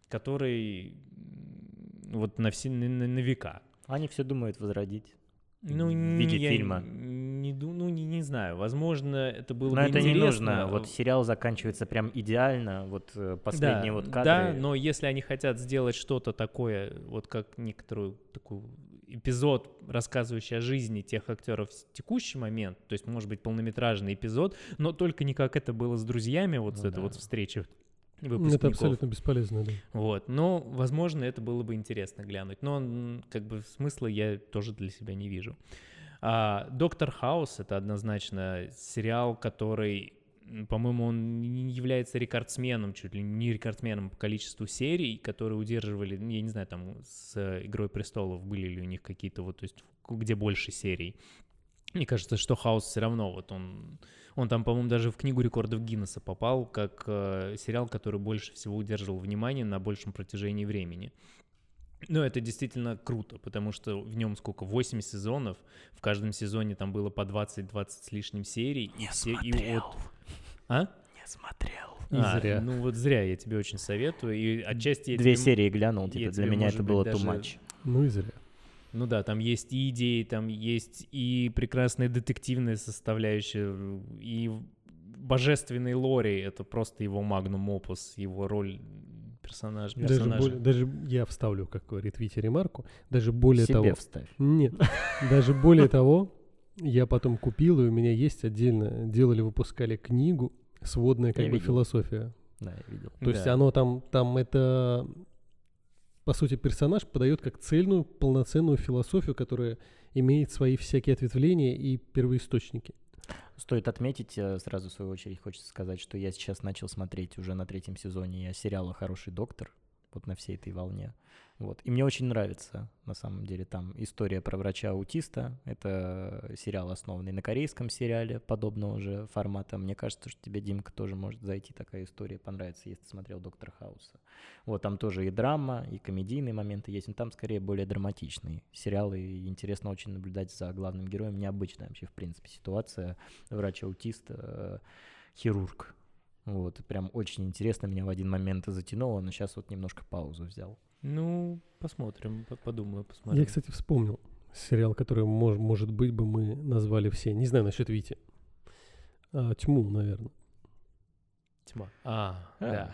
C: который м, вот на, все, на- на- на века.
A: Они все думают возродить.
C: Ну,
A: В
C: н-
A: виде
C: я
A: фильма.
C: Не, ду- ну, не, не знаю. Возможно, это было
A: Но
C: бы
A: это не нужно.
C: интересно. ну.
A: Вот сериал заканчивается прям идеально. Вот э, последние
C: да,
A: вот
C: Да,
A: кадры.
C: но если они хотят сделать что-то такое, вот как некоторую такую эпизод, рассказывающий о жизни тех актеров в текущий момент, то есть, может быть, полнометражный эпизод, но только не как это было с друзьями, вот с
A: Ну
C: этой вот
A: да.
C: встречи
B: Ну,
C: выпускников.
B: Это абсолютно бесполезно, да.
C: Вот, но, возможно, это было бы интересно глянуть, но м, как бы смысла я тоже для себя не вижу. А, Доктор Хаус это однозначно сериал, который, м, по-моему, он не является рекордсменом, чуть ли не рекордсменом по количеству серий, которые удерживали, ну, я не знаю, там с э, Игрой престолов были ли у них какие-то вот, то есть к- где больше серий. Мне кажется, что Хаус все равно, вот он, он там, по-моему, даже в книгу рекордов Гиннесса попал, как э, сериал, который больше всего удерживал внимание на большем протяжении времени. Но это действительно круто, потому что в нем сколько? 8 сезонов. В каждом сезоне там было по 20-20 с лишним серий. и все- и вот- А?
A: Не смотрел.
B: И
C: А,
B: зря.
C: Ну вот зря, я тебе очень советую. И отчасти я
A: Две
C: тебе-
A: серии глянул,
C: я
A: типа, для
C: тебе,
A: меня
C: может
A: это
C: быть,
A: было
C: даже
A: too much.
B: Ну и зря.
C: Ну да, там есть и идеи, там есть и прекрасная детективная составляющая, и в- божественный Лори — это просто его магнум опус, его роль персонаж,
B: Даже,
C: персонажа.
B: более- даже я вставлю, как говорит Витя, ремарку. Даже более
A: Себе
B: того...
A: вставь.
B: Нет, даже более того, я потом купил, и у меня есть отдельно, делали, выпускали книгу «Сводная как
A: Я
B: бы
A: видел.
B: философия».
A: Да, я видел.
B: То есть
C: Да.
B: оно там, там это, по сути, персонаж подает как цельную, полноценную философию, которая имеет свои всякие ответвления и первоисточники.
A: Стоит отметить, э, сразу в свою очередь хочется сказать, что я сейчас начал смотреть уже на третьем сезоне сериала «Хороший доктор», вот на всей этой волне. Вот. И мне очень нравится, на самом деле, там история про врача-аутиста. Это э, сериал, основанный на корейском сериале подобного же формата. Мне кажется, что тебе, Димка, тоже может зайти такая история, понравится, если ты смотрел «Доктора Хауса». Вот там тоже и драма, и комедийные моменты есть, но там скорее более драматичные сериалы. И интересно очень наблюдать за главным героем. Необычная вообще, в принципе, ситуация врач-аутист, э, хирург. Вот, прям очень интересно, меня в один момент затянуло, но сейчас вот немножко паузу взял.
C: Ну, посмотрим, по- подумаю, посмотрим.
B: Я, кстати, вспомнил сериал, который, мож- может быть, бы мы назвали все. Не знаю насчет Вити. А, тьму, наверное.
C: Тьма. А,
A: А.
C: да.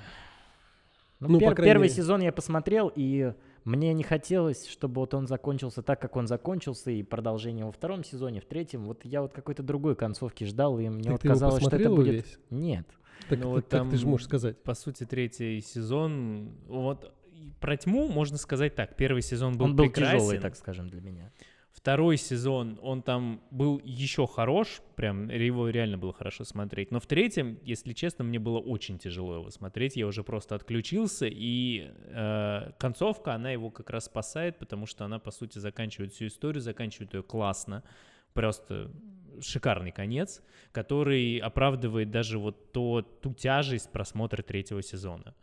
A: Ну,
B: Ну, по
A: пер-
B: крайней
A: первый
B: мере.
A: сезон я посмотрел, и мне не хотелось, чтобы вот он закончился так, как он закончился, и продолжение во втором сезоне, в третьем. Вот я вот какой-то другой концовки ждал, и мне
B: Так
A: вот
B: ты его
A: казалось, что это
B: посмотрел
A: будет...
B: весь?
A: Нет.
B: Так,
C: Ну,
B: так
C: вот
B: как ты же
C: там-
B: можешь сказать?
C: По сути, третий сезон... Вот и про тьму можно сказать так. Первый сезон был
A: он был
C: прекрасен.
A: тяжелый, так скажем, для меня.
C: Второй сезон, он там был еще хорош, прям его реально было хорошо смотреть. Но в третьем, если честно, мне было очень тяжело его смотреть. Я уже просто отключился, и э, концовка, она его как раз спасает, потому что она, по сути, заканчивает всю историю, заканчивает ее классно. Просто шикарный конец, который оправдывает даже вот то, ту тяжесть просмотра третьего сезона.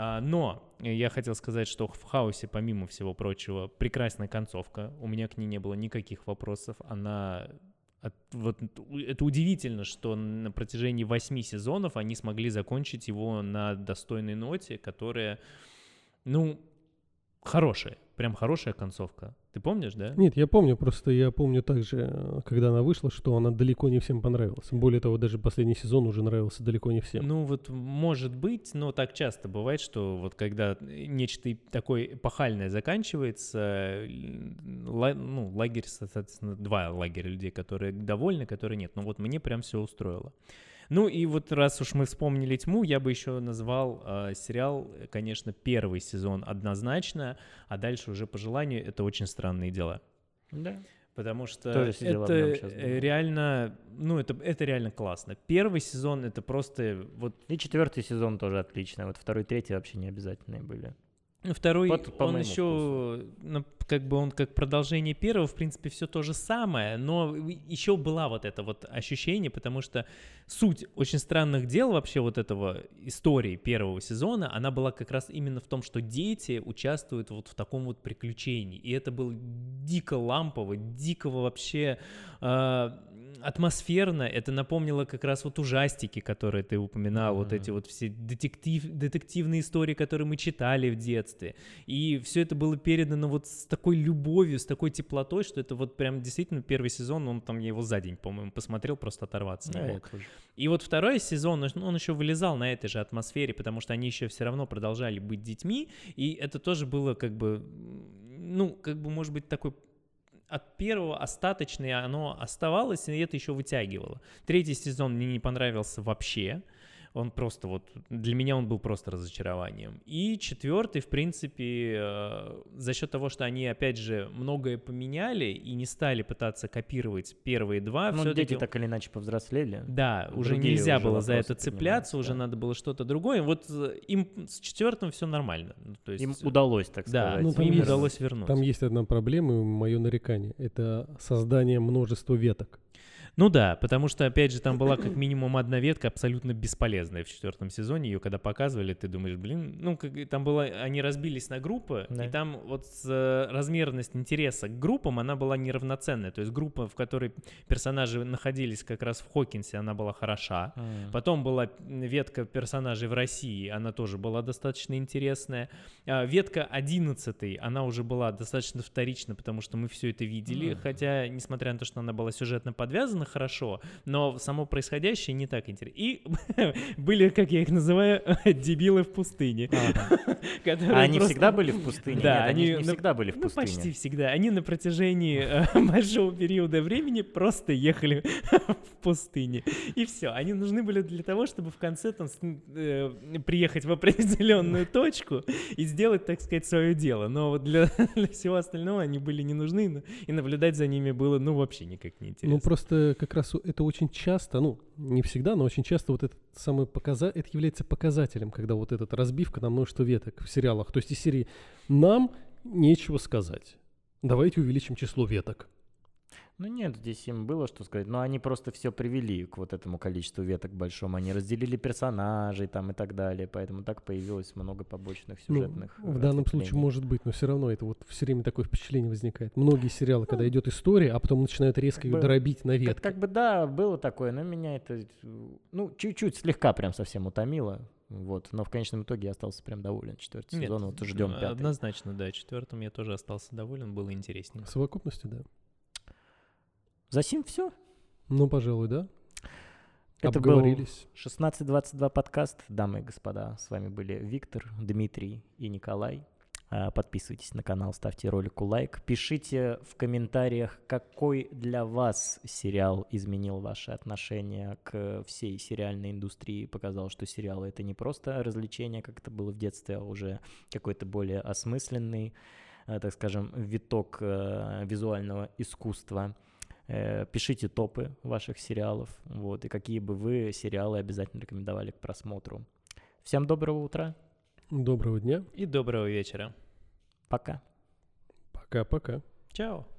C: А, Но я хотел сказать, что в хаосе, помимо всего прочего, прекрасная концовка. У меня к ней не было никаких вопросов. Она От- вот у- это удивительно, что на протяжении восьми сезонов они смогли закончить его на достойной ноте, которая, ну, хорошая, прям хорошая концовка. Ты помнишь, да?
B: Нет, я помню, просто я помню также, э, когда она вышла, что она далеко не всем понравилась. Более того, даже последний сезон уже нравился далеко не всем.
C: Ну вот может быть, но так часто бывает, что вот когда нечто и такое эпохальное заканчивается, л- ла- ну, лагерь, соответственно, два лагеря людей, которые довольны, которые нет. Ну вот мне прям все устроило. Ну и вот раз уж мы вспомнили «Тьму», я бы еще назвал э, сериал, э, конечно, первый сезон однозначно, а дальше уже по желанию это очень странные дела.
A: Да.
C: Потому что
A: Тоже сидел об
C: это
A: нём щас
C: э,
A: думал.
C: реально, ну это, это реально классно. Первый сезон это просто вот
A: И четвертый сезон тоже отлично. Вот второй, третий вообще не обязательные были.
C: Ну, Второй,
A: Вот по
C: он
A: моему
C: еще, ну, как бы он как продолжение первого, в принципе, все то же самое, но еще была вот это вот ощущение, потому что суть очень странных дел вообще вот этого истории первого сезона, она была как раз именно в том, что дети участвуют вот в таком вот приключении, и это было дико лампово, дикого вообще э, атмосферно, это напомнило как раз вот ужастики, которые ты упоминал, вот эти
A: Мгм.
C: вот все детектив, детективные истории, которые мы читали в детстве, и все это было передано вот с такой любовью, с такой теплотой, что это вот прям действительно первый сезон, он там, я его за день, по-моему, посмотрел, просто оторваться не
A: Да, я
C: мог.
A: тоже.
C: И вот второй сезон, он- он еще вылезал на этой же атмосфере, потому что они еще все равно продолжали быть детьми, и это тоже было как бы, м, ну, как бы, может быть, такой от первого остаточное оно оставалось, и это еще вытягивало. Третий сезон мне не понравился вообще. Он просто вот, для меня он был просто разочарованием. И четвертый, в принципе, э, за счет того, что они, опять же, многое поменяли и не стали пытаться копировать первые два,
A: ну,
C: А всё-таки
A: дети так или иначе повзрослели.
C: да, уже
A: Другие
C: нельзя
A: уже
C: было за
A: вопросы
C: это
A: поднимались,
C: цепляться, уже
A: да.
C: надо было что-то другое. Вот э, им с четвертым все нормально. Ну, То есть,
A: Им
C: э,
A: удалось, так
C: да,
A: сказать.
B: Ну, там
C: им
B: есть-
C: удалось вернуть.
B: Там есть одна проблема, и мое нарекание. Это создание множества веток.
C: Ну да, потому что, опять же, там была как минимум одна ветка абсолютно бесполезная в четвертом сезоне. Ее когда показывали, ты думаешь, блин, ну как и там было, они разбились на группы,
A: Да.
C: и там вот с, э, размерность интереса к группам, она была неравноценная. То есть группа, в которой персонажи находились как раз в Хокинсе, она была хороша.
A: М.
C: Потом была ветка персонажей в России, она тоже была достаточно интересная. А, Ветка 11, она уже была достаточно вторична, потому что мы все это видели,
A: Мгм.
C: хотя, несмотря на то, что она была сюжетно подвязана хорошо, но само происходящее не так интересно. И были, как я их называю, дебилы в пустыне. которые
A: А они
C: просто-
A: всегда были в пустыне?
C: Да,
A: Нет, они,
C: они
A: же не
C: на-
A: всегда были в
C: ну,
A: пустыне.
C: почти всегда. Они на протяжении э, большого периода времени просто ехали в пустыне. И все. Они нужны были для того, чтобы в конце там с- э, приехать в определенную точку и сделать, так сказать, свое дело. Но вот для, для всего остального они были не нужны, но- и наблюдать за ними было, ну, вообще никак не интересно.
B: Ну, просто как раз у- это очень часто, ну, не всегда, но очень часто вот этот самый показа... это является показателем, когда вот эта разбивка на множество веток в сериалах. То есть из серии «Нам нечего сказать». Давайте увеличим число веток.
A: Ну нет, здесь им было что сказать. Но они просто все привели к вот этому количеству веток большому. Они разделили персонажей там и так далее. Поэтому так появилось много побочных
B: Ну,
A: сюжетных. э,
B: в данном случае
A: ответвлений.
B: может быть, но все равно это вот все время такое впечатление возникает. Многие сериалы, когда идет история, а потом начинают резко ее
A: бы-
B: дробить на
A: Ну, Как,
B: ветки.
A: как бы да, было такое, но меня это э, ну чуть-чуть слегка прям совсем утомило. Вот, но в конечном итоге я остался прям доволен четвертый
C: Нет,
A: сезон, вот ждем
C: э,
A: пятый.
C: Однозначно, да. Четвертым я тоже остался доволен, было интереснее.
B: В совокупности, да.
A: За сим все.
B: Ну, пожалуй, да.
A: Это был
B: Обговорились.
A: 1622 подкаст, дамы и господа. С вами были Виктор, Дмитрий и Николай. А, Подписывайтесь на канал, ставьте ролику лайк. Пишите в комментариях, какой для вас сериал изменил ваше отношение к всей сериальной индустрии. Показал, что сериалы это не просто развлечение, как это было в детстве, а уже какой-то более осмысленный, э, так скажем, виток э, визуального искусства. Э, Пишите топы ваших сериалов, вот, и какие бы вы сериалы обязательно рекомендовали к просмотру. Всем доброго утра,
B: Доброго дня.
C: И доброго вечера.
A: пока.
B: Пока-пока.
C: Чао.